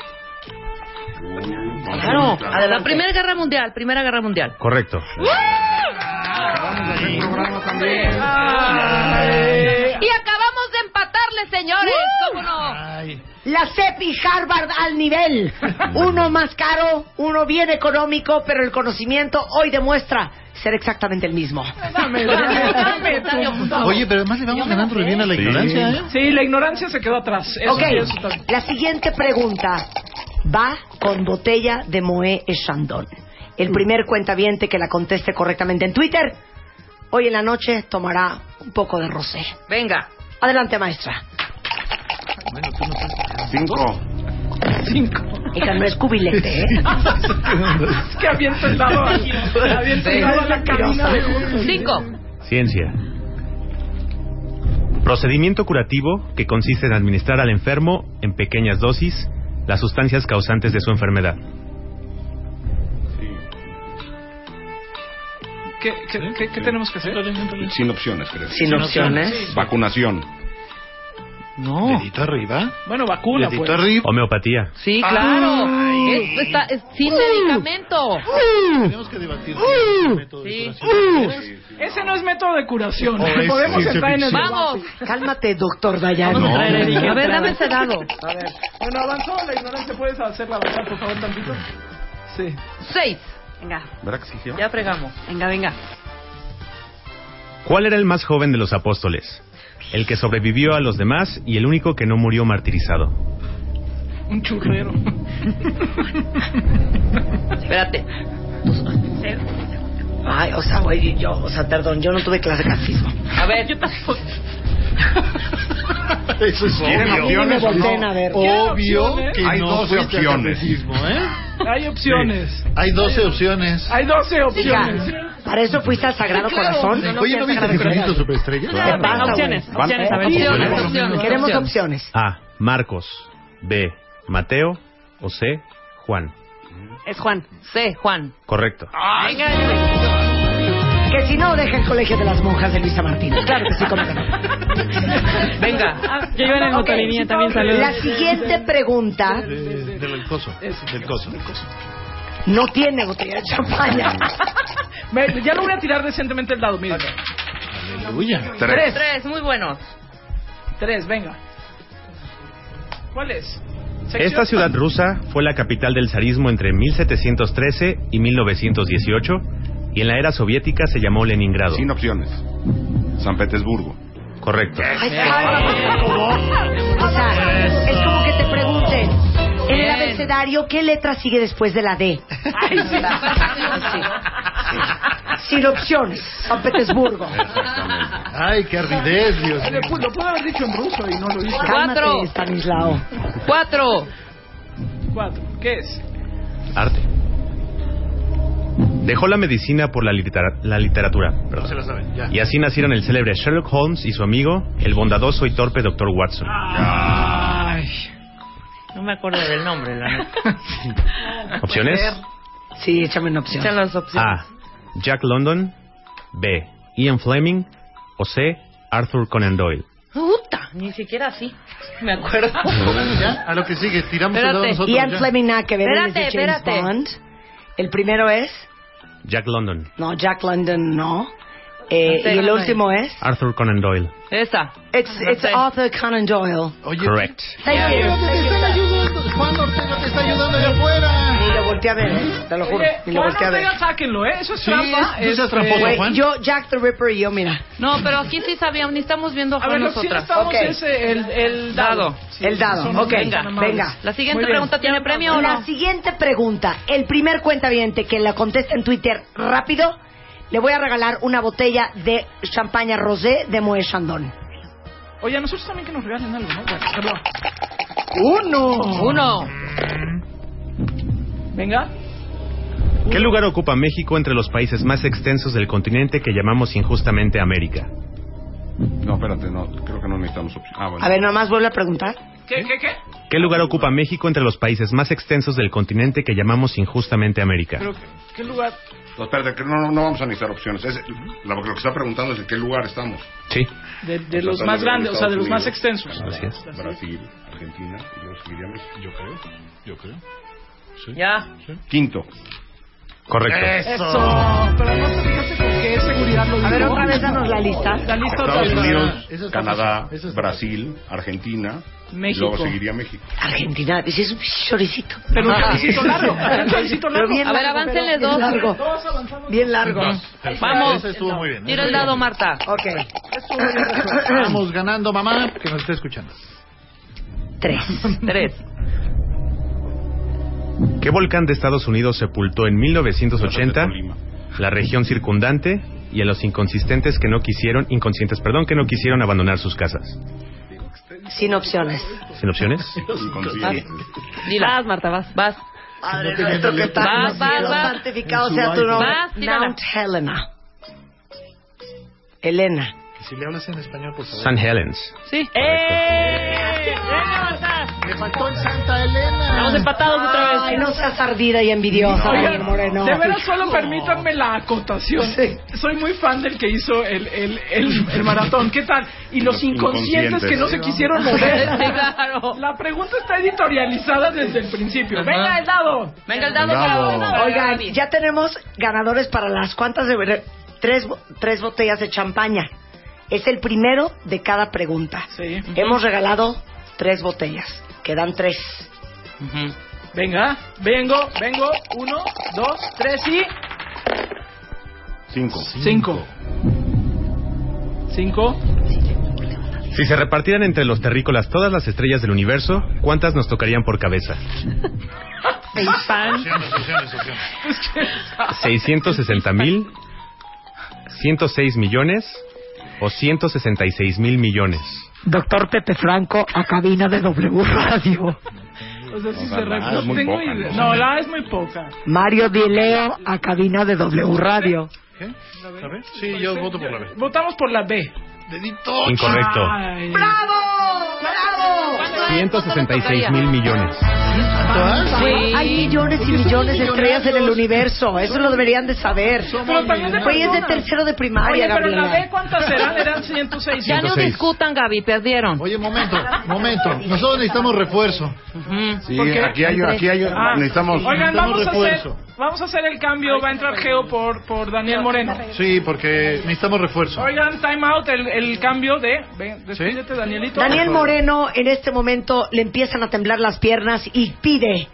Claro. La Adelante. Primera Guerra Mundial. Primera Guerra Mundial. Correcto. Y acabamos de empatarle, señores. ¿Cómo no? La CEP y Harvard al [laughs] nivel. Uno más caro, uno bien económico, pero el conocimiento hoy demuestra ser exactamente el mismo. Oye, pero además le vamos ganando re bien a la ignorancia, ¿eh? Sí, la ignorancia se quedó atrás. Eso Ok, sí es total. la siguiente pregunta va con botella de Moe Chandon. Mm. El primer cuentaviente que la conteste correctamente en Twitter, hoy en la noche tomará un poco de rosé. Venga. Adelante, maestra. Cinco. Cinco. Ella no es cubilete, ¿eh? [laughs] Es que avienta el dado aquí. Avienta el dado a la cabina de Julio. Cinco. Ciencia. Procedimiento curativo que consiste en administrar al enfermo en pequeñas dosis las sustancias causantes de su enfermedad. ¿Qué, qué, qué, qué tenemos que hacer? Sin opciones, creo. Sin opciones. Vacunación. No. Dedito arriba. Bueno, vacuna, pues. Homeopatía. Sí, claro. Es- está, es sin medicamento. Tenemos que debatir. Sí. Ese no es método de curación. Oh, es Podemos ciencia estar en el... ficción. Vamos. Cálmate, doctor Dayano. Vamos a traer a Erika. a ver, dame ese dado. dado. A ver. Bueno, avanzó la ignorancia. ¿Puedes hacerla avanzar, por favor, tantito? Sí. Seis. Venga, ¿Verdad que sí, Geo? Ya fregamos. venga, venga. ¿Cuál era el más joven de los apóstoles? El que sobrevivió a los demás y el único que no murió martirizado. Un churrero. Espérate. Ay, o sea, güey, yo, o sea, perdón, yo no tuve clase de catecismo. A ver. [laughs] Eso es ¿Quieren obvio. opciones o no? A ver. Obvio ¿Quieren opciones? que no Hay 12 fuiste al opciones. catecismo, ¿eh? [laughs] Hay opciones. Sí. Hay 12 opciones. Hay 12 Chica, opciones. ¿para eso fuiste al Sagrado Sí, claro. Corazón? No, no Oye, ¿no fui al viste Sagrado Corazón. Jesucristo Superestrella? ¿Qué Claro. pasa, opciones, güey? opciones, a ver, Opciones, opciones, opciones. Queremos opciones. opciones. A. Marcos. B. Mateo. O C. Juan. Es Juan. C, Juan. Correcto. Que si no, deja el colegio de las monjas de Luisa Martínez. [laughs] Claro que sí, cómo que no. Ah, Venga. Yo iba en el Ok, motolinía también, saludos. La siguiente pregunta De- Del coso. Del coso. no tiene botella de champaña. Ve, ya lo voy a tirar decentemente el dado, mira. Aleluya. Tres. Tres, muy buenos. Tres, venga. ¿Cuál es? Sección- Esta ciudad rusa fue la capital del zarismo entre 1713 y 1918 y en la era soviética se llamó Leningrado. Sin opciones. San Petersburgo. Correcto. Ay, cálmate, ¿cómo? O sea, es como que te pregunten en el Bien. abecedario qué letra sigue después de la D. Ay, sí. Sin opciones. San Petersburgo. Ay, qué aridez, Dios Ay, le mío. pu- Lo pude haber dicho en ruso y no lo hice. Cálmate, Cuatro. Stanislao. Cuatro. Cuatro. ¿Qué es? Arte. Dejó la medicina por la, litera- la literatura. perdón. No se la saben, ya. Y así nacieron el célebre Sherlock Holmes y su amigo, el bondadoso y torpe Dr. Watson. Ay. No me acuerdo del nombre, la neta. ¿Opciones? Sí, échame una opción. Echan las opciones. A. Jack London. B. Ian Fleming. O C. Arthur Conan Doyle. Puta, ni siquiera así. Me acuerdo. Ya, A lo que sigue, tiramos el dado Espérate, nosotros. Ian ya. Fleming nada que ver, él es de Espérate, James espérate. Bond. El primero es, Jack London. no, Jack London no. Eh, No sé, y el no, último es, Arthur Conan Doyle. Esa. it's, No it's sé. Arthur Conan Doyle. Oye, Correct. Thank you. Pero te están ayudando. Juan Ortega te está ayudando allá afuera. Ni lo volteé a ver, ¿eh? te lo juro. Oye, ni lo Juan volteé a ver. Ortega, sáquenlo, ¿eh? Eso es Sí, trampa. pues, es- no seas este, tramposo, Güey, Juan. yo, Jack the Ripper y yo, mira. [laughs] No, pero aquí sí sabíamos, ni estamos viendo a A Juan ver, lo que sí nosotras. necesitamos Ok. es el, el dado. Dado. Sí, El dado, son- ok, son venga, amables. venga. La Muy siguiente bien. pregunta tiene premio o La no. siguiente pregunta. El primer cuentaviente que la conteste en Twitter rápido, le voy a regalar una botella de champaña rosé de Moët Chandon. Oye, a nosotros también que nos regalen algo, ¿no? Bueno, perdón. Oh. ¡Uno! Uno. Venga. ¿Qué lugar ocupa México entre los países más extensos del continente que llamamos injustamente América? No, espérate, no. Creo que no necesitamos opciones. Ah, bueno. A ver, nomás vuelve a preguntar. ¿Qué, qué, qué? ¿Qué lugar ocupa México entre los países más extensos del continente que llamamos injustamente América? Pero, ¿qué lugar? No, espérate, que no, no vamos a necesitar opciones. Es- lo, lo que está preguntando es en qué lugar estamos. Sí. De, de los más grandes, o sea, de los más extensos. Así es. Brasil, Argentina, y yo seguiría México. Yo creo, yo creo. Ya. Quinto. Correcto. Eso. Pero no te fijaste con qué seguridad lo digo. A ver, otra vez danos la lista. La lista otra Estados vez. Unidos, Eso está Canadá, fácil. Eso está Brasil, Argentina. México. Y luego seguiría México. Argentina, dice es un choricito. Pero Ah. un choricito [laughs] largo, un choricito largo. Pero bien A ver, largo, aváncenle pero dos. bien largo. Dos avanzamos. Bien largo. Vamos. Ese estuvo muy bien. ¿eh? Tiro el dado, Marta. Ok. [coughs] Vamos ganando, mamá, que nos está escuchando. [laughs] Tres. Tres. ¿Qué volcán de Estados Unidos sepultó en 1980 la región circundante y a los inconsistentes que no quisieron, inconscientes, perdón, que no quisieron abandonar sus casas? Sin opciones. ¿Sin [laughs] opciones? Ah, Ni vas, Marta, vas. Vas. Padre nuestro que estás en vas, los vas, cielos, vas. santificado sea tu nombre. Vas, tírala. Mount Helena. Elena. Eh, Si le hablas en español, por favor. San Helens. Sí. Le faltó el Santa Elena. ¡Eh! Estamos empatados otra vez. Ay, no seas ardida y envidiosa, Oigan, Daniel Moreno. De veras, solo permítanme la acotación. Soy muy fan del que hizo el, el, el, el maratón. ¿Qué tal? Y los, Los inconscientes, que no se inconscientes. [laughs] quisieron mover. Sí, claro. La pregunta está editorializada desde el principio. Ajá. Venga, el dado. Venga, el dado para Bravo. para Oigan, Gaby. ya tenemos ganadores para las cuantas de ver- tres, bo- tres botellas de champaña. Es el primero de cada pregunta. Sí. Hemos regalado tres botellas. Quedan tres. Venga, vengo, vengo. Uno, dos, tres y. Cinco. Cinco. Cinco. Si se repartieran entre los terrícolas todas las estrellas del universo, ¿cuántas nos tocarían por cabeza? El pan. Es que- 660 mil, 106 millones o 166 mil millones. Doctor Pepe Franco a cabina de W Radio. O sea, si O sea, se la re- A no es muy tengo poca, idea. ¿no? No, la A es muy poca. Mario Vileo a cabina de W Radio. A ver, sí, yo voto por la B. Votamos por la B. Dedito. Incorrecto. Ay. ¡Bravo! ¡Bravo! 166 mil millones. Sí. Hay millones y millones de estrellas en el universo. Eso lo deberían de saber. Pero también de Oye, es de personas. tercero de primaria, Oye, pero en la Gabriela. B, ¿cuántas serán? [laughs] Eran 106. Ya no 106. discutan, Gaby, perdieron. Oye, momento, momento. Nosotros necesitamos refuerzo. Ujú. Sí, ¿Por qué? aquí hay, aquí hay, Ah, necesitamos. Oigan, vamos a, hacer, refuerzo. vamos a hacer el cambio. Va a entrar Geo por, por Daniel Moreno. Sí, porque necesitamos refuerzo. Oigan, time out, el, el cambio de... Ven, despídete, Danielito. Daniel Moreno en este momento le empiezan a temblar las piernas y pide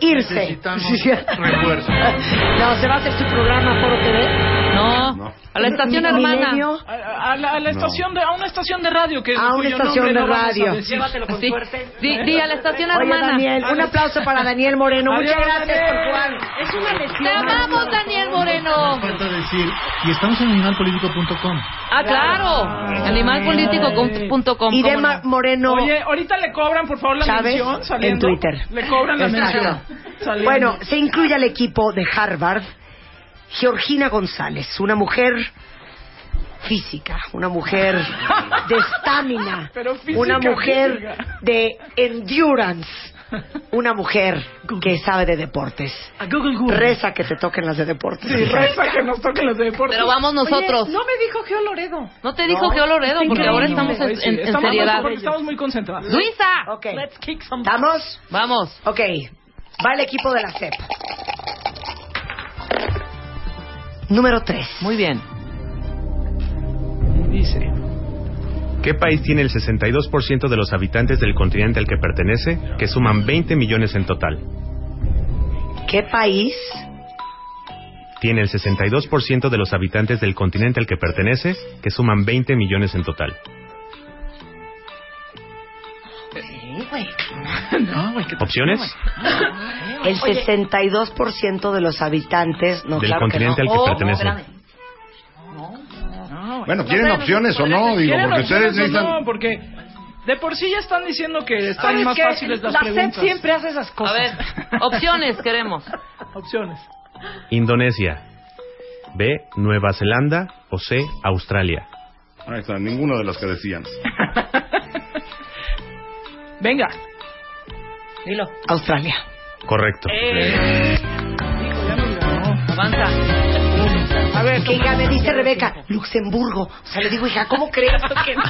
irse. Necesitamos Sí, sí. refuerzo. No, se va a hacer su programa Foro TV. No. No. A la estación Mi- hermana. Milenio. A, a la, a la estación de, a una estación de radio que A una cuyo estación nombre de no vamos a radio. decir. Sí. Di, di a la estación Oye, hermana. Daniel, un aplauso para Daniel Moreno. Adiós, Muchas gracias por Daniel. jugar. Es una Te amamos, Daniel Moreno. Falta decir, y estamos en animalpolitico.com. Ah, claro. Animalpolitico.com. Y de ¿cómo Ma- no? Moreno. Oye, ahorita le cobran, por favor, la ¿Sabes? mención saliendo. En Twitter. Le cobran la Exacto. mención. saliendo. Bueno, se incluye al equipo de Harvard Georgina González, una mujer física, una mujer de estamina, Pero física, una mujer física. de endurance, una mujer que sabe de deportes. A Google Google. Reza que te toquen las de deportes. [laughs] Sí, reza que nos toquen los de deportes. Pero vamos nosotros. Oye, no me dijo Geo Loredo. No te dijo Geo Loredo, porque ahora estamos en, Oye, sí, en- en estamos- seriedad. porque Estamos muy concentrados. Luisa. Ok, kick some ¿estamos? Vamos. Ok, va el equipo de la E CEP. Número 3. Muy bien. Dice. ¿Qué país tiene el 62% de los habitantes del continente al que pertenece, que suman 20 millones en total? ¿Qué país? Tiene el 62% de los habitantes del continente al que pertenece, que suman 20 millones en total. ¿Opciones? El 62% de los habitantes, no, Del claro que no. continente al que Oh, pertenece. espérame. Bueno, ¿quieren opciones o no? Digo, ¿Quieren porque ustedes opciones o necesitan. No, porque de por sí ya están diciendo que están ¿Sabes más qué? fáciles las la preguntas. SEP siempre hace esas A cosas. ver, opciones queremos. Opciones. Indonesia. B. Nueva Zelanda. O C. Australia. Ahí está, ninguna de las que decían. Venga. Dilo. Australia. Correcto. Eh. Pues Avanza. A ver, que hija, me dice Rebeca, Luxemburgo. O sea, le digo, hija, ¿cómo crees [laughs] que no?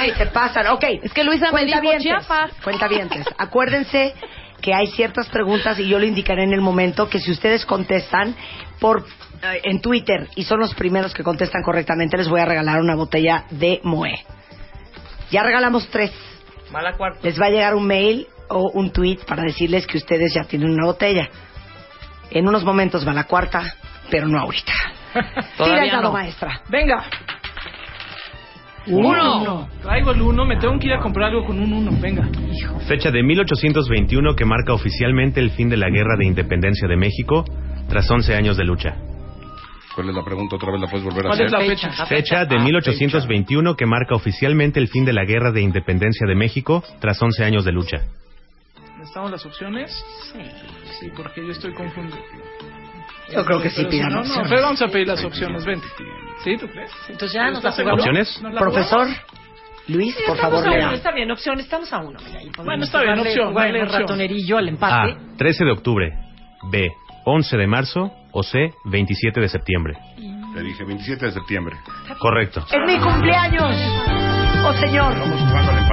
Ay, se pasan, ok. Es que Luisa me dijo Chiapas. Cuenta dientes. Acuérdense que hay ciertas preguntas y yo lo indicaré en el momento que si ustedes contestan por eh, en Twitter y son los primeros que contestan correctamente, les voy a regalar una botella de Moe. Ya regalamos tres. Mala cuarta. Les va a llegar un mail o un tweet para decirles que ustedes ya tienen una botella. En unos momentos va la cuarta, pero no ahorita. Tira el Todavía dado, no. maestra. Venga. Uno. Traigo el uno, me tengo que ir a comprar algo con un uno. Venga. Fecha de 1821 que marca oficialmente el fin de la Guerra de Independencia de México tras 11 años de lucha. ¿Cuál es la pregunta? Otra vez la puedes volver a ¿Cuál hacer. es la fecha? La Fecha de 1821 que marca oficialmente el fin de la Guerra de Independencia de México tras 11 años de lucha. ¿Necesitamos las opciones? Sí. Sí, porque yo estoy confundido. Yo creo que sí Pero si pidan no, no, opciones. pero vamos a pedir las opciones, vente. ¿Sí, tú crees? Entonces ya nos la jugamos. ¿Opciones? Profesor Luis, Sí, por estamos favor, a lea. uno, está bien, opción, estamos a uno. mira, y podemos Bueno, está bien, jugarle- opción, jugarle dale opción. ratonerillo al empate. A. 13 de octubre. B. 11 de marzo. O C. 27 de septiembre. Te dije 27 de septiembre. Correcto. Es mi cumpleaños. Oh, señor.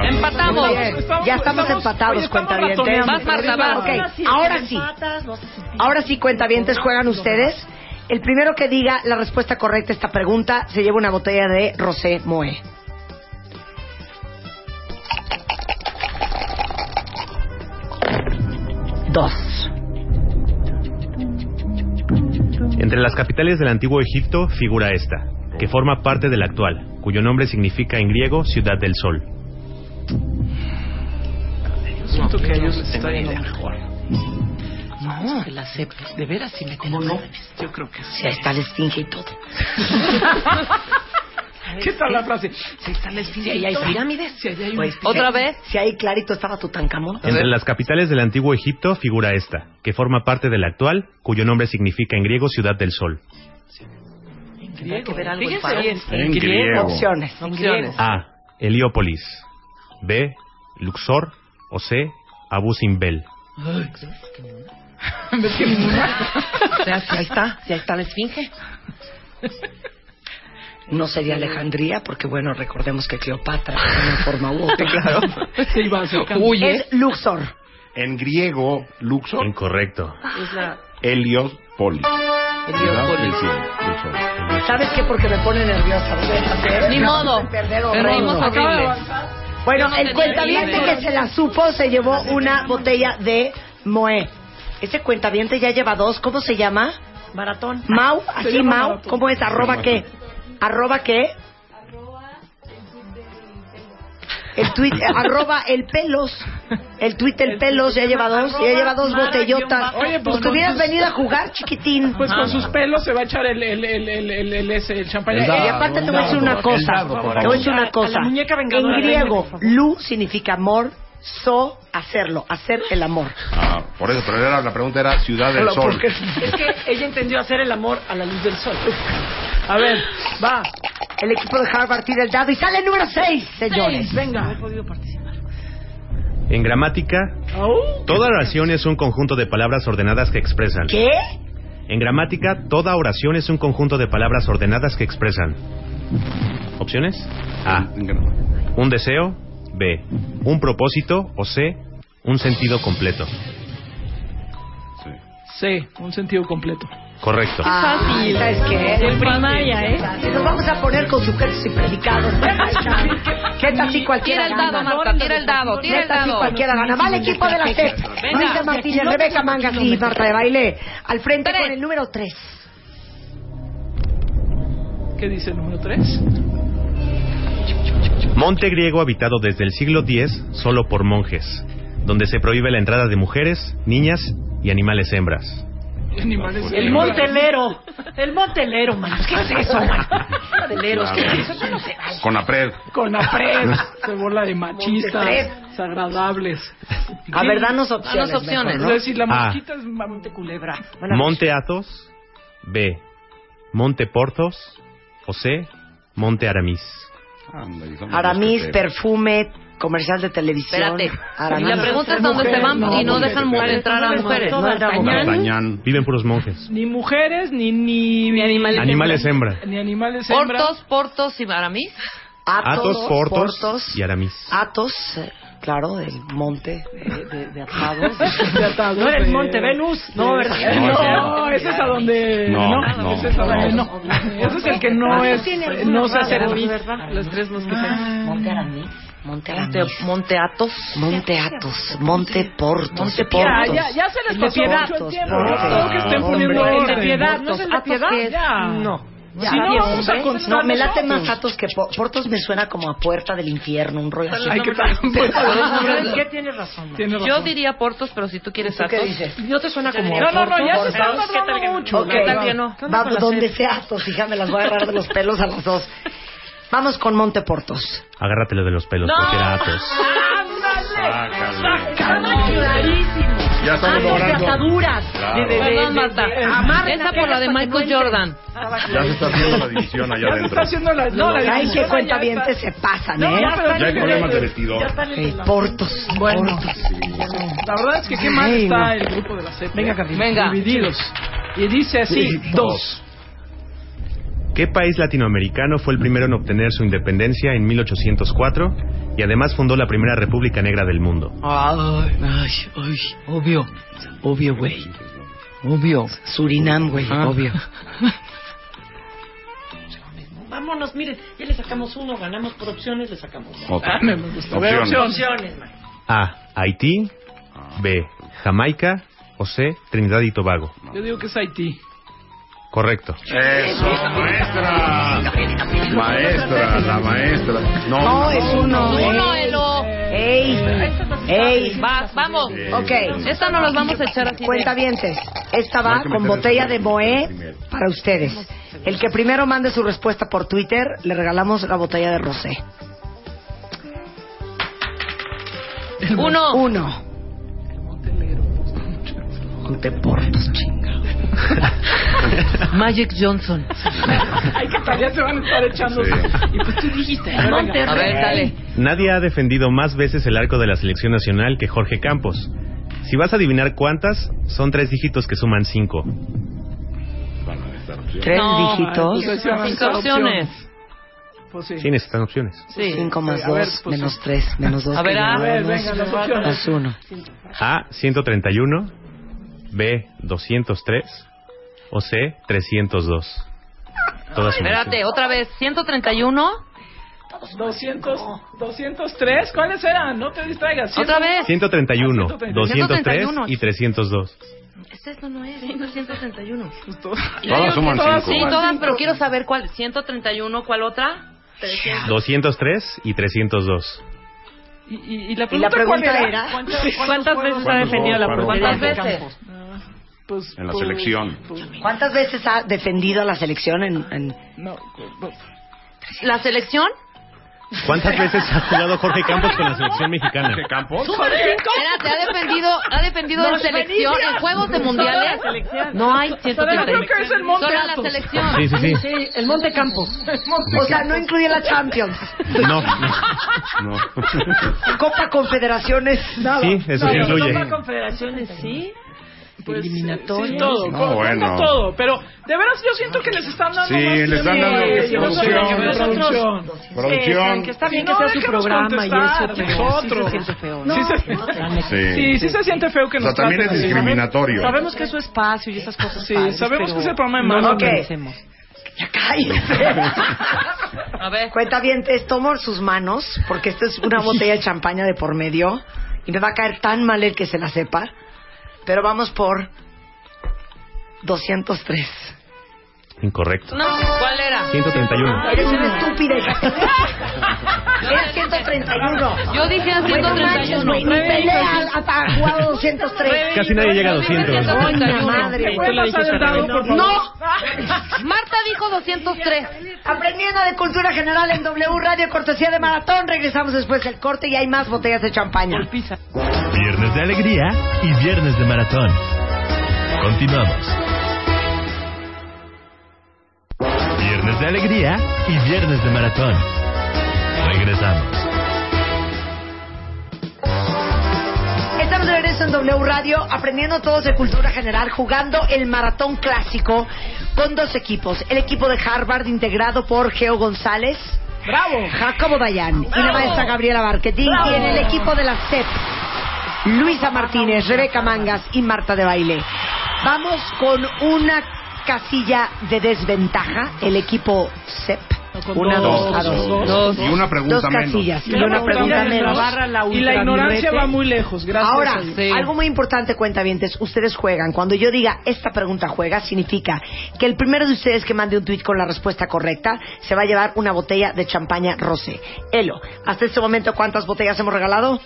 Empatamos. Muy bien. Ya estamos empatados, cuentavientes. Vas, Marta, vas. Ok, ahora sí. Ahora sí, cuentavientes, juegan ustedes. El primero que diga la respuesta correcta a esta pregunta se lleva una botella de Rosé Moe. Dos. Entre las capitales del antiguo Egipto figura esta, que forma parte del actual, cuyo nombre significa en griego Ciudad del Sol. Siento que a ellos les tengo está ni yendo idea. mejor. No. Que la sepas. De veras, si me tengo no? Yo creo que sí. Si ahí está la esfinge y todo. [laughs] ¿Qué tal la frase? Si ahí está la esfinge. y hay todo. pirámides. Si ahí hay una Pues, esfinge. si- Si ahí clarito estaba Tutankamón. Entre las capitales del antiguo Egipto figura esta, que forma parte del actual, cuyo nombre significa en griego Ciudad del Sol. Tendrá que ver algo el Fíjense faro. bien. En griego. Opciones. Opciones. A. Heliópolis. B. Luxor. O C. Abu Simbel. Ay, ¿Ves que [laughs] ninguna? O sea, si ahí está, si ahí está la esfinge. No sería Alejandría, porque bueno, recordemos que Cleopatra de una forma u otra. Claro. Se iba acercando. Es Luxor. En griego, Luxor. Incorrecto. Es la- Heliópolis. Ciudad del cielo, Luxor. ¿Sabes qué? Porque me pone nerviosa. ¿verdad? Ni No, modo. de perder horror. Perdimos Acaba de horrible. avanzar. Bueno, el cuentaviente que se la supo se llevó una botella de Moe. Ese cuentaviente ya lleva dos. ¿Cómo se llama? Maratón. Mau, así llama Mau. maratón. ¿Cómo es? ¿Arroba Se llama qué? ¿Arroba qué? El tweet, eh, arroba el pelos. El tweet el pelos ya lleva dos, ya lleva dos Mara botellotas. guión bajo. Oye, pues pues te hubieras no, pues- venido a jugar, chiquitín. Ah. Pues con sus pelos se va a echar el, el, el, el, el, el, ese, el champaña. Y aparte te voy a decir una cosa. Te voy a decir una cosa. A la muñeca En vengadora. griego, lu significa amor, so, hacerlo, hacer el amor. Ah, por eso, pero era- la pregunta era Ciudad del Hola, Sol. porque- Es que ella entendió hacer el amor a la luz del sol. A ver, va. El equipo de Harvard tira el dado y sale el número 6, señores. Seis, venga. No he podido participar. En gramática, toda oración es un conjunto de palabras ordenadas que expresan. ¿Qué? En gramática, toda oración es un conjunto de palabras ordenadas que expresan. Opciones: A. Un deseo. B. Un propósito. O C. Un sentido completo. Sí, un sentido completo. Correcto. Ah. Ay, ¿Sabes qué? De primaria, ¿eh? Y Nos vamos a poner con sujetos y predicados. [laughs] ¿Qué tal si cualquiera Tira el dado, gana? Marta, tira el dado, tira ¿Qué el tal si dado. cualquiera gana? Vale, equipo de la C. Venga. Luisa Martínez, Rebeca Mangas y Marta de Baile. Al frente con el número 3. ¿Qué dice el número 3? Monte griego habitado desde el siglo X solo por monjes, donde se prohíbe la entrada de mujeres, niñas y animales hembras. El montelero. El montelero, man. ¿Qué es [laughs] eso, man? Montelero, ¿qué es eso? No sé. Con la pred. Con apres, se bola de machistas, desagradables. A ver, danos opciones, Danos opciones. mejor, ¿no? Es decir, la Ah. mosquita es mamute culebra. Monte Athos, B. Monte Porthos o C. Monte Aramis. Aramis, perfume, comercial de televisión. Espérate. Aramis. La pregunta es dónde se van y no dejan mujer entrar a mujeres. No les da mujer. D'Artagnan. Viven puros monjes. Ni mujeres, ni, ni, ni animales. Animales hembra. Ni animales hembra. Portos, Portos y Aramis. Ah, Atos, Portos, Portos. y Aramis. Atos, eh, claro, del monte de, de- [laughs] de atados. [laughs] No era el Monte Venus. No, ¿verdad? No, ese es a donde. No, No, no, ese es a donde no. no. Ese es el que no es. No se hace Ah. Aramis, ¿verdad? Los tres Monte Aramis. Monte Aramis. Monte Atos. Monte Atos. Monte Portos. Monte Ya, ya, ya se les pasó mucho el tiempo. Todo que estén poniendo Hombre, el de no, piedad, no Portos. es el de Ah, pues, piedad. ¿qué es? Ya. No. Ya. Si no, vamos a contar No, me late nosotros. más Atos que Po- Portos me suena como a puerta del infierno, un rollo así. Ay, qué tal. [laughs] ¿Sabes qué? Tienes razón. Yo diría Portos, pero si tú quieres Atos. qué dices? No te suena como No, no, no, ya se está ¿Qué tal que tardando no? mucho. ¿Qué tal que no? Va donde sea Atos, hija, me las voy a agarrar de los pelos a los dos. Vamos con Monte Portos. Agárratelo de los pelos, No. porque era Atos. Sácale. Ya estamos logrando. Claro. Perdón, Marta. Esa por la de Michael Jordan. Ya se está haciendo la división allá adentro. la- no, la Ay, discusión qué ya cuenta bien se pasan, ¿eh? Ya hay problemas de vestidor. Eh, Portos. Bueno. La verdad es que qué mal Ay, está no. el grupo de la CEP. Venga, Venga. Divididos. Y dice así, dos. ¿Qué país latinoamericano fue el primero en obtener su independencia en 1804 y además fundó la primera república negra del mundo? Ay, ay, ay, obvio. Obvio, güey. Obvio. Surinam, güey, obvio. Vámonos, miren, ya le sacamos uno, ganamos por opciones, le sacamos. Otra. Ah, me gustó. Opciones. opciones, man. A. Haití. B. Jamaica. O C. Trinidad y Tobago. Yo digo que es Haití. Correcto. Eso, maestra. Maestra, la maestra. No, No, es uno. Uno, eh. Elo. Ey, ey. Vas, vamos. Ok. Esta no nos vamos a echar así. de- Cuenta dientes. Esta No hay va que con meterle botella el de Moe para ustedes. El que primero mande su respuesta por Twitter, le regalamos la botella de Rosé. Uno. Uno. Monte [laughs] Portos, [laughs] Magic Johnson. Ay, que todavía se van a estar echando. Y pues tú dijiste. ¿eh? Venga. Monterrey. A ver, dale. Nadie ha defendido más veces el arco de la selección nacional que Jorge Campos. Si vas a adivinar cuántas, son tres dígitos que suman cinco. Tres No, dígitos. pues, Cinco opciones. Pues sí. Sí, necesitan opciones. Sí. Cinco más A ver, dos, pues, menos tres, menos dos. A ver, que a menos ver, dos, venga, Pues, las opciones. más uno. A. 131. B. 203. O C. 302. Todas suman Espérate, otra vez. 131. 200, 203, ¿cuáles eran? No te distraigas. Otra vez. 131, 203 131. y 302. Este es no es, 131. Todas suman Sí, cinco. todas, pero quiero saber cuál. 131, ¿cuál otra? 203 y 302. Y, y- y la ¿Y pregunta, la cuál pregunta era? era? ¿Cuántos- ¿Cuántas cuántos veces juegos? ha defendido la ¿Cuántos portería? juegos? ¿Cuántas veces? Pues, En la pues, selección. ¿Cuántas veces ha defendido a la selección en, en- No, pues, ¿La selección? ¿Cuántas veces ha jugado Jorge Campos con la selección mexicana? ¿Jorge Campos? Espérate, ha defendido, ha defendido No, en selección, Venecia. en juegos de mundiales. Solo la selección. No hay Pero yo creo 131. que es el Monte Solo la Athos. selección. Sí, sí, sí. el Monte Campos. O sea, no incluye la Champions. No, [laughs] no. Copa Confederaciones. Nada. Sí, eso sí incluye. Confederaciones, sí. Pues, Eliminatorias. sí, todo, No, con- bueno. con todo, pero de veras yo siento que les están dando Sí, más les están tiempo. dando Sí, yo soy la que producción, nosotros- Producción. que está Sí, bien no, que sea su déjanos programa y contestar, eso, pero nosotros. sí se siente feo. Sí No, se- no, la neta. Sí. Sí, sí se siente feo que O sea, nos también traten es así. discriminatorio. Sabemos que es su espacio y esas cosas. Sí, padres, sabemos pero que es el programa de no Marta. lo Ok. merecemos. [laughs] A ver. Cuenta bien, tomo sus manos, porque esta es una botella de champaña de por medio, y me va a caer tan mal el que se la sepa, pero vamos por 203. Incorrecto. No, ¿cuál era? 131. Eres una estúpida. [laughs] Era 131. Yo dije a 131. Bueno, manches, güey, ni Rebeca, pelea ha ha jugado 203. Casi nadie llega a 200. Coña madre, Tú güey. la dijiste, Rebeca. No, Marta dijo 203. aprendiendo de cultura general en W Radio, cortesía de maratón. Regresamos después del corte y hay más botellas de champaña. Viernes de alegría y viernes de maratón. Continuamos. Viernes de alegría y viernes de maratón. Regresamos. Estamos de regreso en W Radio, aprendiendo todos de cultura general, jugando el maratón clásico con dos equipos. El equipo de Harvard, integrado por Geo González. Bravo. Jacobo Dayan y la maestra Gabriela Barquetín. Y en el equipo de la CEP, Luisa Martínez, Rebeca Mangas y Marta de Baile. Vamos con una casilla de desventaja, el equipo CEP. Una, dos, a dos, dos. Y una pregunta Dos menos. casillas y una pregunta menos. y la ignorancia va muy lejos. Gracias. Ahora, a Dios. algo muy importante, cuentavientes, ustedes juegan. Cuando yo diga esta pregunta juega, significa que el primero de ustedes que mande un tweet con la respuesta correcta se va a llevar una botella de champaña rosé. Elo, hasta este momento, ¿cuántas botellas hemos regalado?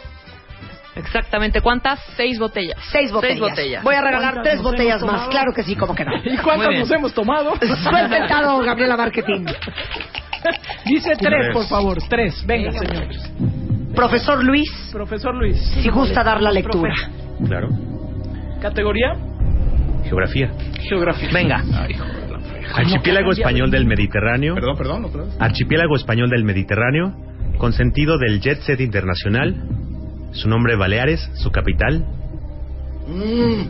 Exactamente, ¿cuántas? Seis botellas. Seis botellas. Voy a regalar ¿Cuántas tres nos botellas hemos más, tomado? claro que sí, como que no. [laughs] ¿Y cuántas nos hemos tomado? [laughs] Suelta el dado, Gabriela Marketing. Dice tres, Tres. por favor. Tres. Venga, señores. Profesor Luis, Profesor Luis. si gusta dar la lectura. Claro. Categoría Geografía. Geografía. Venga. Archipiélago español del Mediterráneo. Perdón, perdón, otra vez. Archipiélago español del Mediterráneo, con sentido del jet set internacional. Su nombre Baleares, su capital. Mm,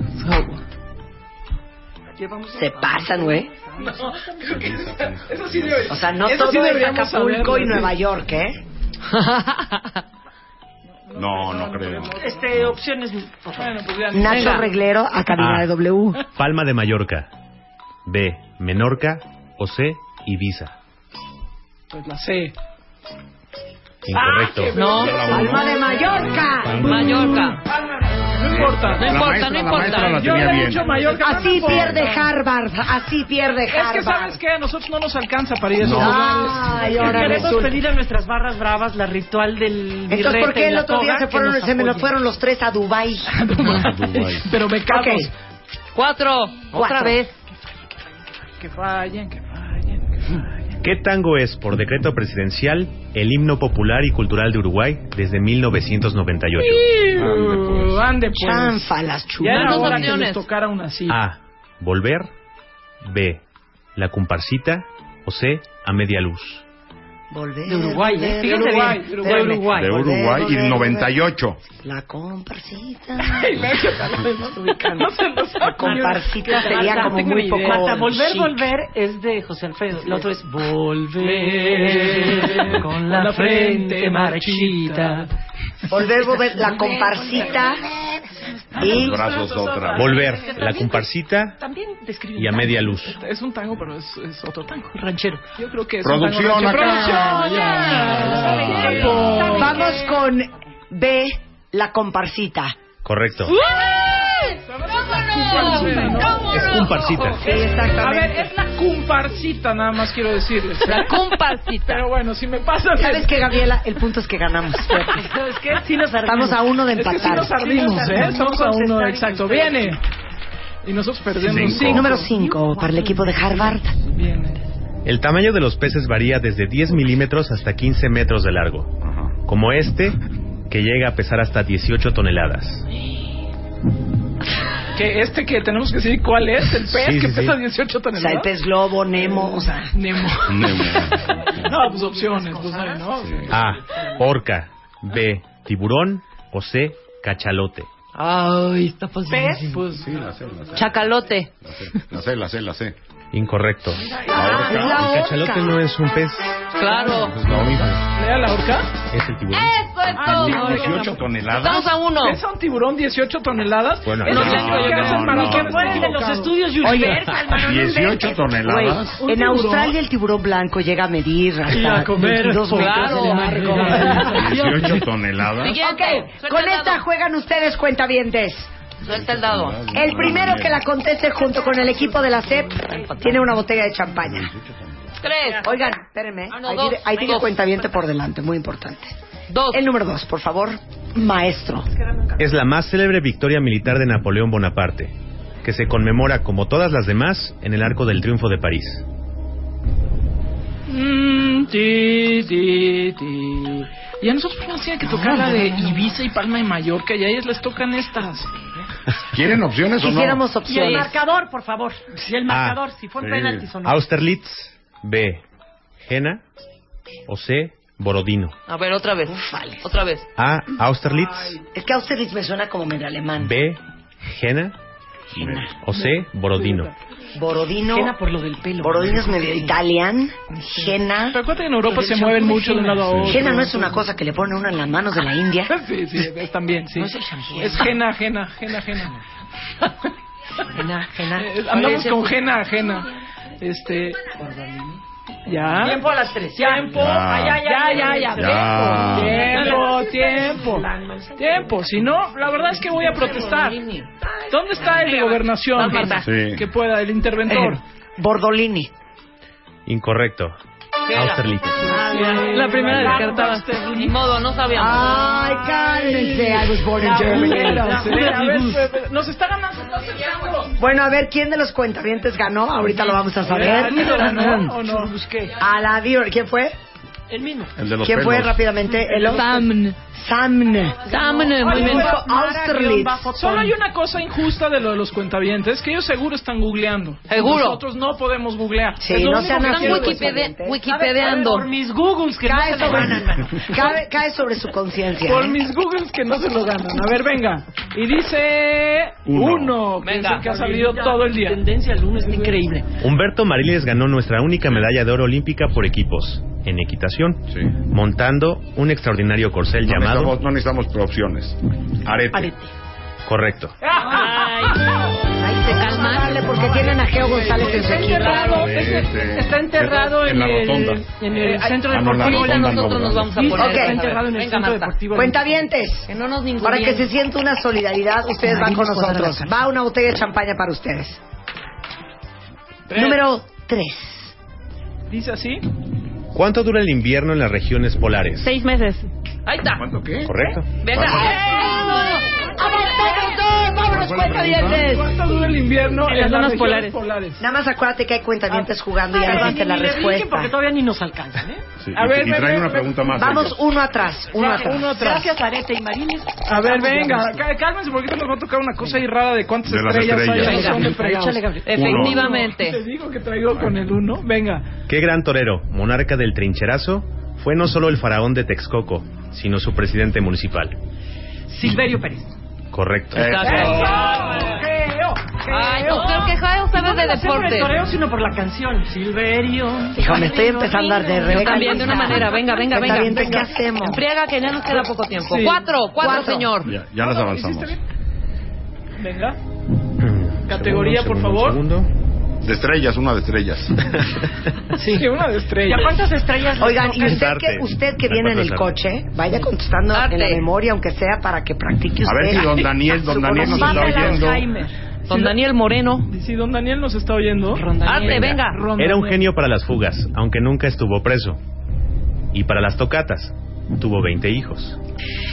Se pasan, güey. Eso sí debe- O sea, no eso sí todo es deberíamos Acapulco saberlo, y sí. Nueva York, ¿eh? No, no creo. Este, opciones, por favor. pues Nacho Venga. Reglero, a Ah. de W. Palma de Mallorca. B. Menorca. O C. Ibiza. Pues la C. Incorrecto. No. Ah, Palma de Mallorca. Mallorca. No importa. No importa, no importa. Yo le he dicho Mallorca. no me Así importa. pierde Harvard, así pierde Es Harvard. que sabes que a nosotros no nos alcanza para ir a esos No. lugares. Ay, ahora Queremos resulta. pedir a nuestras barras bravas la ritual del Entonces, birrete ¿por qué y el la otro día toga se que fueron, nos se me lo apoyen? fueron los tres a [laughs] Dubái? Pero me Ok, Cuatro. Otra Cuatro. vez. Que fallen, que fallen. ¿Qué tango es, por decreto presidencial, el himno popular y cultural de Uruguay desde 1998? Uh, Ande pues. Chanfalas, Ya era chulas. hora que opciones. nos tocara una así. A. Volver. B. La comparsita. O C. A media luz. Volver. De Uruguay, ¿eh? volver, Fíjense Uruguay, bien. Uruguay, De Uruguay. De Uruguay y volver, 98. La comparsita. No se lo La sabe. comparsita sería Marta, como tengo muy una poco. idea. Marta, volver, chic. volver es de José Alfredo. El otro es volver con la frente marchita. Volver, volver, la comparsita. Y. Los brazos otra vez. Volver. La comparsita También describe. y a media luz. Es un tango, pero es, es otro tango. Ranchero. Yo creo que es Producción un tango. ranchero. acá. ¡Producción! ya. Tiempo. Vamos con B, la comparsita. Correcto. ¿Cómo Es comparsita. Sí, A ver, exactamente. es la comparsita nada más quiero [laughs] decirles. La comparsita. Pero bueno, si me pasan... ¿Sabes qué, [laughs] Gabriela? El punto es que ganamos. ¿Sabes qué? Sí nos Estamos a uno de Es que sí empatar. nos ardimos, ¿eh? Estamos a uno, exacto. Viene. Y nosotros perdemos Cinco. cinco. Número 5 para el equipo de Harvard. Viene. El tamaño de los peces varía desde 10 milímetros hasta 15 metros de largo, como este, que llega a pesar hasta 18 toneladas. Que este que tenemos que decir cuál es, el pez Sí, sí, que sí. pesa 18 O sea, el toneladas. pez globo, Nemo, o sea. Nemo. [laughs] Nemo. No, pues opciones, no sé, ¿no? A. Orca. B. Tiburón. O C. Cachalote. Ay, está pasando. ¿Pez? Pues, Sí, la sé, la sé. Chacalote. La sé, la sé, la sé. Incorrecto. Ah, es la El cachalote orca. no es un pez, Claro. Es lo mismo. ¿lea la orca? Ah, es el tiburón. Eso es todo. 18 toneladas. Estamos a uno. ¿Pesa un tiburón 18 toneladas? Bueno, Es no, lo único no, que hace el no, maratón. no, Fue el no. de los estudios. Universal, mano, no 18 inventes. toneladas. Güey, en tiburón. Australia el tiburón blanco llega a medir hasta Y a comer, 22 metros de largo. claro. 18 toneladas. Siguiente. Suelta Con el dado. esta juegan ustedes cuentavientes. Suelta el dado. El primero que la conteste junto con el equipo de la CEP tiene una botella de champaña. Tres. Oigan, espérenme. Ah, no, ahí dos, tiene, ahí tiene dos. cuentaviente por delante, muy importante. Dos. El número dos, por favor, maestro. Es la más célebre victoria militar de Napoleón Bonaparte, que se conmemora, como todas las demás, en el Arco del Triunfo de París. Mm, ti, ti, ti. Y a nosotros nos tienen que tocar la de Ibiza y Palma de Mallorca y a ellos les tocan estas. ¿Quieren opciones o no? Quisiéramos Y el opciones. marcador, por favor. Y el Ah, marcador, si fue sí. penaltis o no. Austerlitz. B. Jena. O C. Borodino. A ver, otra vez. Otra vez. A. Austerlitz. Es que Austerlitz me suena como medio alemán. B. Jena. O C. Borodino. Borodino. Jena por lo del pelo. Borodino es medio italian. Jena. Recuerda que en Europa se mueven mucho de un lado a otro. Jena no es una cosa que le pone uno en las manos de la India. [laughs] Sí, sí, es también, sí. No es el shampoo. Ah, Es jena, jena, jena, jena. Jena, Jena. Eh, Andamos con jena, jena. Este. Ya. Tiempo a las tres. ¿Ah? Ya. Tiempo. Ya. Ah, ya, ya, ya, ya, Ya. ya. Tiempo, tiempo. Tiempo. Si no, la verdad es que voy a protestar. ¿Dónde está el de gobernación Marta. Sí. que pueda, el interventor? Bordolini. Incorrecto. Austerlitz. Ah, La primera descartabas. Ni modo, no sabíamos. Ay, cálmense. I was born in Germany. eh, Nos está ganando. nos está ganando. Bueno, a ver, ¿quién de los cuentavientes ganó? Ahorita lo vamos a saber. ¿Rápido ganó o no? Busqué. A la Dior, ¿quién fue? El mismo. El de los ¿Quién fue pelos. rápidamente? El otro. Samn. Samn. Samn, muy bien. Dijo Austerlitz. Solo hay una cosa injusta de lo de los cuentavientes, que ellos seguro están googleando. Seguro. Nosotros no podemos googlear. Sí, Es lo no único sean que así. Están quiero pues, Quiero wikipede- decir, wikipedeando. Por mis Googles que no Cae se me ganan, mano. sobre, cae, cae sobre su conciencia. Por ¿eh? mis Googles que no se lo ganan. A ver, venga. Y dice Uno. uno, que es el que ha salido todo el día. Tendencia al lunes está increíble. Humberto Mariles ganó nuestra única medalla de oro olímpica por equipos, en equitación, Sí. montando un extraordinario corcel No llamado... necesitamos, no necesitamos opciones. Arete. Arete. Correcto. Ay, Ay, se calma. Dale, porque tienen a Geo González en su Está equipo. enterrado, es- Este, está enterrado en, en la rotonda. el, en el centro ah, no, deportivo. la ahorita rotonda no, nosotros nos ¿verdad? vamos a Sí, poner. ok. a ver, enterrado en el venga, centro Marta. deportivo. Cuentavientes. Que no nos Para que se ninguneen. sienta una solidaridad, ustedes van con nosotros. Va una botella de champaña para ustedes. Tres. Número 3. Dice así. ¿Cuánto dura el invierno en las regiones polares? Seis meses. Ahí está. ¿Cuánto qué? Correcto. Venga. ¡Vámonos! ¡Avanzamos! ¡Vámonos, cuenta ¿Cuál fue la pregunta? dientes! ¿Cuánto dura el invierno en, las zonas polares? Ah. Nada más acuérdate que hay cuentavientes jugando y ya Ay, viste Ah, ni la le dije Porque respuesta. todavía ni nos alcanzan, ¿eh? Sí, A y, ver, y ven, traen ven, una ven. pregunta más. Vamos ellos. uno atrás, uno atrás. Gracias, Arete y Marines. A ver, venga, cá- cálmense porque nos va a tocar una cosa ahí rara de cuántas De las estrellas, hay. estrellas. no sé dónde fregados. Échale, Gabriel. Te Efectivamente. digo que traigo con el uno. Venga. ¿Qué gran torero, monarca del trincherazo, fue no solo el faraón de Texcoco, sino su presidente municipal? Silverio Pérez. Correcto. Eh, Exacto. Geo, Ay, Geo. no, creo que Jairo sabe de No por el deporte. toreo, sino por la canción. Silverio. Hijo, me estoy empezando a arder. Yo Rebeca. también, de una manera. Venga, venga, venga. Cuentavientes, ¿qué Venga. hacemos? Friega, que ya nos queda poco tiempo. Sí. Cuatro, cuatro, Cuatro. señor. Ya, ya las avanzamos. ¿Hiciste bien? Venga. Categoría, por favor. Segundo. De estrellas, una de estrellas. Sí, una de ¿Y estrella. a cuántas estrellas? les Oigan, y toca? usted Arte. que, usted que viene en el coche, vaya contestando Arte. en la memoria, aunque sea para que practique A usted. ver si don Daniel, don Su Daniel nos está conocimiento. oyendo. Don Daniel Moreno. Y si don Daniel nos está oyendo. Arte, venga. Era un genio para las fugas, aunque nunca estuvo preso. Y para las tocatas, tuvo 20 hijos.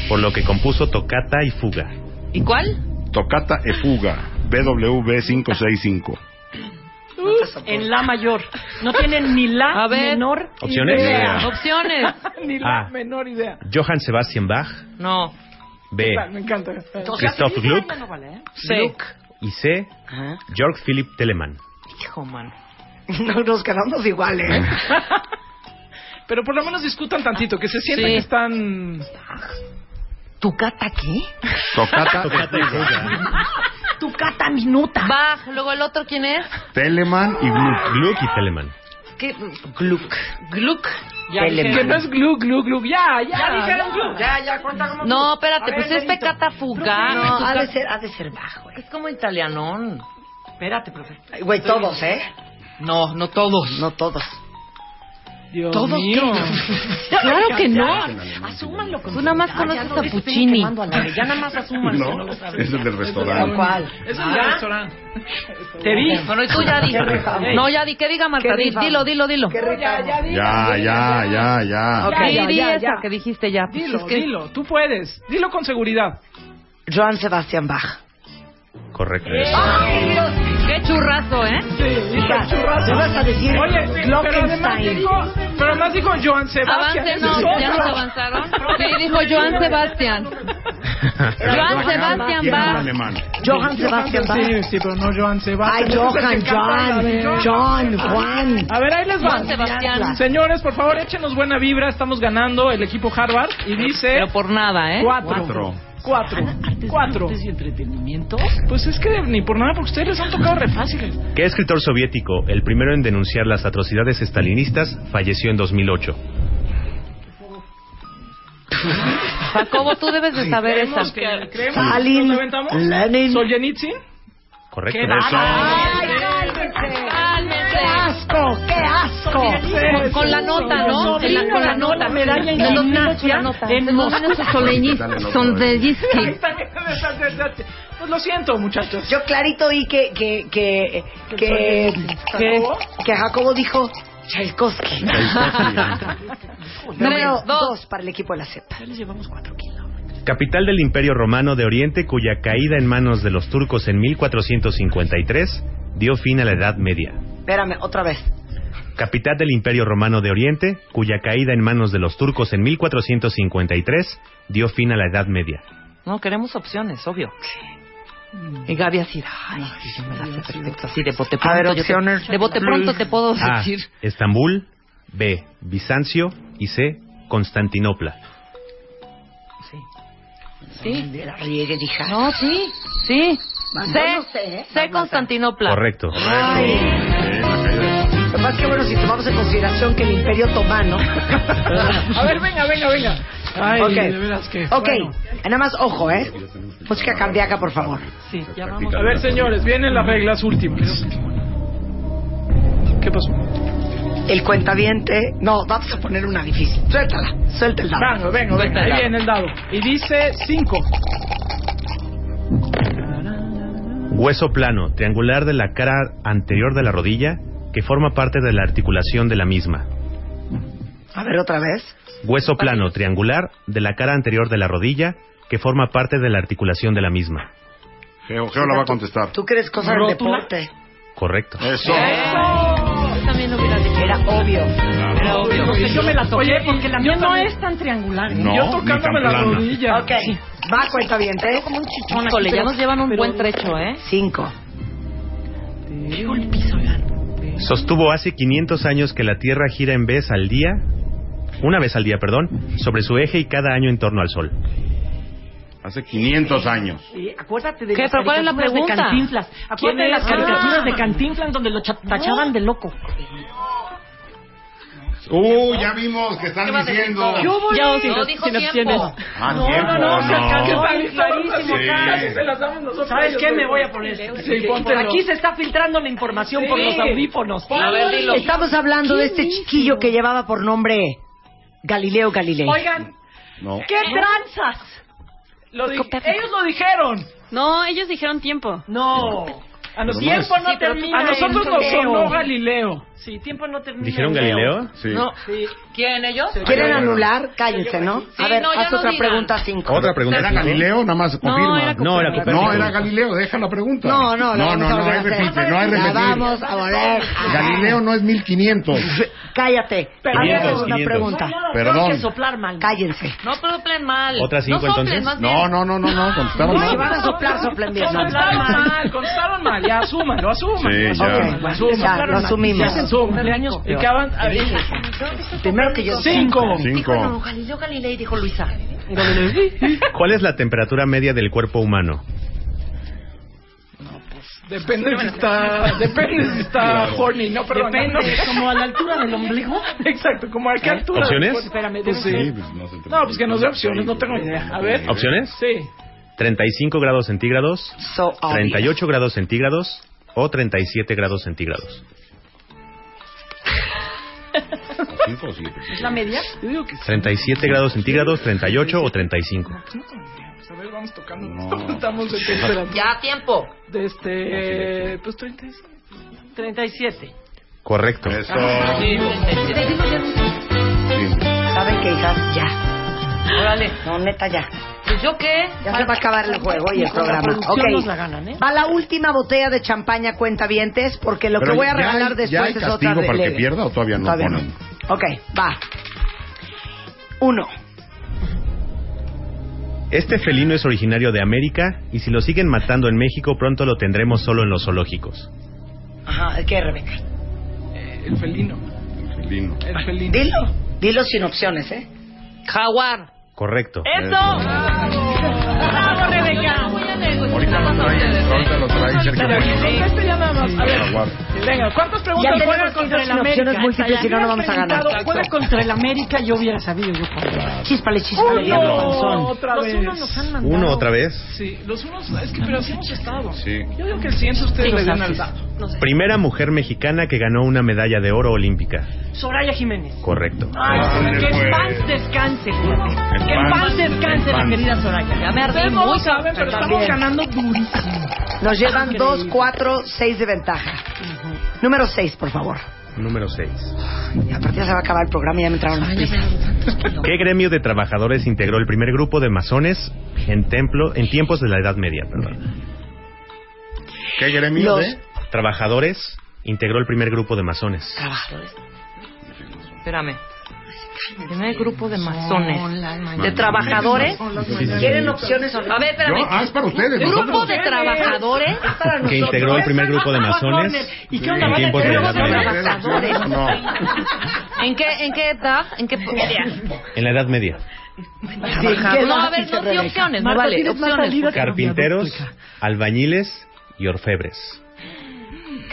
Por lo que compuso tocata y fuga. ¿Y cuál? Tocata e fuga. BWV 565. En la mayor. No tienen ni la A ver. menor. Opciones. Idea. [laughs] Opciones. Ni la Ah. menor idea. Johann Sebastian Bach, No. B. Me encanta. O sea, Christoph si dice Gluck. alma, no vale, ¿eh? Sí. y C. Ajá. Georg Philipp Telemann. Hijo, mano. [laughs] No, nos quedamos ¿eh? iguales. [laughs] Pero por lo menos discutan tantito, que se sientan Sí. que están... ¿Tu cata qué? [laughs] Tocata Tocata y fuga. ¿Tu cata minuta? Bach, luego el otro, ¿quién es? Telemann y Gluck. Gluck y Telemann. ¿Qué? Gluck. Gluck. Ya dijeron. Que no es glu, glu, glu. Ya, ya. Ya dijeron Gluck. Ya, ya, cuenta como No, Gluck. A espérate, ver, pues es Benito. pecata fuga. No, ha de ser, ha de ser bajo. eh. Es como italianón. Espérate, profe. Ay, Güey, todos, ¿eh? No, no todos. No todos. Dios ¿Todos mío. Claro que no. Asúmanlo. Tú nada más ya conoces no a les estén Puccini. quemando a nadie, Ya nada más asúmanlo. que no No, lo ese saben. es el del Tal restaurante. cual. Es un Ah. restaurante. Te vi. Bueno, y tú ya di. rifamos. No, ya di. ¿Qué diga Marta? Qué Di- rifamos. Dilo, dilo, dilo. Qué rico. Ya, ya, ya, ya. Ok. Sí, ya, di ya, esa ya. que dijiste ya. Pues Dilo, es que- dilo. Tú puedes. Dilo con seguridad. Joan Sebastián Bach. Correcto. ¡Ay, Dios! ¡Qué churrazo, eh! Hija, ¿te vas a decir Oye, pero además Glockenstein? dijo, pero además dijo Joan Sebastián. Avance, ese es no, otro. ya nos avanzaron. Sí, dijo Joan Sebastián. Johann Sebastian Bach. Johann Sebastian Bach. Sí, sí, pero no Johann Ay, Sebastian. Johan, John, John, Juan. A ver, ahí les va. Juan Sebastián. Señores, por favor, échenos buena vibra. Estamos ganando el equipo Harvard. Y dice... Pero por nada, ¿eh? Cuatro. Cuatro. Cuatro. ¿Artes y entretenimiento? Pues es que ni por nada, porque ustedes les han tocado re fáciles. ¿Qué escritor soviético, el primero en denunciar las atrocidades estalinistas, falleció en 2008? Jacobo, tú debes de saber esta. Creemos que- creemos que Stalin, nos aventamos. Lenin. Solzhenitsyn. Correcto. ¡Qué bárbaro! ¡Qué asco! ¡Qué asco! Con- con la nota, ¿no? De Sobrino la- con la ganó nota. medalla en De los niños gimnasia con la nota. en De los niños Moscú. Soleñiz- Ahí está, está, está, está. Pues lo siento, muchachos. Yo clarito oí que que que que ¿Que que, soy que, Jacobo? Jacobo dijo [laughs] Tchaikovsky. Número dos para el equipo de la Z. les llevamos cuatro kilos. Capital del Imperio Romano de Oriente, cuya caída en manos de los turcos en 1453 dio fin a la Edad Media. Espérame, otra vez. Capital del Imperio Romano de Oriente, cuya caída en manos de los turcos en 1453 dio fin a la Edad Media. No, queremos opciones, obvio. Y Gaby así, ay, yo me la sé perfecto, así de bote pronto. A ver, yo te- opciones. Ah. de bote pronto te puedo A. decir. Estambul. B. Bizancio. Y C. Constantinopla. Sí. La riegue, hija. No, sí, sí. Mandó, no sé, C, C Constantinopla. Correcto. Lo más que bueno si tomamos en consideración que el Imperio Otomano. [laughs] A ver, venga, venga, venga. Ay, Ok. de veras que... Ok, bueno. nada más ojo, ¿eh? Música cardíaca, por favor. Sí, ya vamos. A ver, señores, vienen las reglas últimas. ¿Qué pasó? El cuentaviente. No, vamos a poner una difícil. Suéltala, suelta el Vengo, dado. vengo, vengo. Suelta el Ahí dado. viene el dado. Y dice 5. Hueso plano, triangular de la cara anterior de la rodilla, que forma parte de la articulación de la misma. A ver, otra vez. Hueso plano, triangular de la cara anterior de la rodilla, que forma parte de la articulación de la misma. Geo, Geo la va a contestar. ¿Tú crees cosas del Rótula. deporte? ¿Eh? Correcto. Eso. Yo también lo hubiera dicho. Era obvio. Era obvio. No sé, yo me la toqué Oye, porque la mía no es tan triangular. ¿eh? No, Yo tocándome ni tan la plana. rodilla. Ok, va cuentaviente. Como un Híjole, ya nos llevan un buen trecho, ¿eh? Cinco. Sostuvo hace 500 años que la Tierra gira en vez al día, una vez al día, perdón, sobre su eje y cada año en torno al Sol. Hace 500 años. Sí, acuérdate de ¿Qué? las ¿Pero cuál es la caricaturas de pregunta? Cantinflas. ¿Quién Acuérdate de las es? caricaturas Ah. de Cantinflas donde lo cha- tachaban de loco. Uh, ya vimos que están diciendo. Ya, No, sin- dijo sin tiempo. opciones. Ah, tiempo, se alcanzó. no. Está clarísimo, Sí. casi se las damos nosotros. ¿Sabes Yo qué? te- Me voy a poner. este, Sí, póntelo. Aquí se está filtrando la información por Sí. los audífonos. A ver, dilo. Estamos hablando de este chiquillo que llevaba por nombre Galileo Galilei. Oigan, No. ¿qué tranzas? Lo di- ellos lo dijeron. No, ellos dijeron tiempo. No. A Pero no nosotros, Tiempo no termina A nosotros en nos Galileo. sonó Galileo. Sí, tiempo no termina. ¿Dijeron Galileo? Sí. No. ¿Quieren ellos? ¿Quieren anular? Cállense, ¿no? A Sí, ver, no, ya haz no otra digan. pregunta cinco. Otra pregunta. ¿Era cinco. Galileo? Nada más confirma. era No, era Copérnico. No, era Galileo. Deja la pregunta. No, no, la no. vamos a No, no volver a hay hacer. repetir. No hay La vamos repetir. a volver. a- Galileo no es 1500. Cállate. Pero- Hagamos una 500. pregunta. Tengo que Perdón. soplar mal. Cállense. No soplen mal. ¿Otra cinco, no soplen, entonces? Más bien. No, no, no, no, no. Contestaron No, si mal. van a soplar, soplen bien. Contestaron mal, contestaron mal. Ya asúmanlo, asúmanlo. Sí, ya. asúmanlo, Ok, ya, asúmanlo. lo Claro, asumimos. Ya se asumen. Cumpleaños picaban. a ver, Primero que yo. Cinco. Cinco. Galileo Galilei dijo Luisa. ¿Cuál es la temperatura media del cuerpo humano? Depende si está, depende si está horny, no, perdón. Depende, no. como a la altura del ombligo. Exacto, como a qué altura. ¿Opciones? Espérame, Pues debe sí. Sí, pues, no, se te- No, pues que no sé opciones, no tengo idea. A ver. ¿Opciones? Sí. 35 grados centígrados, So obvious. 38 grados centígrados o 37 grados centígrados. Cinco o siete. ¿Es la media? Yo digo que sí. 37 grados centígrados, 38 o 35. pues, A ver, vamos tocando. No. [laughs] Estamos en temperatura. Ya, tiempo. De este. Pues 30. 37. Correcto. Eso. ¿Saben qué, hijas? Ya. Órale. No, neta, ya. Pues yo qué. Ya se va a acabar el juego y el programa. producción nos la ganan, ¿eh? Ok. Va la última botella de champaña cuentavientes porque lo Pero que voy a ya hay- regalar ¿Ya después hay es otra castigo para el que leve. pierda o todavía no Todavía ponen? Ok, va. Uno. Este felino es originario de América y si lo siguen matando en México pronto lo tendremos solo en los zoológicos. Ajá, ¿qué, Rebeca? El felino. Felino. El felino. Dilo, dilo sin opciones, ¿eh? Jaguar. Correcto. ¡Eso! ¡Bravo, Rebeca! Ahorita lo trae, ahorita lo trae cerca de este Conteste ya nada más. A ver, Jaguar. venga, ¿cuántas Ya preguntas tenemos juega contra el cinco opciones América? múltiples y no, Me no hubieras vamos a ganar. preguntado, Juega Exacto. contra el América, yo hubiera sabido. Yo por- Chíspale, chíspale, Uno, diablo panzón. otra Los vez. unos nos han mandado. Uno otra vez. Sí, los unos, es que, pero así hemos estado. Sí. Yo digo que el siguiente ustedes Sí, le den los al haces. dado. No sé. Primera mujer mexicana que ganó una medalla de oro olímpica. Soraya Jiménez. Correcto. Ay, Ándale, Ah, que en pues. paz descanse, Julio. Que en paz, paz descanse en la paz. querida Soraya. Ya me ardí Ustedes no lo mucho, saben, pero pero estamos también. ganando durísimo. Nos llevan Increíble. dos, cuatro, seis de ventaja. Número seis, por favor. Número 6. Y a partir de se va a acabar el programa y ya me entraron las prisas. ¿Qué gremio de trabajadores integró el primer grupo de masones en templo en tiempos de la Edad Media? Perdón. ¿Qué gremio Los de? Trabajadores integró el primer grupo de masones. Trabajadores. Espérame. Primer grupo de masones. De trabajadores. ¿Quieren opciones o no? A ver, espérame. No, ah, es para ustedes, Grupo nosotros. de trabajadores. Que integró el primer grupo de masones ¿Y qué en onda, van a tiempos de tener la Edad otros Media. trabajadores? No, ¿En qué, en qué edad? ¿En qué en la Edad Media. Trabajadores. No, a ver, no di opciones, no Marta, vale. tienes más Opciones. salida por favor. Carpinteros, albañiles y orfebres.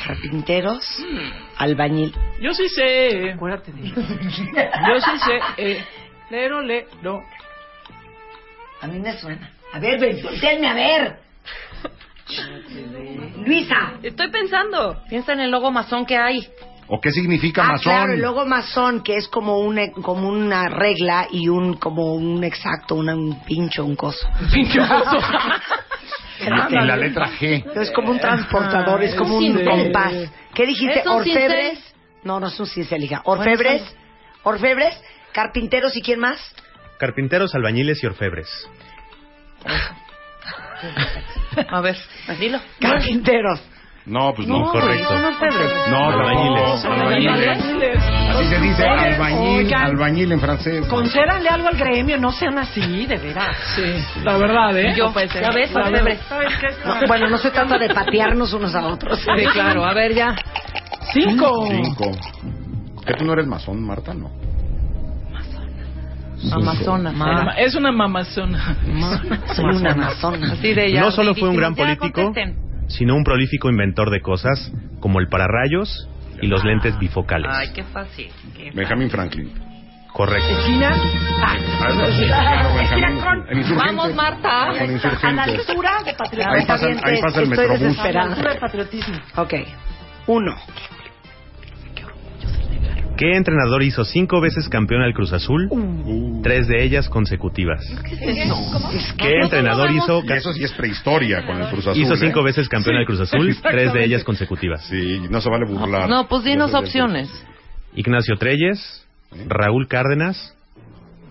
Carpinteros, albañil. Yo sí eh. sé. Acuérdate de Yo sí sé. Eh, lero, le, no. A mí me suena. A ver, ven, volteenme a ver. Luisa. Estoy pensando. Piensa en el logo masón que hay. ¿O qué significa Ah, claro, masón? el logo masón, que es como una, como una regla y un como un exacto, una- un pincho, un coso. Pinche oso. Y- y Ah, la letra G. No, es como un transportador, es como Es un un compás. cincel. ¿Qué dijiste? ¿Es un Orfebres. No, no es un cincel, hija. Orfebres, orfebres, carpinteros y quién más? Carpinteros, albañiles y orfebres. A ver, pues dilo. Carpinteros. No, pues no. No, güey, correcto. son orfebres. No, Albañiles. albañiles. Albañiles. Así se dice Oigan, albañil, oigan. albañil en francés. Concédanle algo al gremio, no sean así, de veras. Sí, la verdad, ¿eh? Yo, pues, La ya ves, verdad. orfebre. ¿Sabes qué? No, bueno, no se trata de patearnos unos a otros. Sí, claro, a ver ya. Cinco. Cinco. ¿Que tú no eres masón, Marta? No. Amazonas. Ma- Es una mamazona. Soy una amazona. Así de ella. No solo fue un gran Ya, político, contesten. sino un prolífico inventor de cosas como el pararrayos y los lentes bifocales. Ay, qué fácil. qué Benjamin Franklin. Correcto. China. Claro, Benjamín. En fácil. insurgentes. Vamos, Marta. Con A la insurgentes. altura de patriotismo. Ahí pasa- ahí pasa el Estoy metrobús. A la desesperada. altura de patriotismo. Ok. Uno. ¿Qué entrenador hizo cinco veces campeón al Cruz Azul? Uh. Tres de ellas consecutivas. ¿Qué entrenador hizo, Y eso sí es prehistoria con el Cruz Azul. hizo ¿eh? cinco veces campeón Sí, al Cruz Azul? Tres de exactamente. ellas consecutivas. Sí, no se vale burlar. No, pues dinos Ya se- opciones. Ignacio Treyes, Raúl Cárdenas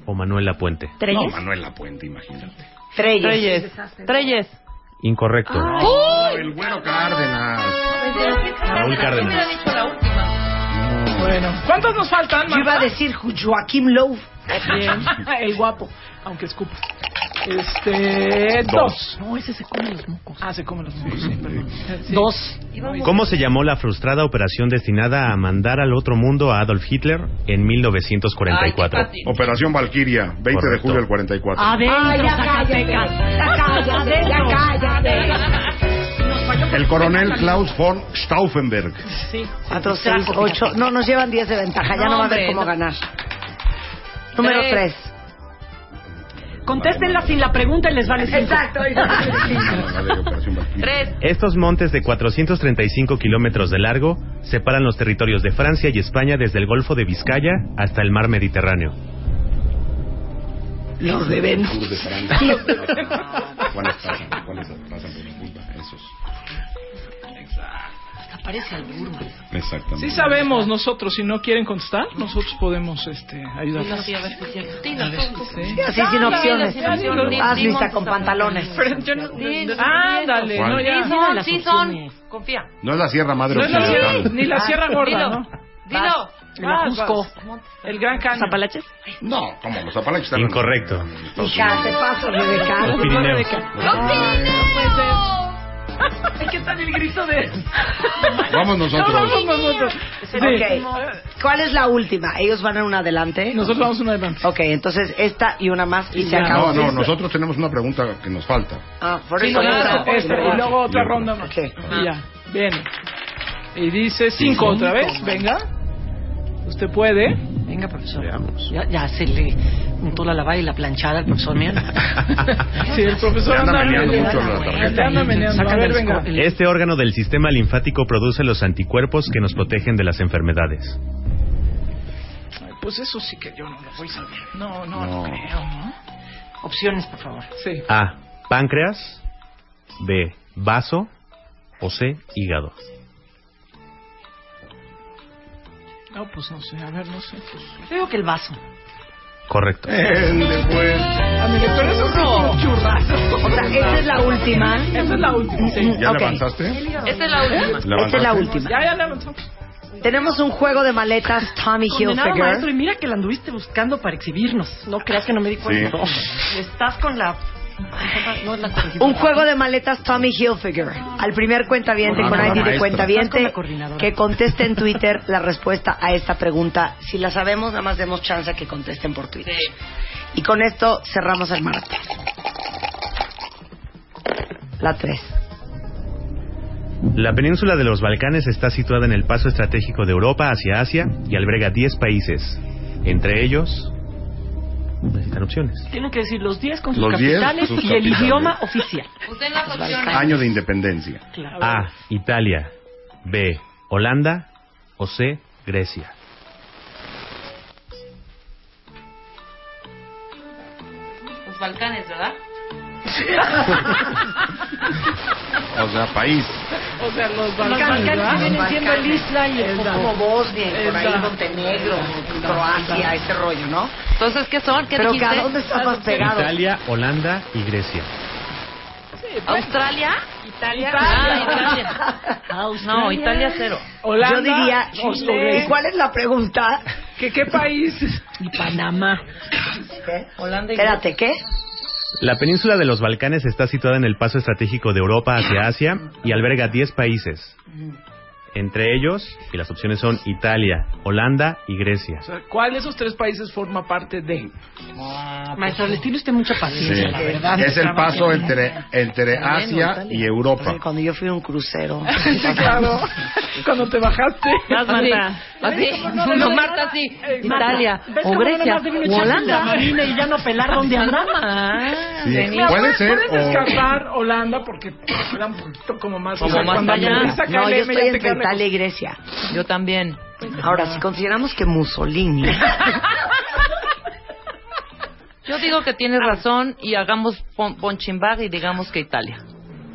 o Manuel Lapuente. No, Manuel Lapuente, imagínate. Treyes. Treyes. Treyes. Incorrecto. Ah. No, el güero Cárdenas. Raúl Cárdenas. Bueno, ¿cuántos nos faltan, Yo iba a Marta? decir Joaquim Lowe. Bien, el guapo, aunque escupa. Este, dos. No, ese se come los mocos. Ah, se come los mocos, sí, perdón. Sí. Dos. ¿Cómo se llamó la frustrada operación destinada a mandar al otro mundo a Adolf Hitler en 1944? Ay, qué fácil. Operación Valkyria, 20 de Correcto. julio del 44. Adentro, Ay, ya cállate. Zacatecas. Ya cállate, ya cállate. El coronel Klaus von Stauffenberg. Sí. Cuatro, seis, ocho. No, nos llevan diez de ventaja. Ya no, No, va a haber hombre, cómo no. ganar. Número tres. Tres. Contéstenla sin la pregunta y les vale cinco. [laughs] La de Operación Valkyria. Tres. Estos montes de 435 kilómetros de largo separan los territorios de Francia y España desde el Golfo de Vizcaya hasta el mar Mediterráneo. Los de Venus. Tour [laughs] de Francia. ¿Cuáles pasan? ¿Cuáles pasan por la punta? Esos. Exactamente. Sí sabemos nosotros, si no quieren contestar, nosotros podemos este, ayudarles. Sí. Así sin opciones. Ah, Haz lista con pantalones. Pero yo no- Ándale, no, ¿Cuál? ya. Sí son, sí son. Confía. No es la Sierra Madre No es la Occidental. Ah, sierra, ni la sierra gorda, ¿no? Dilo. Vas, Cusco. El Gran Cañón. ¿Zapalaches? No, como los apalaches están Incorrecto. Ya, te paso, Rebeca. Los Pirineos. ¡Los [laughs] Pirineos! Aquí está el grito de... Vamos nosotros. vamos nosotros. Sí. Ok. ¿Cuál es la última? ¿Ellos van a una adelante? Nosotros vamos una adelante. Ok, entonces esta y una más y se acabó. No, no, nosotros tenemos una pregunta que nos falta. Ah, por Sí, eso. con esta, esta, esta, por y luego favor. otra ronda más. Y ya, bien. Y dice Cinco. cinco otra vez, venga. Usted puede. Venga, profesor. Ya, ya se le juntó la lavada y la planchada al profesor [laughs] Mier. Sí, el profesor Le anda anda meneando meneando. mucho la tarjeta. Le anda meneando. A Sácale ver, el venga. Este órgano del sistema linfático produce los anticuerpos que nos protegen de las enfermedades. Pues eso sí que yo no lo voy a saber. No, no, No. no creo, ¿no? Opciones, por favor. Sí. A. Páncreas. B. Vaso. O C. Hígado. No, pues no sé, a ver, no sé. Pues. Creo que el vaso. Correcto. Eh, Ah, pero eso sí es un [laughs] churrazo. O sea, ¿esta es la última? Esa es la última, sí. ¿Ya Ok. le avanzaste? Esta es la última. Esta es la última. Ya, ya le avanzó. Tenemos un juego de maletas Tommy Condenado maestro, y Hilfiger. mira que la anduviste buscando para exhibirnos. No creas que no me di cuenta. Estás con la... No, la Un juego de maletas Tommy Hilfiger. Al primer cuentaviente Hola, con hola, ID de maestra. Estás con cuentaviente la coordinadora. que conteste en Twitter la respuesta a esta pregunta. Si la sabemos, nada más demos chance a que contesten por Twitter. Y con esto cerramos el maratón. La 3. La península de los Balcanes está situada en el paso estratégico de Europa hacia Asia y alberga 10 países. Entre ellos. Necesitan opciones. Tienen que decir los 10 con sus Los 10 capitales sus y el capitales. idioma oficial. Usen las opciones. Año de independencia. A. Italia. B. Holanda. O C. Grecia. Los Balcanes, ¿verdad? O sea, país. O sea, los Balcanes, Balcanes. ¿verdad? ¿verdad? Vienen siendo el Isla y el Como Bosnia, y por ahí Exacto. Montenegro, Croacia, ese rollo, ¿no? Eh, Entonces, ¿qué son? ¿Qué Pero dijiste? Ah, ¿a dónde está más pegado? Italia, Holanda y Grecia. pues, ¿Australia? Italia. Ah, Italia. No, Italia cero. Holanda, Yo diría, Chile. ¿y cuál es la pregunta? ¿Que qué país? Y Panamá. Holanda y Espérate, ¿qué? La península de los Balcanes está situada en el paso estratégico de Europa hacia Asia y alberga 10 países. Entre ellos, y las opciones son Italia, Holanda y Grecia. O sea, ¿Cuál de esos tres países forma parte de? Maestro, les tiene usted mucha paciencia, la verdad. Es el paso entre, entre Bueno, Asia Italia. y Europa. Cuando yo fui a un [laughs] crucero. Sí, [laughs] claro. Cuando te bajaste. Vas, Marta. Así. No, Marta, sí. Italia. O Grecia. O Holanda. Marina y ya no Ah, pelar donde habrá. Sí, Mira, puede ser Puedes o- descartar Holanda porque era un poquito como más... Como más cuando para allá. empieza a caer No, yo el M, estoy ya te entre queda Italia y lejos. Grecia. Yo también. Ahora, si consideramos que Mussolini... Yo digo que tienes razón y hagamos pon- Ponchimbag y digamos que Italia.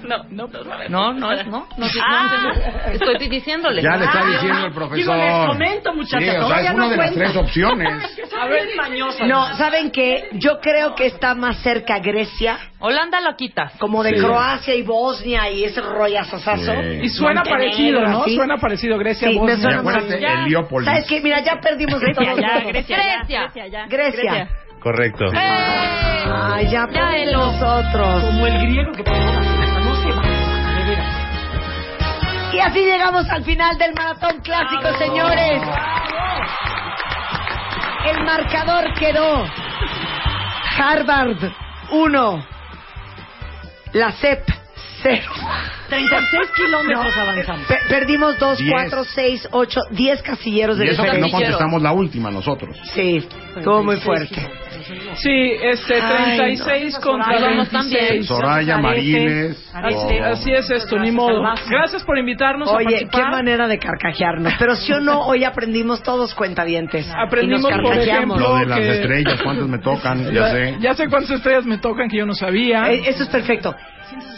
No, no, pero- No, no, es- no. no, sí, Ah. no, [laughs] estoy diciéndole. Ah. Ya le está diciendo el Digo, les profesor. comento, Sí, muchachas. o sea, todavía es una no de las cuentan. tres opciones. A ver, mañosa. No, ¿saben qué? Yo creo que está más cerca Grecia, Holanda lo quitas. como de Sí. Croacia y Bosnia y ese rollazazazo. Eh, Y suena parecido, ¿no? Sí. Suena parecido Grecia, Sí, me Bosnia. suena Ya, más- acuérdate, Ya. Heliópolis. ¿Sabes qué? Mira, ya perdimos de todos ya, modos. Grecia, ya, Grecia, ¡Eh! ya. Grecia. Grecia. Correcto. Ay, ya Ya, perdimos Elo. nosotros. Como el griego que pasó. No se va. De veras. Y así llegamos al final del maratón clásico, señores. El marcador quedó Harvard 1, la E CEP 0. 36 kilómetros avanzamos. Pe- perdimos 2, Diez. 4, 6, 8, 10 casilleros de Y eso que no diferencia. contestamos la última nosotros. Sí, estuvo muy fuerte. Sí, este Ay, 36 no. contra Soraya, vamos 26. también. Soraya, Parece. Marines, Así, o- así es esto, ni modo. Gracias por invitarnos a Oye, qué participar. manera de carcajearnos. Pero si o no, hoy aprendimos todos cuentavientes. Aprendimos, y nos por carcajeamos. ejemplo, Lo de las que- estrellas, cuántas me tocan, ya sé. Ya sé cuántas estrellas me tocan que yo no sabía. Eh, Eso es perfecto.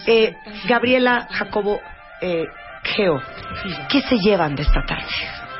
Eh, Gabriela, Jacobo, eh, Geo, ¿qué se llevan de esta tarde?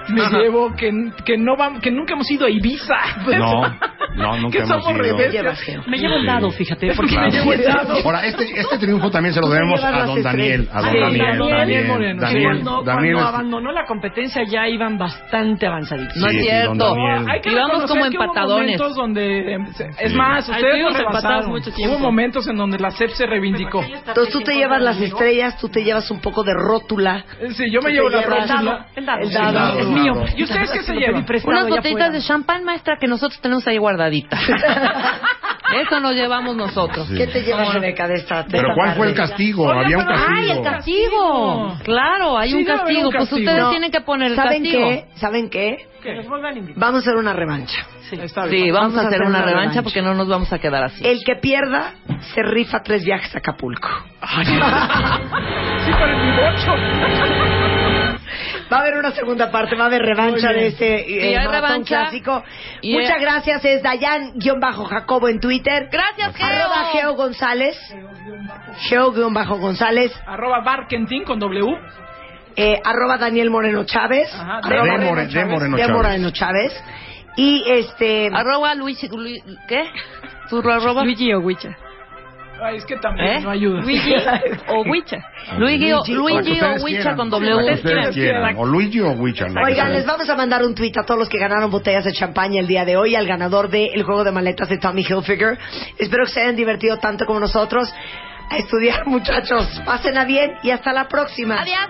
Me llevo que, que no vam- que nunca hemos ido a Ibiza. No, [laughs] No, nunca que hemos somos ido. rebeldes. Me llevo el dado, fíjate, porque me llevo el dado. Ahora, este, este triunfo también se lo debemos a don Daniel. A don Sí, Daniel. Daniel, Moreno. Daniel, cuando, Daniel cuando es- abandonó la competencia ya iban bastante avanzaditos. No es Sí, sí, cierto. don Daniel. Hay que Íbamos reconocer como que hubo empatadones. momentos donde, em, se- es Sí. más, Ahí ustedes nos estuvimos empatados repasaron. mucho tiempo. Hubo momentos en donde la CEP se reivindicó. Entonces tú te llevas las estrellas, tú te llevas un poco de rótula. Sí, yo me Tú llevo te la llevas- rótula. El dado. El dado, Es el mío. dado. ¿Y ustedes [laughs] qué se llevan? Unas botellitas de champán, maestra, que nosotros tenemos ahí guardaditas. Eso nos llevamos nosotros. Sí. ¿Qué te llevas, Rebeca, de esta Pero ¿cuál fue el castigo? Había un castigo. ¡Ay, el castigo! Claro, hay Sí, un debe haber castigo. un Pues castigo. ustedes No, tienen que poner el ¿Saben castigo. qué? ¿Saben qué? Que nos vuelvan a invitar. Vamos a hacer una revancha. Sí, Sí, vamos, a hacer una revancha porque no nos vamos a quedar así. El que pierda se rifa tres viajes a Acapulco. [laughs] Sí, pero en mi bocho. Va a haber una segunda parte, va a haber revancha Muy de bien. este Sí, eh, hay maratón revancha. clásico. Y, Muchas eh, gracias, es Dayan-Jacobo en Twitter. Gracias, Geo. Arroba Geo González. Geo-González. [laughs] Arroba Barkentin con W. Eh, arroba Daniel Moreno Chávez. Ajá, Arroba De More- de Moreno De Chávez. Moreno Chávez. Y este. Arroba Luis, Luis- ¿Qué? ¿Tu arroba? Luigi o Wicha. Ay, es que también ¿Eh? no ayuda. [laughs] Luigi o Wicha. Luigi o, Luigi. Luigi Lo que ustedes o Wicha quieran. con Lo que W. ustedes quieran. O Luigi o Wichan. Oigan, les vamos a mandar un tweet a todos los que ganaron botellas de champaña el día de hoy, al ganador del juego de maletas de Tommy Hilfiger. Espero que se hayan divertido tanto como nosotros. A estudiar, [laughs] muchachos. Pásenla bien y hasta la próxima. Adiós.